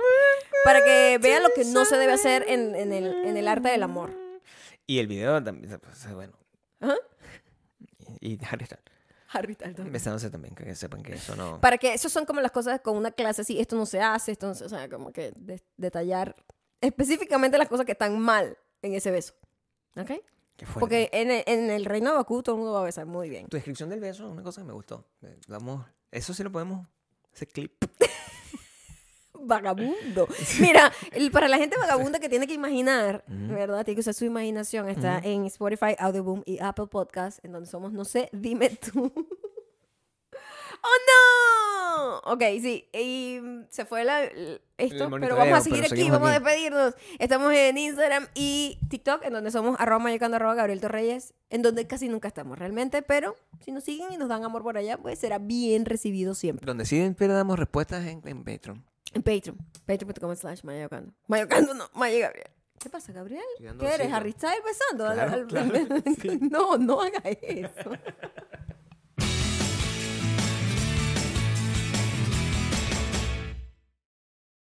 Speaker 1: para que vean lo que no se debe hacer en, en el, en el arte del amor.
Speaker 2: Y el video también. pues, bueno.
Speaker 1: Ajá.
Speaker 2: Y y Harry Styles.
Speaker 1: Harry Dalton.
Speaker 2: Besándose también, que sepan que eso no.
Speaker 1: Para que esas son como las cosas con una clase así, esto no se hace, esto no se, o sea, como que de- detallar específicamente las cosas que están mal en ese beso. ¿Ok?
Speaker 2: que fuerte.
Speaker 1: Porque en el, en el reino de Bakú todo el mundo va a besar muy bien.
Speaker 2: Tu descripción del beso es una cosa que me gustó. Eh, Vamos. Eso sí lo podemos. Ese clip.
Speaker 1: Vagabundo. Mira, el- para la gente vagabunda que tiene que imaginar,
Speaker 2: Ujú.
Speaker 1: ¿verdad? Tiene que usar su imaginación. Está
Speaker 2: Ujú.
Speaker 1: en Spotify, Audioboom y Apple Podcast, en donde somos, no sé, dime tú. ¡Oh, no! Ok, sí. Y mm, se fue la, l- esto, pero
Speaker 2: monitoreo,
Speaker 1: vamos a seguir
Speaker 2: pero
Speaker 1: aquí,
Speaker 2: seguimos
Speaker 1: vamos a
Speaker 2: aquí.
Speaker 1: despedirnos. Estamos en Instagram y TikTok, en donde somos arroba mayocando arroba Gabriel Torreyes, en donde casi nunca estamos realmente, pero si nos siguen y nos dan amor por allá, pues será bien recibido siempre.
Speaker 2: Donde sí siempre damos respuestas en, en Patreon.
Speaker 1: En Patreon. Patreon.com slash Mayocando. Mayocando no, Maya Gabriel. ¿Qué pasa, Gabriel?
Speaker 2: Estoy dando
Speaker 1: ¿Qué eres?
Speaker 2: sigla.
Speaker 1: ¿Harry Styles besando? al-
Speaker 2: Claro,
Speaker 1: al-
Speaker 2: claro,
Speaker 1: No, no hagas eso.